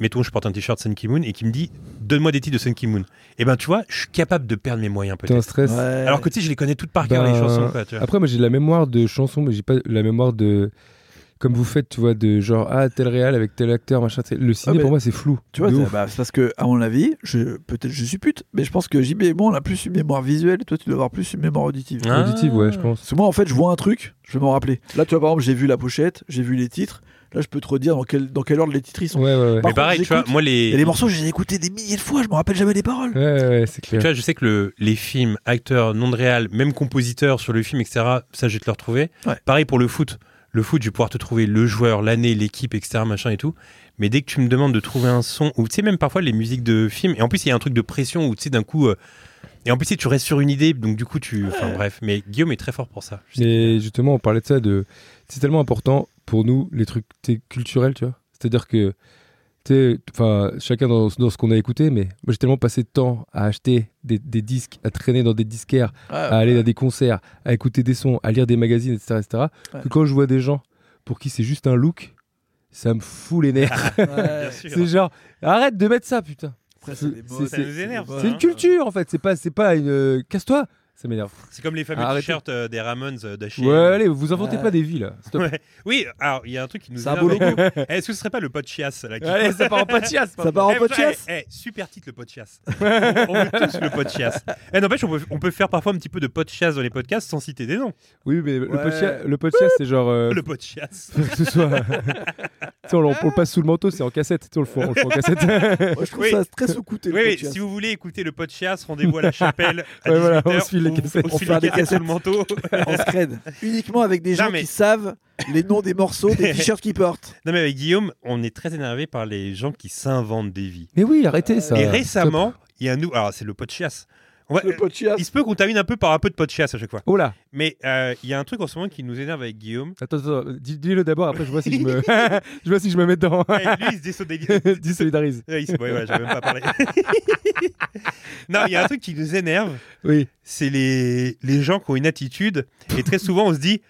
Speaker 1: Mettons, je porte un t-shirt Sun Kill Moon et qui me dit Donne-moi des titres de Sun Kill Moon. Et ben, tu vois, je suis capable de perdre mes moyens,
Speaker 2: T'es un
Speaker 1: peut-être.
Speaker 2: stress.
Speaker 3: Ouais.
Speaker 1: Alors que tu sais, je les connais toutes par cœur,
Speaker 2: Ben,
Speaker 1: les chansons. quoi, tu vois.
Speaker 2: Après, moi, j'ai la mémoire de chansons, mais j'ai pas la mémoire de. Comme vous faites, tu vois, de genre, ah, tel réel avec tel acteur, machin. tu sais. Le ciné,
Speaker 3: Ah, mais-
Speaker 2: pour moi, c'est flou.
Speaker 3: Tu vois,
Speaker 2: De
Speaker 3: c'est
Speaker 2: ouf.
Speaker 3: bah, c'est parce que, à mon avis, je- peut-être je suis pute, mais je pense que JB et moi, on a plus une mémoire visuelle, et toi, tu dois avoir plus une mémoire auditive.
Speaker 1: Ah.
Speaker 2: Auditive, ouais, je pense.
Speaker 3: Parce que moi, en fait, je vois un truc, je vais m'en rappeler. Là, tu vois, par exemple, j'ai vu la pochette, j'ai vu les titres. Là, je peux te redire dans quel, dans quel ordre les titres ils sont.
Speaker 2: Ouais, ouais, ouais.
Speaker 1: Mais
Speaker 3: Par
Speaker 1: pareil,
Speaker 3: contre,
Speaker 1: tu vois,
Speaker 3: j'écoute,
Speaker 1: moi, les.
Speaker 3: Et les morceaux, j'ai écouté des milliers de fois, je me rappelle jamais des paroles.
Speaker 2: Ouais, ouais, ouais, c'est
Speaker 1: Tu
Speaker 2: clair.
Speaker 1: vois, je sais que le- les films, acteurs, non de réal, même compositeurs sur le film, etc., ça, je vais te le retrouver.
Speaker 3: Ouais.
Speaker 1: Pareil pour le foot. Le foot, je vais pouvoir te trouver le joueur, l'année, l'équipe, etc., machin et tout. Mais dès que tu me demandes de trouver un son, ou tu sais, même parfois les musiques de films, et en plus, il y a un truc de pression où tu sais, d'un coup. euh, et en plus, si tu restes sur une idée, donc du coup, tu. Enfin, bref. Mais Guillaume est très fort pour ça. Je sais que-
Speaker 2: Et justement, on parlait de ça, de... c'est tellement important pour nous, les trucs t'es, culturels, tu vois. C'est-à-dire que, tu sais, enfin, chacun dans, dans ce qu'on a écouté, mais moi j'ai tellement passé de temps à acheter des, des disques, à traîner dans des disquaires,
Speaker 3: Ah
Speaker 2: à aller à des concerts, à écouter des sons, à lire des magazines, etc. etc.
Speaker 3: Ouais.
Speaker 2: que quand je vois des gens pour qui c'est juste un look, ça me fout les
Speaker 3: Ah,
Speaker 2: nerfs.
Speaker 3: Ouais.
Speaker 2: c'est genre, arrête de mettre ça, putain.
Speaker 3: Après, c'est des
Speaker 2: C'est-
Speaker 3: modes,
Speaker 2: c'est-
Speaker 3: des
Speaker 1: ça nous énerve,
Speaker 3: modes.
Speaker 1: ça,
Speaker 2: C'est
Speaker 1: hein.
Speaker 2: une culture en fait, c'est pas, c'est pas une. euh, Casse-toi, ça m'énerve.
Speaker 1: C'est comme les fameux
Speaker 2: Arrêtez.
Speaker 1: t-shirts euh, des Ramones euh, d'Achille.
Speaker 2: Ouais, allez, vous inventez
Speaker 3: Ouais.
Speaker 2: pas des vies là. Stop.
Speaker 1: Ouais. Oui, alors, il y a un truc qui nous
Speaker 3: C'est un
Speaker 1: énerve.
Speaker 3: beau logo.
Speaker 1: Eh, Est-ce que ce serait pas le pot de chiasse, là, qui-
Speaker 2: Allez, ça part en patias.
Speaker 3: Ça part en
Speaker 1: Eh,
Speaker 3: pot de
Speaker 1: putain,
Speaker 3: chasse.
Speaker 1: eh, eh, super titre le pot de chiasse. on veut tous le pot de chiasse. Eh, n'empêche, on peut, on peut faire parfois un petit peu de pot de chiasse dans les podcasts sans citer des noms.
Speaker 2: Oui, mais
Speaker 3: Ouais.
Speaker 2: le podcast, c'est genre. euh,
Speaker 1: Le pot de chiasse.
Speaker 2: faut que ce soit. tu sais, on, le- on le passe sous le manteau, c'est en cassette. Tu sais, on le fait- on le fait en cassette.
Speaker 3: Moi, je trouve
Speaker 1: Oui.
Speaker 3: ça très sous-coûté.
Speaker 1: Oui,
Speaker 3: le
Speaker 1: oui,
Speaker 3: podcast.
Speaker 1: si vous voulez écouter le pot de chiasse, rendez-vous à la chapelle. À
Speaker 2: Ouais, voilà, on
Speaker 1: 18
Speaker 2: se file les
Speaker 1: heures, on-
Speaker 2: cassettes.
Speaker 1: On,
Speaker 3: On
Speaker 1: se file
Speaker 3: fera
Speaker 1: les
Speaker 3: des
Speaker 1: cassettes sous le manteau.
Speaker 3: En scred. Uniquement avec des
Speaker 1: Non,
Speaker 3: gens
Speaker 1: mais-
Speaker 3: qui savent les noms des morceaux, des t-shirts qu'ils portent.
Speaker 1: Non, mais avec Guillaume, on est très énervé par les gens qui s'inventent des vies.
Speaker 2: mais oui, arrêtez ça.
Speaker 1: Et récemment, il y a un nou- Alors, c'est le pot de chiasse. On va-
Speaker 3: Le podcast.
Speaker 1: Il se peut qu'on termine un peu par un peu de pot de chiasse à chaque fois.
Speaker 2: Oh là,
Speaker 1: Mais euh, il y a un truc en ce moment qui nous énerve avec Guillaume.
Speaker 2: attends, attends, dis- dis-le d'abord, après je vois si je me, je vois si je me mets dedans.
Speaker 1: Eh, lui, il se désolidarise.
Speaker 2: dis solidarise.
Speaker 1: Ouais, Ah, il se- ouais, voilà, j'avais même pas parlé. non, il y a un truc qui nous énerve.
Speaker 2: Oui.
Speaker 1: c'est les, les gens qui ont une attitude. Et très souvent, on se dit,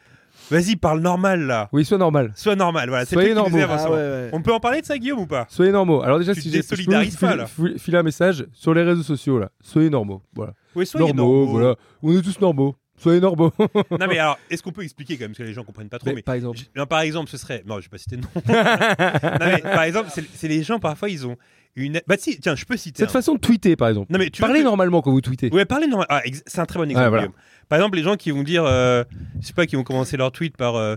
Speaker 1: vas-y, parle normal là.
Speaker 2: Oui, sois normal.
Speaker 1: Sois normal. Voilà, c'est le
Speaker 2: Soyez
Speaker 1: truc qui nous
Speaker 2: normaux.
Speaker 1: énerve en ce
Speaker 3: Ah ouais,
Speaker 1: moment.
Speaker 3: ouais.
Speaker 1: On peut en parler de ça, Guillaume, ou pas
Speaker 2: Soyez normaux. Alors déjà,
Speaker 1: Tu
Speaker 2: si
Speaker 1: te
Speaker 2: j'ai si je peux vous
Speaker 1: désolidarises pas, là.
Speaker 2: fil- fil- filer un message sur les réseaux sociaux là, soyez normaux. Voilà.
Speaker 1: Oui, soyez
Speaker 2: Normaux,
Speaker 1: normaux.
Speaker 2: voilà. On est tous normaux. Soyez normaux.
Speaker 1: non, mais alors, est-ce qu'on peut expliquer quand même, parce que les gens comprennent pas trop,
Speaker 2: Mais
Speaker 1: mais
Speaker 2: Par exemple.
Speaker 1: Non, par exemple, ce serait. Non, je vais pas citer de nom. non, mais par exemple, c'est c'est les gens, parfois, ils ont une. Bah, si, tiens, je peux citer.
Speaker 2: Cette
Speaker 1: un.
Speaker 2: façon de tweeter, par exemple.
Speaker 1: Non, mais tu veux
Speaker 2: Parlez
Speaker 1: que-
Speaker 2: normalement quand vous tweetez.
Speaker 1: Ouais, parlez normal. Ah, ex- c'est un très bon exemple.
Speaker 2: Ouais, voilà.
Speaker 1: Guillaume. Par exemple, les gens qui vont dire, euh, je sais pas, qui vont commencer leur tweet par euh,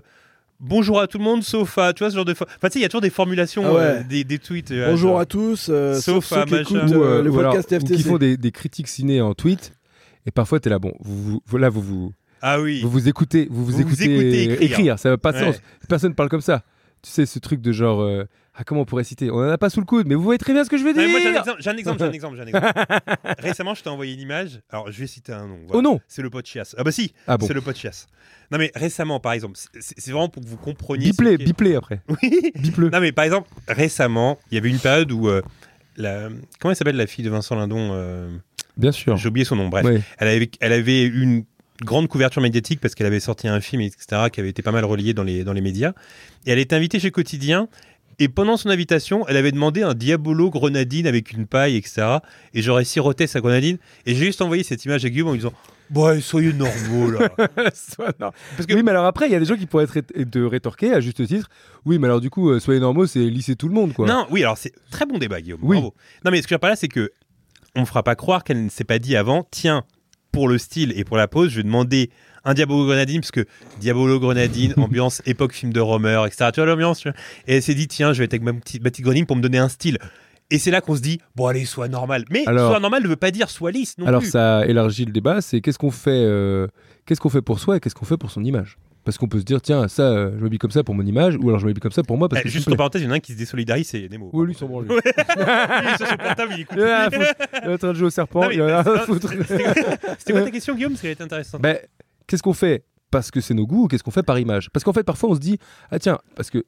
Speaker 1: bonjour à tout le monde, sauf à, tu vois, ce genre de. fo- Enfin, tu sais, il y a toujours des formulations,
Speaker 3: Ah ouais.
Speaker 1: euh, des, des tweets. euh,
Speaker 3: Bonjour
Speaker 1: genre-
Speaker 3: à tous, euh,
Speaker 1: Sauf
Speaker 3: sauf,
Speaker 1: à
Speaker 3: ceux qui
Speaker 1: machin.
Speaker 3: écoutent
Speaker 2: Ou,
Speaker 3: euh,
Speaker 2: euh,
Speaker 3: le
Speaker 2: ou alors-
Speaker 3: podcast
Speaker 2: ou qui
Speaker 3: FTC.
Speaker 2: font des, des critiques ciné en tweet. Et parfois, t'es là, bon, vous, vous, là, vous vous,
Speaker 1: Ah oui.
Speaker 2: vous, vous écoutez, vous vous,
Speaker 1: Vous vous
Speaker 2: écoutez,
Speaker 1: écoutez écrire.
Speaker 2: Ça n'a pas de
Speaker 1: Ouais.
Speaker 2: sens. Personne parle comme ça. Tu sais, ce truc de genre, euh, ah, comment on pourrait citer On en a pas sous le coude, mais vous voyez très bien ce que je veux
Speaker 1: Non,
Speaker 2: dire.
Speaker 1: Ah, mais moi, j'ai un exemple, j'ai un exemple, j'ai un exemple, j'ai un exemple. Récemment, je t'ai envoyé une image. Alors, je vais citer un nom. voilà.
Speaker 2: Oh non
Speaker 1: C'est le pot de chiasse. Ah bah si,
Speaker 2: Ah bon.
Speaker 1: c'est le pot de chiasse. Non, mais récemment, par exemple, c'est- c'est c'est vraiment pour que vous compreniez. ce
Speaker 2: Biplé,
Speaker 1: qu'est-
Speaker 2: biplé après.
Speaker 1: Oui.
Speaker 2: Biplé.
Speaker 1: Non mais par exemple, récemment, il y avait une période où euh, la... comment elle s'appelle la fille de Vincent Lindon euh,
Speaker 2: Bien sûr.
Speaker 1: J'ai oublié son nom. Bref,
Speaker 2: Ouais.
Speaker 1: elle avait elle avait eu une grande couverture médiatique parce qu'elle avait sorti un film etc qui avait été pas mal relié dans les dans les médias et elle était invitée chez Quotidien. Et pendant son invitation, elle avait demandé un diabolo grenadine avec une paille, etc. Et j'aurais siroté sa grenadine. Et j'ai juste envoyé cette image à Guillaume en lui disant Bon, soyez normaux, là.
Speaker 2: Soit- non.
Speaker 1: Parce que-
Speaker 2: Oui, mais alors après, il y a des gens qui pourraient être ré- te rétorquer à juste titre. Oui, mais alors du coup, euh, soyez normaux, c'est lycée tout le monde, quoi.
Speaker 1: Non, oui, alors c'est très bon débat, Guillaume.
Speaker 2: Oui.
Speaker 1: Bravo. Non, mais ce que je veux dire par là, c'est que on ne fera pas croire qu'elle ne s'est pas dit avant. Tiens, pour le style et pour la pose, je vais demander un Diabolo Grenadine, parce que Diabolo Grenadine, ambiance époque film de Romer, etc. Tu vois l'ambiance. tu vois Et elle s'est dit, tiens, je vais être avec ma petite, ma petite grenadine pour me donner un style. Et c'est là qu'on se dit, bon, allez, sois normal. Mais
Speaker 2: Alors-
Speaker 1: sois normal ne veut pas dire sois lisse non
Speaker 2: Alors
Speaker 1: plus.
Speaker 2: ça élargit le débat, c'est qu'est-ce qu'on fait, euh, qu'est-ce qu'on fait pour soi et qu'est-ce qu'on fait pour son image Parce qu'on peut se dire, tiens, ça, euh, je m'habille comme ça pour mon image, ou alors je m'habille comme ça pour moi parce
Speaker 1: Eh,
Speaker 2: que...
Speaker 1: juste
Speaker 2: je
Speaker 1: en parenthèse, il y en a un qui se désolidarise, c'est Nemo.
Speaker 2: Oui, lui, il s'en branle, lui.
Speaker 1: Ouais. Lui, sur son portable, il est
Speaker 2: Il y en a rien à
Speaker 1: coupé.
Speaker 2: foutre. Il est en train de jouer au serpent,
Speaker 1: Non, mais
Speaker 2: il y en a rien à foutre.
Speaker 1: C'était
Speaker 2: Euh.
Speaker 1: quoi ta question, Guillaume Parce qu'elle était intéressante.
Speaker 2: Ben, qu'est-ce qu'on fait parce que c'est nos goûts ou qu'est-ce qu'on fait par image Parce qu'en fait, parfois, on se dit, ah tiens, parce que...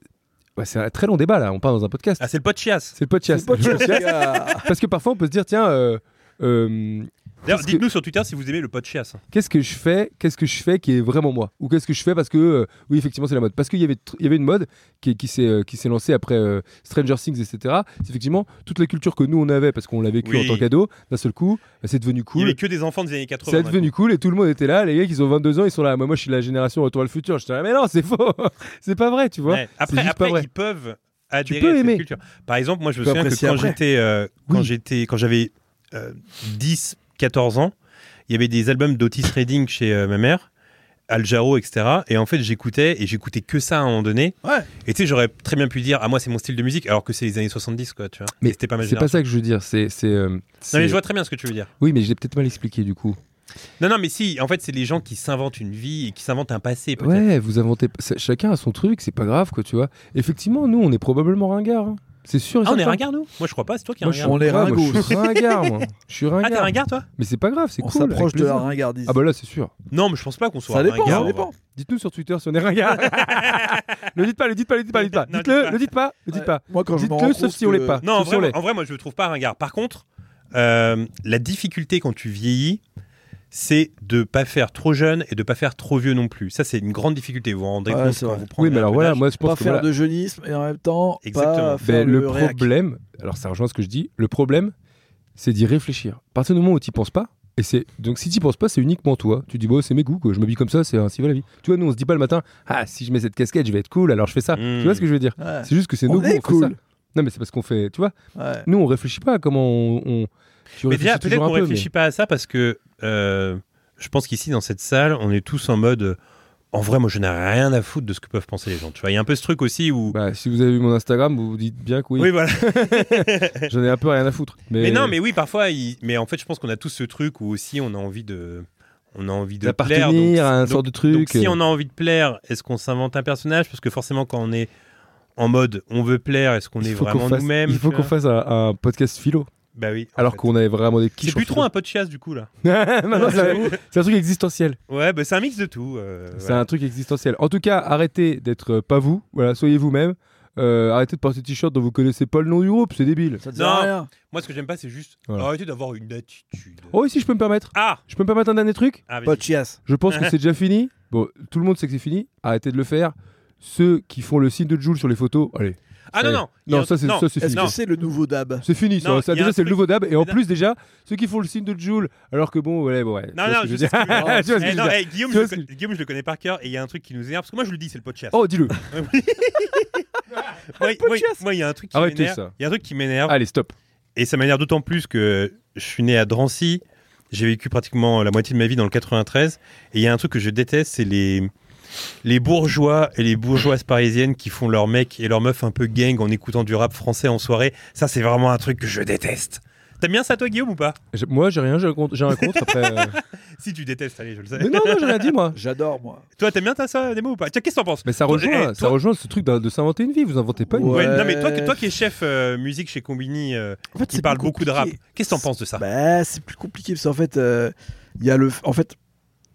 Speaker 2: Ouais, c'est un très long débat, là, on parle dans un podcast.
Speaker 1: Ah, c'est le pot de chiasse.
Speaker 2: c'est le podcast.
Speaker 3: C'est pas de chiasse, gars.
Speaker 2: parce que parfois, on peut se dire, tiens... euh, euh,
Speaker 1: D'ailleurs,
Speaker 2: Parce que-
Speaker 1: dites-nous sur Twitter si vous aimez le pot de chiasse.
Speaker 2: qu'est-ce que je fais qu'est-ce que je fais qui est vraiment moi ou qu'est-ce que je fais parce que euh, oui effectivement c'est la mode parce qu'il y avait tr- il y avait une mode qui, qui s'est euh, qui s'est lancée après euh, Stranger Things etc c'est effectivement toute la culture que nous on avait parce qu'on l'a vécu
Speaker 1: Oui.
Speaker 2: en tant qu'ado d'un seul coup bah, c'est devenu
Speaker 1: Il n'y
Speaker 2: cool
Speaker 1: avait que des enfants des années 80.
Speaker 2: c'est
Speaker 1: d'un
Speaker 2: devenu cool et tout le monde était là les gars qui ont 22 ans ils sont là moi moi je suis de la génération retour à le futur je dis mais non c'est faux c'est pas vrai tu
Speaker 1: coup.
Speaker 2: vois
Speaker 1: Ouais.
Speaker 2: C'est
Speaker 1: Après,
Speaker 2: juste
Speaker 1: après
Speaker 2: pas vrai.
Speaker 1: ils peuvent adhérer
Speaker 2: peux
Speaker 1: à cette
Speaker 2: aimer.
Speaker 1: culture. Par exemple, moi, je me
Speaker 3: Tu peux
Speaker 1: souviens que
Speaker 3: apprécier
Speaker 1: quand
Speaker 3: après.
Speaker 1: j'étais, euh, quand
Speaker 2: Oui.
Speaker 1: j'étais, quand j'avais euh, 10, 14 ans, il y avait des albums d'Otis Redding chez euh, ma mère. Al Jarreau, etc. Et en fait, j'écoutais et j'écoutais que ça à un moment donné.
Speaker 3: Ouais.
Speaker 1: Et tu sais, j'aurais très bien pu dire, ah, moi, c'est mon style de musique, alors que c'est les années 70, quoi, tu vois.
Speaker 2: Mais
Speaker 1: Et c'était pas ma
Speaker 2: c'est pas
Speaker 1: génération.
Speaker 2: ça que je veux dire c'est c'est euh, c'est-
Speaker 1: Non, mais je vois très bien ce que tu veux dire.
Speaker 2: oui mais je l'ai peut-être mal expliqué du coup
Speaker 1: Non, non, mais si, en fait, c'est les gens qui s'inventent une vie et qui s'inventent un passé, peut-être.
Speaker 2: Ouais, vous inventez. c'est- Chacun a son truc, c'est pas grave, quoi, tu vois. Effectivement, nous, on est probablement ringards. hein. C'est sûr. et
Speaker 1: Ah, on est
Speaker 2: certain.
Speaker 1: ringard, nous Moi, je crois pas, c'est toi qui es
Speaker 3: Moi, je suis
Speaker 1: ringard.
Speaker 3: On est
Speaker 2: Ouais, moi,
Speaker 3: ringos.
Speaker 2: Je suis ringard, moi. Je suis
Speaker 1: Ah,
Speaker 2: ringard.
Speaker 1: t'es ringard, toi
Speaker 2: Mais c'est pas grave, c'est
Speaker 3: On
Speaker 2: cool. avec
Speaker 3: s'approche de la
Speaker 2: plaisir.
Speaker 3: ringardise.
Speaker 2: Ah, bah là, c'est sûr.
Speaker 1: Non, mais je pense pas qu'on soit
Speaker 3: ça dépend,
Speaker 1: ringard.
Speaker 3: ça dépend.
Speaker 2: Dites-nous sur Twitter si on est ringard. le dites pas, le dites pas, le dites pas, le dites
Speaker 1: Non,
Speaker 2: pas.
Speaker 1: dites
Speaker 2: Dites-le,
Speaker 1: pas.
Speaker 2: le dites pas, le
Speaker 3: Ouais.
Speaker 2: dites pas.
Speaker 3: Moi, quand je me
Speaker 2: Dites-le,
Speaker 3: rends
Speaker 2: sauf
Speaker 3: compte
Speaker 2: si on l'est
Speaker 3: que-
Speaker 2: pas.
Speaker 1: Non, en
Speaker 2: Sauf si on
Speaker 1: vrai,
Speaker 2: l'est.
Speaker 1: en vrai, moi, je le trouve pas ringard. Par contre, euh, la difficulté quand tu vieillis, c'est de pas faire trop jeune et de pas faire trop vieux non plus. Ça, c'est une grande difficulté. Vous vous rendez
Speaker 3: Ouais,
Speaker 1: compte
Speaker 3: c'est
Speaker 1: quand
Speaker 3: vrai.
Speaker 1: vous prenez
Speaker 2: Oui, mais
Speaker 1: un
Speaker 2: alors
Speaker 1: peu
Speaker 2: voilà,
Speaker 1: d'âge.
Speaker 2: moi, je pense
Speaker 3: Pas
Speaker 2: que
Speaker 3: faire
Speaker 2: voilà.
Speaker 3: de jeunisme et en même temps
Speaker 1: Exactement.
Speaker 3: pas faire
Speaker 2: Ben, le,
Speaker 3: réac.
Speaker 2: problème, alors ça rejoint ce que je dis, le problème, c'est d'y réfléchir. À partir du moment où tu penses pas, et c'est donc si tu penses pas, c'est uniquement toi. Tu dis, bon, c'est mes goûts, quoi. je m'habille comme ça, c'est ainsi va la vie. Tu vois, nous, on se dit pas le matin, ah, si je mets cette casquette, je vais être cool, alors je fais ça.
Speaker 1: Mm.
Speaker 2: Tu vois ce que je veux dire
Speaker 3: Ouais.
Speaker 2: C'est juste que c'est
Speaker 3: On
Speaker 2: nos goûts,
Speaker 3: est
Speaker 2: on fait
Speaker 3: cool.
Speaker 2: ça. Non, mais c'est parce qu'on fait, tu vois,
Speaker 3: Ouais.
Speaker 2: nous, on réfléchit pas à comment on. on- tu
Speaker 1: Mais
Speaker 2: réfléchis
Speaker 1: déjà, peut-être
Speaker 2: toujours un
Speaker 1: qu'on
Speaker 2: peu, mais-
Speaker 1: réfléchit pas à ça parce que euh, je pense qu'ici, dans cette salle, on est tous en mode. euh, En vrai, moi, je n'ai rien à foutre de ce que peuvent penser les gens. Tu vois, il y a un peu ce truc aussi où.
Speaker 2: Bah, si vous avez vu mon Instagram, vous vous dites bien que oui,
Speaker 1: oui voilà.
Speaker 2: j'en ai un peu rien à foutre. Mais,
Speaker 1: Mais non, mais oui, parfois. il- Mais en fait, je pense qu'on a tous ce truc où aussi on a envie de, on a envie de plaire. donc-
Speaker 2: d'appartenir à un
Speaker 1: donc-
Speaker 2: sort de truc.
Speaker 1: Donc, si
Speaker 2: euh,
Speaker 1: on a envie de plaire, est-ce qu'on s'invente un personnage Parce que forcément, quand on est en mode on veut plaire, est-ce qu'on
Speaker 2: il
Speaker 1: est
Speaker 2: faut qu'on
Speaker 1: vraiment
Speaker 2: fasse-
Speaker 1: nous-mêmes
Speaker 2: Il faut
Speaker 1: tu
Speaker 2: qu'on
Speaker 1: vois
Speaker 2: fasse un, un podcast philo,
Speaker 1: Bah oui. en
Speaker 2: alors
Speaker 1: fait.
Speaker 2: qu'on avait vraiment des quiches.
Speaker 1: C'est plus
Speaker 2: en
Speaker 1: trop
Speaker 2: philo.
Speaker 1: un peu de chiasse du coup là.
Speaker 2: Maintenant, c'est un- c'est un truc existentiel.
Speaker 1: Ouais, bah c'est un mix de tout. euh,
Speaker 2: C'est
Speaker 1: voilà.
Speaker 2: un truc existentiel. En tout cas, arrêtez d'être euh, pas vous. Voilà, soyez vous-même. Euh, arrêtez de porter des t-shirts dont vous connaissez pas le nom du groupe. C'est débile.
Speaker 3: Ça te
Speaker 1: Non.
Speaker 3: sert à rien.
Speaker 1: Moi, ce que j'aime pas, c'est juste
Speaker 2: Voilà.
Speaker 1: arrêter d'avoir une attitude.
Speaker 2: Oh, et si je peux me permettre.
Speaker 1: Ah,
Speaker 2: Je peux me permettre un dernier truc.
Speaker 1: Ah, vas-y.
Speaker 3: Pas de chiasse.
Speaker 2: Je pense que c'est déjà fini. Bon, tout le monde sait que c'est fini. Arrêtez de le faire. Ceux qui font le signe de Joule sur les photos, allez,
Speaker 1: Ah non,
Speaker 2: Ça y est.
Speaker 1: non. il y a
Speaker 2: Non,
Speaker 1: un-
Speaker 2: ça, c'est- ça, c'est
Speaker 3: Est-ce
Speaker 2: fini.
Speaker 1: Non.
Speaker 3: que c'est le nouveau DAB
Speaker 2: C'est fini, ça.
Speaker 1: Non, il y
Speaker 2: Ça,
Speaker 1: a
Speaker 2: déjà,
Speaker 1: un
Speaker 2: c'est le
Speaker 1: truc-
Speaker 2: nouveau DAB. Et en
Speaker 1: Mais
Speaker 2: plus, déjà, ceux qui font le signe de Joule, alors que bon, ouais, bon, ouais. tu
Speaker 1: Non,
Speaker 2: vois ce
Speaker 1: non,
Speaker 2: que
Speaker 1: je
Speaker 2: veux
Speaker 1: sais
Speaker 2: dire.
Speaker 1: ce que tu veux dire.
Speaker 2: Tu vois ce que
Speaker 1: Eh
Speaker 2: je
Speaker 1: non,
Speaker 2: veux dire.
Speaker 1: eh, Guillaume,
Speaker 2: Tu
Speaker 1: je
Speaker 2: vois
Speaker 1: le
Speaker 2: ce
Speaker 1: con- Guillaume, je le connais par cœur et il y a un truc qui nous énerve. Parce que moi, je le dis, c'est le podcast.
Speaker 2: Oh, dis-le.
Speaker 1: moi, moi,
Speaker 3: podcast.
Speaker 1: moi, il y a un truc qui
Speaker 2: Arrêtez
Speaker 1: m'énerve.
Speaker 2: ça.
Speaker 1: Il y a un truc qui m'énerve.
Speaker 2: Allez, stop.
Speaker 1: Et ça m'énerve d'autant plus que je suis né à Drancy, j'ai vécu pratiquement la moitié de ma vie dans le 93, et il y a un truc que je déteste, c'est les, les bourgeois et les bourgeoises parisiennes qui font leur mec et leur meuf un peu gang en écoutant du rap français en soirée. Ça, c'est vraiment un truc que je déteste. T'aimes bien ça, toi, Guillaume, ou pas
Speaker 2: Je- Moi, j'ai rien, j'ai un contre. j'ai un contre, après, euh,
Speaker 1: Si tu détestes, allez, je le sais.
Speaker 2: Mais non, non, j'ai rien dit, moi.
Speaker 3: J'adore, moi.
Speaker 1: Toi, t'aimes bien t'as ça, Nemo, ou pas Tiens, qu'est-ce que t'en penses
Speaker 2: Mais ça
Speaker 1: Toi,
Speaker 2: rejoint,
Speaker 1: eh,
Speaker 2: ça
Speaker 1: toi-
Speaker 2: rejoint ce truc de, de s'inventer une vie. Vous inventez pas une
Speaker 3: Ouais.
Speaker 2: vie.
Speaker 1: Ouais, non, mais toi, que- toi qui es chef euh, musique chez Combini, euh,
Speaker 3: En fait,
Speaker 1: qui
Speaker 3: c'est
Speaker 1: parle
Speaker 3: plus
Speaker 1: beaucoup de rap,
Speaker 3: compliqué.
Speaker 1: qu'est-ce que t'en penses de ça
Speaker 3: Bah, c'est plus compliqué parce qu'en fait, euh, il y a le. En fait,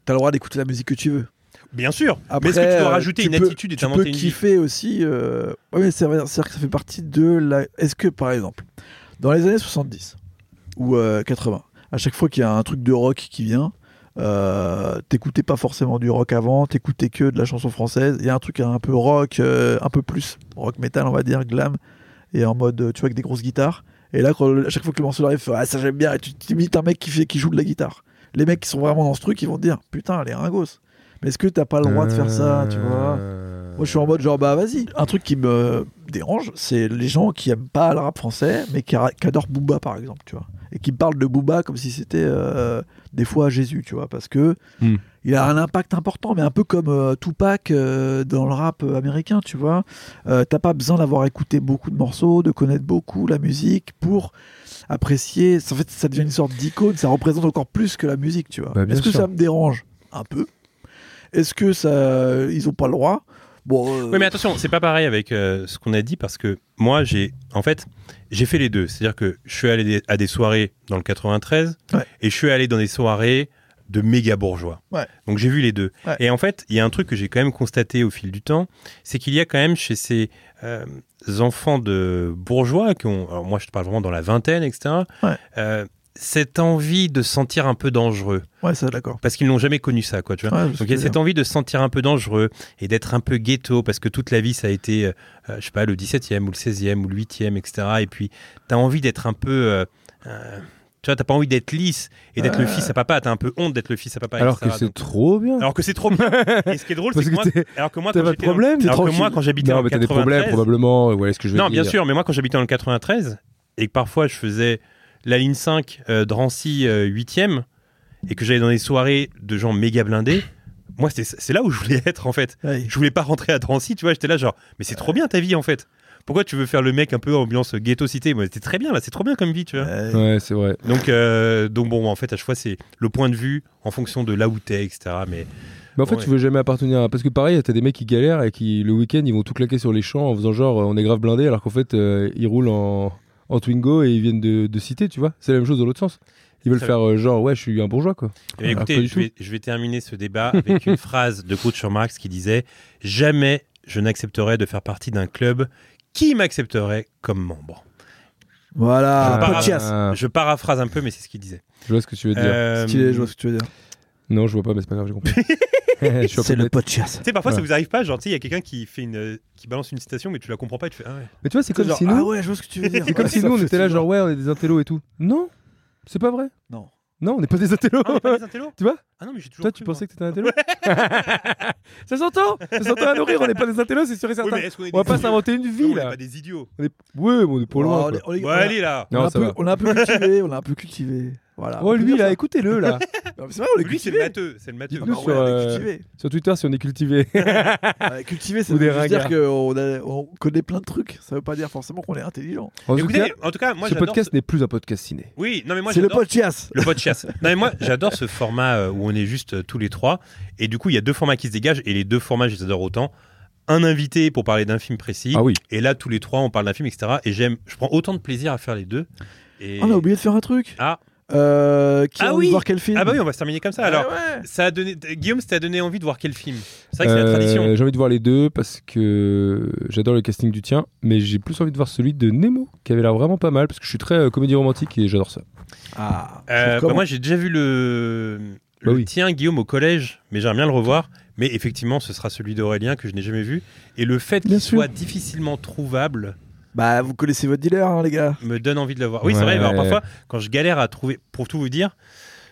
Speaker 3: t'as le droit d'écouter la musique que tu veux.
Speaker 1: Bien sûr,
Speaker 3: Après,
Speaker 1: mais est-ce que tu
Speaker 3: euh,
Speaker 1: dois rajouter
Speaker 3: tu
Speaker 1: une
Speaker 3: peux-
Speaker 1: attitude et
Speaker 3: Tu
Speaker 1: t'inventer
Speaker 3: peux
Speaker 1: une vie
Speaker 3: kiffer aussi. euh, ouais, mais c'est vrai, c'est-à-dire que ça fait partie de la. Est-ce que, par exemple, dans les années 70 ou euh, 80, à chaque fois qu'il y a un truc de rock qui vient, euh, t'écoutais pas forcément du rock avant, t'écoutais que de la chanson française. Il y a un truc un peu rock, euh, un peu plus rock metal, on va dire, glam, et en mode, euh, tu vois, avec des grosses guitares. Et là, quand- à chaque fois que le morceau arrive, tu fais, ah, ça j'aime bien, et tu t'imites un mec qui, fait, qui joue de la guitare. Les mecs qui sont vraiment dans ce truc, ils vont te dire, putain, les ringos. Mais est-ce que t'as pas le droit de faire ça,
Speaker 2: Euh,
Speaker 3: tu vois moi, je suis en mode genre, bah vas-y. Un truc qui me dérange, c'est les gens qui aiment pas le rap français, mais qui, qui adorent Booba, par exemple, tu vois. Et qui parlent de Booba comme si c'était euh, des fois Jésus, tu vois. Parce que
Speaker 2: Hmm.
Speaker 3: il a un impact important, mais un peu comme euh, Tupac euh, dans le rap euh, américain, tu vois. Euh, T'as pas besoin d'avoir écouté beaucoup de morceaux, de connaître beaucoup la musique pour apprécier. En fait, ça devient une sorte d'icône, ça représente encore plus que la musique, tu vois.
Speaker 2: Bah, bien
Speaker 3: Est-ce que
Speaker 2: sûr.
Speaker 3: ça me dérange Un peu. Est-ce que ça, ils ont pas le droit Bon, euh,
Speaker 1: Oui, mais attention, c'est pas pareil avec euh, ce qu'on a dit parce que moi, j'ai en fait, j'ai fait les deux. C'est-à-dire que je suis allé des- à des soirées dans le 93
Speaker 3: Ouais.
Speaker 1: et je suis allé dans des soirées de méga bourgeois.
Speaker 3: Ouais.
Speaker 1: Donc j'ai vu les deux.
Speaker 3: Ouais.
Speaker 1: Et en fait, il y a un truc que j'ai quand même constaté au fil du temps, c'est qu'il y a quand même chez ces euh, enfants de bourgeois qui ont, alors moi je te parle vraiment dans la vingtaine, etc.
Speaker 3: Ouais.
Speaker 1: euh, cette envie de se sentir un peu dangereux
Speaker 3: Ouais, ça, d'accord.
Speaker 1: parce qu'ils n'ont jamais connu ça, quoi. Tu vois.
Speaker 3: Ouais, je
Speaker 1: Donc il y a
Speaker 3: sais
Speaker 1: cette envie de se sentir un peu dangereux et d'être un peu ghetto parce que toute la vie ça a été, euh, euh, je sais pas, le 17e ou le 16e ou le 8e, etc. Et puis t'as envie d'être un peu. euh, euh, tu vois, t'as pas envie d'être lisse et d'être le fils à papa. T'as un peu honte d'être le fils à papa.
Speaker 2: Euh. Alors que
Speaker 1: etc.
Speaker 2: c'est
Speaker 1: Donc-
Speaker 2: trop bien.
Speaker 1: alors que c'est trop bien. Et ce qui est drôle, c'est
Speaker 2: Parce
Speaker 1: que,
Speaker 2: que
Speaker 1: moi,
Speaker 2: t'es-
Speaker 1: alors que moi,
Speaker 2: t'as
Speaker 1: quand
Speaker 2: pas de
Speaker 1: j'étais dans-
Speaker 2: problème, t'es
Speaker 1: alors que moi,
Speaker 2: tranquille.
Speaker 1: quand j'habitais
Speaker 2: Non,
Speaker 1: dans
Speaker 2: mais
Speaker 1: le
Speaker 2: t'as des problèmes
Speaker 1: 93,
Speaker 2: probablement. Voilà ce que je veux
Speaker 1: non,
Speaker 2: dire.
Speaker 1: bien sûr, mais moi quand j'habitais dans le 93 et que parfois je faisais la ligne 5 euh, Drancy euh, 8e et que j'allais dans des soirées de gens méga blindés, moi c'est c'est là où je voulais être en fait.
Speaker 3: pas. Ouais.
Speaker 1: Je voulais pas rentrer à Drancy, tu vois, j'étais là genre mais c'est trop bien ta vie en fait. Pourquoi tu veux faire le mec un peu ambiance ghetto cité Moi c'est très bien là, c'est trop bien comme vie, tu vois.
Speaker 3: Ouais.
Speaker 2: Ouais, c'est vrai.
Speaker 1: Donc euh, donc bon en fait à chaque fois c'est le point de vue en fonction de là où t'es etc. Mais
Speaker 2: Mais en fait,
Speaker 1: Ouais.
Speaker 2: tu veux jamais appartenir à. Parce que pareil, t'as des mecs qui galèrent et qui, le week-end, ils vont tout claquer sur les champs en faisant genre, euh, on est grave blindé, alors qu'en fait, euh, ils roulent en, en Twingo et ils viennent de, de cité, tu vois. C'est la même chose dans l'autre sens. Ils veulent
Speaker 1: Ça-
Speaker 2: faire euh, genre, ouais, je suis un bourgeois, quoi.
Speaker 1: Eh bien,
Speaker 2: Alors, pas
Speaker 1: écoutez,
Speaker 2: du
Speaker 1: je vais, je vais terminer ce débat avec une phrase de Groucho Marx qui disait Jamais je n'accepterai de faire partie d'un club qui m'accepterait comme membre.
Speaker 3: Voilà,
Speaker 1: Je pars à-
Speaker 3: podcast.
Speaker 2: Ah,
Speaker 1: Je paraphrase un peu, mais c'est ce qu'il disait.
Speaker 2: je vois ce que tu veux dire.
Speaker 1: Euh,
Speaker 3: Stylé, je vois ce que tu veux dire.
Speaker 2: Non, je vois pas, mais c'est pas grave, j'ai compris. Je suis un peu
Speaker 3: C'est le
Speaker 2: bête.
Speaker 3: podcast.
Speaker 1: Tu sais, parfois, ça
Speaker 2: Ouais.
Speaker 1: vous arrive pas, genre, tu sais, il y a quelqu'un qui, fait une, euh, qui balance une citation, mais tu la comprends pas et tu fais Ah ouais.
Speaker 2: Mais tu vois, c'est comme
Speaker 3: Genre,
Speaker 2: si nous,
Speaker 3: ah ouais, je vois ce que tu veux dire.
Speaker 2: c'est comme
Speaker 3: Ouais,
Speaker 2: si
Speaker 3: ça
Speaker 2: nous, on
Speaker 3: fait
Speaker 2: était là,
Speaker 3: plaisir.
Speaker 2: genre, ouais, on est des intellos et tout. Non, c'est pas vrai.
Speaker 3: Non.
Speaker 2: Non, on n'est pas des intellos.
Speaker 1: Ah, on est pas des intellos
Speaker 2: Tu vois
Speaker 1: Ah non, mais j'ai toujours.
Speaker 2: Toi, tu pensais que t'étais un intello Ça s'entend Ça s'entend à nourrir, on n'est pas des intellos, c'est sûr et certain. On va pas s'inventer une vie,
Speaker 1: On est
Speaker 2: là.
Speaker 1: pas des idiots.
Speaker 2: On est... Ouais, mais on est pas
Speaker 3: Oh,
Speaker 2: loin.
Speaker 3: on
Speaker 2: quoi.
Speaker 3: est- on est-
Speaker 1: Bon,
Speaker 3: on a-
Speaker 1: allez là
Speaker 3: on a
Speaker 2: Non,
Speaker 3: un
Speaker 2: ça
Speaker 3: peu-
Speaker 2: va.
Speaker 3: On a un peu cultivé, on a un peu cultivé. Voilà.
Speaker 2: Oh,
Speaker 3: On peut
Speaker 2: lui,
Speaker 3: dire
Speaker 2: là,
Speaker 3: ça.
Speaker 2: écoutez-le, là.
Speaker 3: Non, mais C'est vrai, on est
Speaker 1: Lui, c'est le
Speaker 3: cultivé.
Speaker 1: matheux. C'est le matheux.
Speaker 2: Dites-nous
Speaker 3: Ah bah
Speaker 2: sur,
Speaker 3: ouais, on est
Speaker 2: euh,
Speaker 3: cultivé.
Speaker 2: Sur Twitter, si on est cultivé.
Speaker 3: Ouais, cultivé, ça
Speaker 2: Ou
Speaker 3: veut
Speaker 2: des
Speaker 3: juste dire
Speaker 2: ringards.
Speaker 3: qu'on a- on connaît plein de trucs. Ça veut pas dire forcément qu'on est intelligent.
Speaker 2: en tout
Speaker 1: Écoutez,
Speaker 2: cas,
Speaker 1: en tout cas, moi,
Speaker 2: ce
Speaker 1: j'adore
Speaker 2: podcast n'est plus un podcast ciné.
Speaker 1: Oui, non, mais moi,
Speaker 3: C'est le
Speaker 1: j'adore
Speaker 3: podcast.
Speaker 1: Le podcast. Non, mais moi, j'adore ce format euh, où on est juste euh, tous les trois. Et du coup, il y a deux formats qui se dégagent. Et les deux formats, je les adore autant. Un invité pour parler d'un film précis.
Speaker 2: Ah oui.
Speaker 1: Et là, tous les trois, on parle d'un film, etc. Et j'aime, je prends autant de plaisir à faire les deux. Et...
Speaker 3: Ah, On a oublié de faire un truc.
Speaker 1: Ah.
Speaker 3: Euh, qui
Speaker 1: Ah
Speaker 3: a envie
Speaker 1: oui.
Speaker 3: de voir quel film
Speaker 1: Ah bah oui, on va se terminer comme ça. Alors,
Speaker 3: Ah ouais.
Speaker 1: ça a donné... Guillaume, ça t'a donné envie de voir quel film C'est vrai que c'est la
Speaker 2: Euh,
Speaker 1: tradition.
Speaker 2: J'ai envie de voir les deux parce que j'adore le casting du tien, mais j'ai plus envie de voir celui de Nemo, qui avait l'air vraiment pas mal, parce que je suis très euh, comédie romantique et j'adore ça.
Speaker 3: Ah,
Speaker 1: Euh,
Speaker 3: comment-
Speaker 1: bah, moi, j'ai déjà vu le... le
Speaker 2: Bah oui.
Speaker 1: tien, Guillaume, au collège, mais j'aimerais bien le revoir. Mais effectivement, ce sera celui d'Aurélien que je n'ai jamais vu. Et le fait qu'il
Speaker 3: Bien sûr.
Speaker 1: soit difficilement trouvable
Speaker 3: Bah, vous connaissez votre dealer, hein, les gars.
Speaker 1: me donne envie de le voir. Oui, c'est
Speaker 2: Ouais,
Speaker 1: vrai. alors
Speaker 2: ouais,
Speaker 1: parfois, quand je galère à trouver, pour tout vous dire,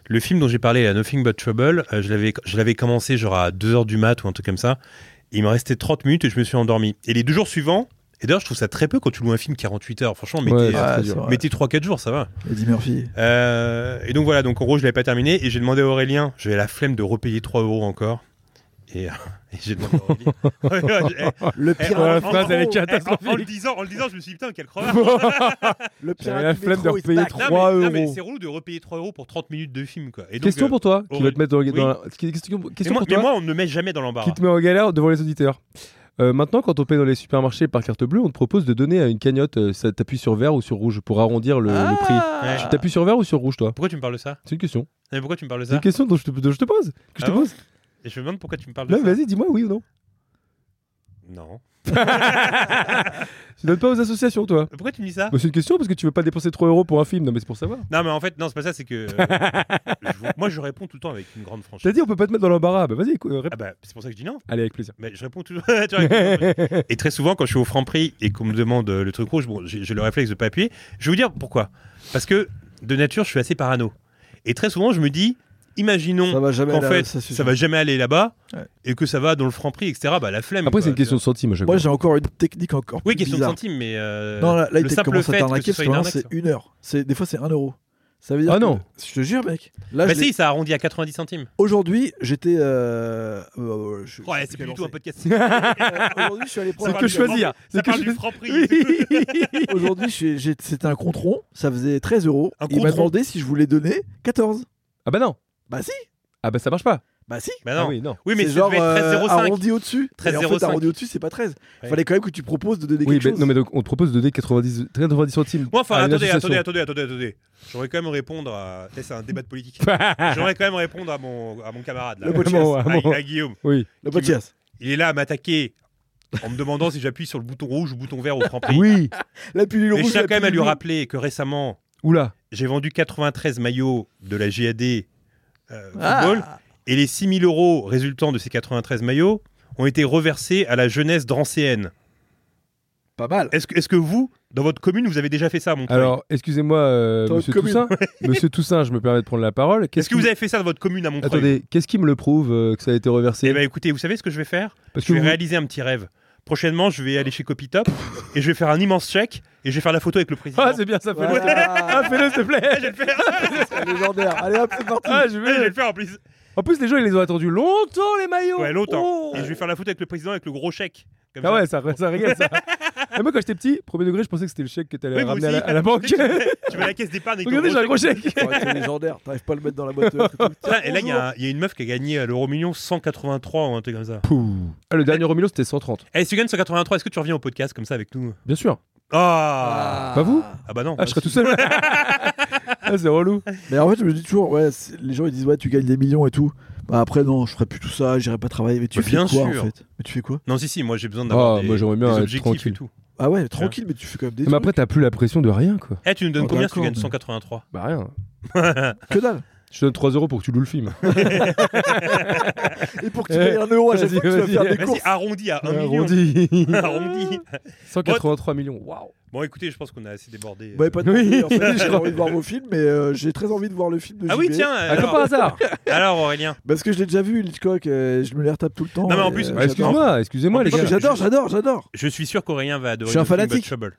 Speaker 1: le film dont j'ai parlé, là, Nothing But Trouble, euh, je l'avais- je l'avais commencé genre à 2h du mat ou un truc comme ça. Il me restait 30 minutes et je me suis endormi. Et les deux jours suivants, et d'ailleurs, je trouve ça très peu quand tu loues un film 48 heures. Franchement, mettez, euh,
Speaker 2: Ouais, c'est
Speaker 3: Ah,
Speaker 2: très
Speaker 3: c'est
Speaker 2: dur.
Speaker 3: vrai.
Speaker 1: mettez 3-4 jours, ça va.
Speaker 3: Eddie Murphy.
Speaker 1: Euh, et donc voilà, donc en gros, je l'avais pas terminé et j'ai demandé à Aurélien, j'avais la flemme de repayer 3 euros encore. Et, euh, et j'ai demandé à Aurélien. Ouais, ouais,
Speaker 3: Le
Speaker 1: eh, eh,
Speaker 3: pirate,
Speaker 1: en-
Speaker 2: la
Speaker 1: en-
Speaker 2: phrase, elle est
Speaker 1: en-
Speaker 2: catastrophique.
Speaker 1: en- en le disant, en le disant, je me suis dit, putain, quel crevard.
Speaker 3: le pirate
Speaker 2: J'avais la
Speaker 3: du
Speaker 2: flemme de
Speaker 3: métro, il se
Speaker 2: repayer
Speaker 3: tacle.
Speaker 2: trop.
Speaker 1: Non,
Speaker 2: 3
Speaker 1: mais, non, mais
Speaker 2: euros.
Speaker 1: c'est relou de repayer 3 euros pour 30 minutes de film. Quoi. Et donc,
Speaker 2: Question
Speaker 1: euh,
Speaker 2: pour toi, qui va
Speaker 1: Aurélien-
Speaker 2: te mettre dans, le- dans
Speaker 1: Oui.
Speaker 2: la- que- Question,
Speaker 1: mais
Speaker 2: question
Speaker 1: moi,
Speaker 2: pour
Speaker 1: mais
Speaker 2: toi,
Speaker 1: moi, bah. on ne me met jamais dans l'embarras.
Speaker 2: qui te met en galère devant les auditeurs. Euh, maintenant, quand on paye dans les supermarchés par carte bleue, on te propose de donner à une cagnotte. euh, ça T'appuies sur vert ou sur rouge pour arrondir le, le prix.
Speaker 1: Ouais.
Speaker 3: Ah,
Speaker 1: Tu
Speaker 2: T'appuies sur vert ou sur rouge, toi
Speaker 1: Pourquoi tu me parles de ça
Speaker 2: C'est une question.
Speaker 1: Mais Pourquoi tu me parles de
Speaker 2: C'est
Speaker 1: ça
Speaker 2: une question dont je te, dont je te pose. Que je
Speaker 1: Ah
Speaker 2: te
Speaker 1: bon
Speaker 2: pose.
Speaker 1: Et je me demande pourquoi tu me parles de
Speaker 2: Là,
Speaker 1: ça.
Speaker 2: vas-y, dis-moi oui ou non.
Speaker 1: Non.
Speaker 2: Tu donnes pas aux associations, toi
Speaker 1: Pourquoi tu me dis ça
Speaker 2: Bah, C'est une question parce que tu veux pas dépenser 3 euros pour un film. Non, mais c'est pour savoir.
Speaker 1: Non, mais en fait, non, c'est pas ça. C'est que euh, je- moi, je réponds tout le temps avec une grande franchise.
Speaker 2: T'as dit, on peut pas te mettre dans l'embarras. Bah, vas-y, écou- euh, réponds.
Speaker 1: Ah bah, c'est pour ça que je dis non.
Speaker 2: Allez, avec plaisir.
Speaker 1: Mais je réponds toujours. tu vois, Et très souvent, quand je suis au franc prix et qu'on me demande euh, le truc rouge, bon, j'ai j'ai le réflexe de pas appuyer. Je vais vous dire pourquoi. Parce que de nature, je suis assez parano. Et très souvent, je me dis, imaginons
Speaker 3: ça va jamais.
Speaker 1: qu'en
Speaker 3: là,
Speaker 1: fait, ça,
Speaker 3: ça suffit.
Speaker 1: va jamais aller là-bas
Speaker 3: Ouais.
Speaker 1: et que ça va dans le franc prix, etc. Bah, la flemme.
Speaker 2: Après, c'est
Speaker 1: quoi,
Speaker 2: une
Speaker 1: tu
Speaker 2: question
Speaker 1: vois.
Speaker 2: de centimes à chaque
Speaker 3: Moi,
Speaker 2: fois.
Speaker 3: j'ai encore une technique encore plus
Speaker 1: Oui, question
Speaker 3: bizarre.
Speaker 1: de centimes, mais. euh,
Speaker 3: Non, là, là
Speaker 1: le
Speaker 3: il
Speaker 1: simple
Speaker 3: commence à
Speaker 1: fait que
Speaker 3: t'arnaquer
Speaker 1: ce
Speaker 3: parce
Speaker 1: soit
Speaker 3: que
Speaker 1: une
Speaker 3: maintenant,
Speaker 1: arnaque,
Speaker 3: c'est
Speaker 1: ça.
Speaker 3: une heure. C'est- Des fois, c'est un euro. Ça veut dire
Speaker 2: Ah
Speaker 3: que-
Speaker 2: non.
Speaker 3: Je te jure, mec. Là,
Speaker 1: Bah
Speaker 3: je l'ai-
Speaker 1: si, ça arrondit à 90 centimes.
Speaker 3: Aujourd'hui, j'étais. euh, euh, je- je
Speaker 1: Ouais,
Speaker 3: sais
Speaker 1: c'est plus
Speaker 3: plus
Speaker 1: du
Speaker 3: quel
Speaker 1: tout un
Speaker 3: enseigne.
Speaker 1: podcast.
Speaker 3: Euh, Aujourd'hui, je suis allé prendre.
Speaker 2: C'est
Speaker 1: Ça
Speaker 2: que
Speaker 1: parle du
Speaker 2: choisir.
Speaker 1: Ça
Speaker 2: C'est que
Speaker 1: parle du
Speaker 2: choisir.
Speaker 1: franc prix.
Speaker 3: Aujourd'hui, je suis- j'ai- c'était un contron. Ça faisait 13 euros.
Speaker 1: Un
Speaker 3: Et Il m'a
Speaker 1: contron.
Speaker 3: demandé si je voulais donner 14.
Speaker 2: Ah bah non.
Speaker 3: Bah si.
Speaker 2: Ah bah ça marche pas.
Speaker 3: Bah si.
Speaker 1: Bah
Speaker 2: Ah
Speaker 1: non.
Speaker 2: oui, non.
Speaker 1: Oui, mais
Speaker 3: c'est
Speaker 1: ça
Speaker 3: genre
Speaker 1: devait être
Speaker 3: euh,
Speaker 1: 13,05.
Speaker 3: arrondi au-dessus. Et en
Speaker 1: 13,05.
Speaker 3: fait, arrondi au-dessus, c'est pas 13.
Speaker 1: Ouais.
Speaker 3: Fallait quand même que tu proposes de donner
Speaker 2: Oui,
Speaker 3: quelque
Speaker 2: mais,
Speaker 3: chose.
Speaker 2: non, mais donc on te propose de donner 90, 90 centimes.
Speaker 1: Moi, enfin,
Speaker 2: à Ah, une
Speaker 1: attendez,
Speaker 2: association.
Speaker 1: attendez, attendez, attendez, attendez. J'aurais quand même répondre à. Eh, C'est un débat de politique. J'aurais quand même répondre à mon, à mon camarade, là.
Speaker 3: Le podcast.
Speaker 2: Bon, ah
Speaker 1: à,
Speaker 2: bon.
Speaker 1: à Guillaume.
Speaker 2: Oui.
Speaker 3: Le podcast.
Speaker 1: Il est là à m'attaquer en me demandant si j'appuie sur le bouton rouge ou bouton vert au franc prix.
Speaker 2: Oui.
Speaker 3: La pilule
Speaker 1: Et
Speaker 3: rouge.
Speaker 1: je tiens
Speaker 3: la
Speaker 1: quand même à lui
Speaker 3: pilule bleue.
Speaker 1: rappeler que récemment,
Speaker 2: Oula.
Speaker 1: j'ai vendu 93 maillots de la JAD euh, football
Speaker 3: Ah,
Speaker 1: et les 6000 euros résultants de ces 93 maillots ont été reversés à la jeunesse drancéenne.
Speaker 3: pas mal.
Speaker 1: Est-ce que, est-ce que vous, dans votre commune, vous avez déjà fait ça, mon
Speaker 2: Alors, excusez-moi, euh,
Speaker 3: T'as
Speaker 2: monsieur
Speaker 3: autre
Speaker 2: Toussaint. monsieur Toussaint, je me permets de prendre la parole.
Speaker 1: Est-ce que vous avez fait ça dans votre commune à Montreuil
Speaker 2: Attendez, qu'est-ce qui me le prouve euh, que ça a été reversé
Speaker 1: Eh bien, écoutez, vous savez ce que je vais faire
Speaker 2: Parce
Speaker 1: Je
Speaker 2: que
Speaker 1: vais
Speaker 2: vous-
Speaker 1: réaliser un petit rêve. Prochainement, je vais aller chez Copytop et je vais faire un immense chèque et je vais faire la photo avec le président. Eh,
Speaker 2: Ah, c'est bien, ça fait le. Ah,
Speaker 3: Voilà.
Speaker 2: fais-le, s'il te plaît.
Speaker 1: je vais le faire.
Speaker 3: C'est légendaire. Allez hop, c'est parti.
Speaker 2: Ah, je
Speaker 1: Ouais, je vais
Speaker 2: vais.
Speaker 1: le faire en plus.
Speaker 2: En plus, les gens, ils les ont attendus longtemps, les maillots.
Speaker 1: Ouais, longtemps.
Speaker 2: Oh.
Speaker 1: Et je vais faire la photo avec le président avec le gros chèque. Comme
Speaker 2: Ah
Speaker 1: ça.
Speaker 2: ouais, ça, ça régale ça. Et moi, quand j'étais petit, premier degré, je pensais que c'était le chèque que t'allais
Speaker 1: Oui, moi
Speaker 2: ramener à
Speaker 1: aussi.
Speaker 2: la, à la banque.
Speaker 1: Tu vas tu vas à la caisse d'épargne avec ton
Speaker 2: Regardez, j'ai
Speaker 1: gros
Speaker 2: un
Speaker 1: chèque.
Speaker 2: gros chèque.
Speaker 3: Ça aurait été légendaire. T'arrives pas à le mettre dans la boîte. euh, truc.
Speaker 1: Putain, et là, il y, a un- il y a une meuf qui a gagné à l'euro million 183 ou un truc comme ça.
Speaker 2: Pouh. Ah, le dernier Romilo, c'était 130.
Speaker 1: Eh, si tu gagnes 183, est-ce que tu reviens au podcast comme ça avec nous
Speaker 2: Bien sûr.
Speaker 1: Ah
Speaker 2: Pas vous
Speaker 1: Ah bah non.
Speaker 2: Ah, je serais tout seul. ah, c'est relou.
Speaker 3: Mais en fait, je me dis toujours, ouais, c'est- les gens ils disent, ouais, tu gagnes des millions et tout. Bah après, non, je ferai plus tout ça, j'irai pas travailler. Mais tu
Speaker 1: Mais
Speaker 3: fais
Speaker 1: Bah, bien
Speaker 3: quoi
Speaker 1: sûr.
Speaker 3: en fait Mais tu fais quoi
Speaker 1: Non, si, si, moi j'ai besoin d'avoir
Speaker 2: Ah,
Speaker 1: des,
Speaker 2: moi, j'aimerais bien
Speaker 1: des
Speaker 2: être
Speaker 1: objectifs
Speaker 2: tranquille.
Speaker 1: et tout.
Speaker 3: Ah ouais, tranquille, mais tu fais quand même des
Speaker 2: Mais après, t'as plus la pression de rien, quoi.
Speaker 1: Eh, tu nous donnes
Speaker 3: Oh,
Speaker 1: combien si tu
Speaker 3: d'accord,
Speaker 1: gagnes
Speaker 3: mais-
Speaker 1: 183
Speaker 2: Bah, rien.
Speaker 3: trucs. Que dalle
Speaker 2: Je te donne 3 euros pour que tu loues le film.
Speaker 3: Et pour que tu
Speaker 2: Eh,
Speaker 3: payes un euro à chaque
Speaker 2: vas-y,
Speaker 3: fois que tu vas
Speaker 2: vas-y.
Speaker 3: faire des
Speaker 1: Vas-y,
Speaker 3: courses.
Speaker 1: arrondi à 1 million.
Speaker 2: Arrondi.
Speaker 1: Arrondi.
Speaker 2: 183 millions. Waouh.
Speaker 1: Bon, écoutez, je pense qu'on a assez débordé.
Speaker 3: Bah, pas de
Speaker 2: Oui.
Speaker 3: oui. en fait, j'ai envie de voir vos films, mais euh, j'ai très envie de voir le film de
Speaker 1: ah oui,
Speaker 3: JB.
Speaker 1: tiens
Speaker 2: Ah, comme par
Speaker 1: alors,
Speaker 2: hasard.
Speaker 1: alors, Aurélien,
Speaker 3: Parce que je l'ai déjà vu, Hitchcock, euh, je me les retape tout le temps.
Speaker 1: Non, mais en
Speaker 3: et,
Speaker 1: plus,
Speaker 3: euh,
Speaker 2: Ah,
Speaker 3: j'adore.
Speaker 2: excusez-moi, excusez-moi,
Speaker 1: En
Speaker 2: les
Speaker 1: plus,
Speaker 2: gars.
Speaker 1: j'ai-
Speaker 3: J'adore, j'adore, j'adore.
Speaker 1: je suis sûr qu'Aurélien va adorer.
Speaker 3: Je suis un
Speaker 1: Nothing But
Speaker 3: fanatique.
Speaker 1: Trouble.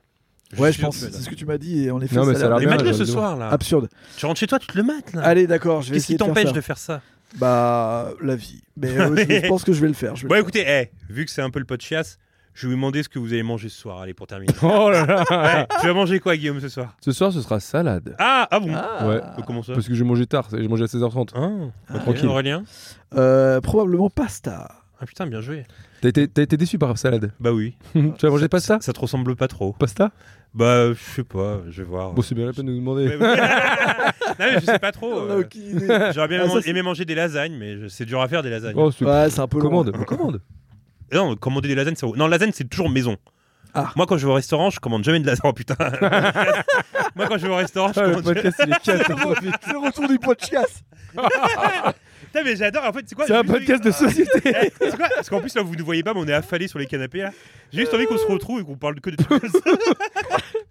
Speaker 3: Ouais,
Speaker 1: suis
Speaker 3: je
Speaker 1: sûr
Speaker 3: pense,
Speaker 1: que tu vas
Speaker 3: c'est ce que tu m'as dit, et en effet,
Speaker 2: Non, mais ça a l'air Ah.
Speaker 1: Mais
Speaker 2: bien,
Speaker 1: mate-le
Speaker 2: je vais
Speaker 1: ce
Speaker 2: le
Speaker 1: soir là.
Speaker 3: absurde.
Speaker 1: Tu rentres chez toi, tu te le mates là.
Speaker 3: Ah. Allez, d'accord, je vais
Speaker 1: Qu'est-ce qui
Speaker 3: essayer de faire
Speaker 1: t'empêche
Speaker 3: ça.
Speaker 1: de faire ça
Speaker 3: Bah, la vie. Mais euh, je je pense que je vais le faire. je vais
Speaker 1: Bon,
Speaker 3: le
Speaker 1: écoutez, eh, vu que c'est un peu le pot de chiasse, je vais vous demander ce que vous allez manger ce soir. Allez, pour terminer.
Speaker 2: Oh là là.
Speaker 1: Ouais, tu vas manger quoi, Guillaume, ce soir
Speaker 2: Ce soir, ce sera salade.
Speaker 1: Ah, ah bon
Speaker 3: Ah.
Speaker 2: Ouais.
Speaker 1: Euh, Comment ça
Speaker 2: Parce que j'ai mangé tard, j'ai mangé à 16h30.
Speaker 1: Ah, ok,
Speaker 2: tranquille.
Speaker 1: Aurélien
Speaker 3: Euh, probablement pasta.
Speaker 1: Ah putain, bien joué.
Speaker 2: T'as été, t'as été déçu par salade
Speaker 1: Bah oui.
Speaker 2: Tu as mangé pasta
Speaker 1: Ça te ressemble pas trop.
Speaker 2: Pasta
Speaker 1: Bah, je sais pas, je vais voir.
Speaker 2: Bon, c'est bien la peine de nous
Speaker 1: Ouais,
Speaker 2: demander.
Speaker 1: ouais. non, mais je sais pas trop.
Speaker 3: On a
Speaker 1: euh.
Speaker 3: aucune idée.
Speaker 1: J'aurais bien
Speaker 3: Ah, ça,
Speaker 1: man-
Speaker 3: c'est-
Speaker 1: aimé manger des lasagnes, mais je- c'est dur à faire des lasagnes.
Speaker 2: Oh, c'est
Speaker 3: ouais, c'est un peu long.
Speaker 2: commande, commande.
Speaker 1: Et Non, commander des lasagnes, c'est... Non, lasagne, c'est toujours maison.
Speaker 3: Ah.
Speaker 1: Moi, quand je vais au restaurant, je commande jamais de lasagne. Oh putain Moi, quand je vais au restaurant, je
Speaker 2: Ah, le
Speaker 1: commande...
Speaker 2: podcast, il est catastrophique.
Speaker 3: Le retour du pot de chiasse.
Speaker 1: Putain, mais j'adore. En fait, c'est quoi
Speaker 2: C'est
Speaker 1: j'ai
Speaker 2: un
Speaker 1: juste envie-
Speaker 2: podcast de société.
Speaker 1: Eh, c'est quoi Parce qu'en plus, là, vous ne voyez pas, mais on est affalés sur les canapés. là. J'ai juste envie qu'on se retrouve et qu'on parle que de trucs comme ça.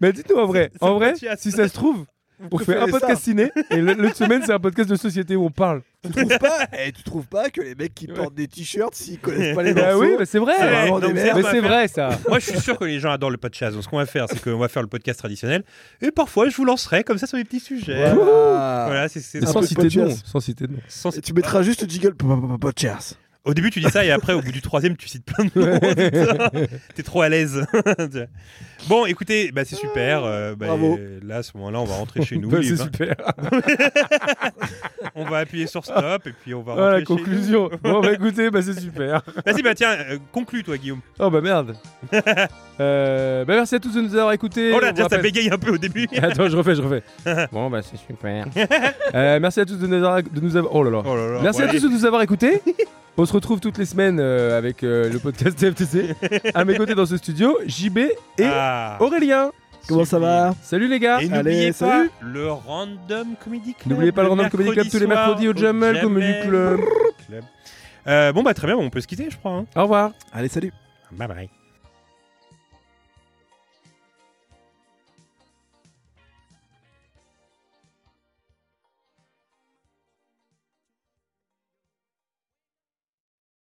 Speaker 2: Mais dites-nous en vrai,
Speaker 1: C'est un
Speaker 2: en vrai,
Speaker 1: podcast.
Speaker 2: si ça se trouve, on fait un
Speaker 3: préférez ça.
Speaker 2: podcast ciné et le- l'autre semaine c'est un podcast de société où on parle.
Speaker 3: Tu trouves pas Eh, tu trouves pas que les mecs qui portent des t-shirts s'ils connaissent pas les
Speaker 1: Ah
Speaker 3: morceaux
Speaker 2: Bah oui, mais c'est
Speaker 1: C'est
Speaker 2: vrai.
Speaker 1: vrai,
Speaker 3: vraiment des
Speaker 1: donc
Speaker 3: merdes.
Speaker 1: c'est
Speaker 2: Mais
Speaker 1: pas
Speaker 2: c'est
Speaker 1: fait.
Speaker 2: vrai ça.
Speaker 1: Moi, je suis sûr que les gens adorent le podcast. Donc, ce qu'on va faire, c'est qu'on va faire le podcast traditionnel. Et parfois, je vous lancerai comme ça sur des petits sujets.
Speaker 2: Voilà.
Speaker 1: Voilà, c'est c'est
Speaker 2: Mais
Speaker 3: Un
Speaker 2: sans
Speaker 3: peu de
Speaker 2: citer de nom,
Speaker 3: podcast.
Speaker 2: sans citer de nom.
Speaker 1: sans-
Speaker 3: Et tu mettras juste le jingle po- po- po- podcast.
Speaker 1: Au début, tu dis ça, et après, au bout du troisième, tu cites plein de noms. putain. T'es trop à l'aise. Tu vois. bon, écoutez, bah, c'est super. euh, bah,
Speaker 3: Bravo.
Speaker 1: euh, Là, à ce moment-là, on va rentrer chez nous.
Speaker 2: Bah,
Speaker 1: les
Speaker 2: c'est
Speaker 1: vins-
Speaker 2: super.
Speaker 1: on va appuyer sur stop, et puis on va rentrer
Speaker 2: Ah, la
Speaker 1: chez nous.
Speaker 2: conclusion. Bon bah écoutez, bah c'est super.
Speaker 1: Vas-y, bah tiens, euh, conclue, toi, Guillaume.
Speaker 2: Oh bah merde. Euh, bah merci à tous de nous avoir écoutés.
Speaker 1: oh là,
Speaker 2: On
Speaker 1: déjà, ça
Speaker 2: rappelle-
Speaker 1: bégaye un peu au début.
Speaker 2: Attends, je refais, je refais. Bon bah c'est super. Euh, merci à tous de nous avoir. de nous avoir- Oh là là.
Speaker 1: Oh là là,
Speaker 2: Merci
Speaker 1: bon,
Speaker 2: à
Speaker 1: allez.
Speaker 2: tous de nous avoir écoutés. On se retrouve toutes les semaines euh, avec euh, le podcast TFTC. à mes côtés dans ce studio, JB et
Speaker 1: Ah,
Speaker 2: Aurélien.
Speaker 3: Comment ça va
Speaker 2: Salut les gars.
Speaker 1: Et
Speaker 3: Allez,
Speaker 1: n'oubliez pas
Speaker 3: salut.
Speaker 1: le Random Comedy Club.
Speaker 2: N'oubliez pas le Random Comedy Club
Speaker 1: mercredi
Speaker 2: tous les
Speaker 1: soir
Speaker 2: mercredis au Jamel Comedy Club.
Speaker 1: Club. Euh, bon, bah très bien, on peut se quitter, je crois. hein.
Speaker 2: Au revoir.
Speaker 3: Allez, salut
Speaker 1: Bye bye.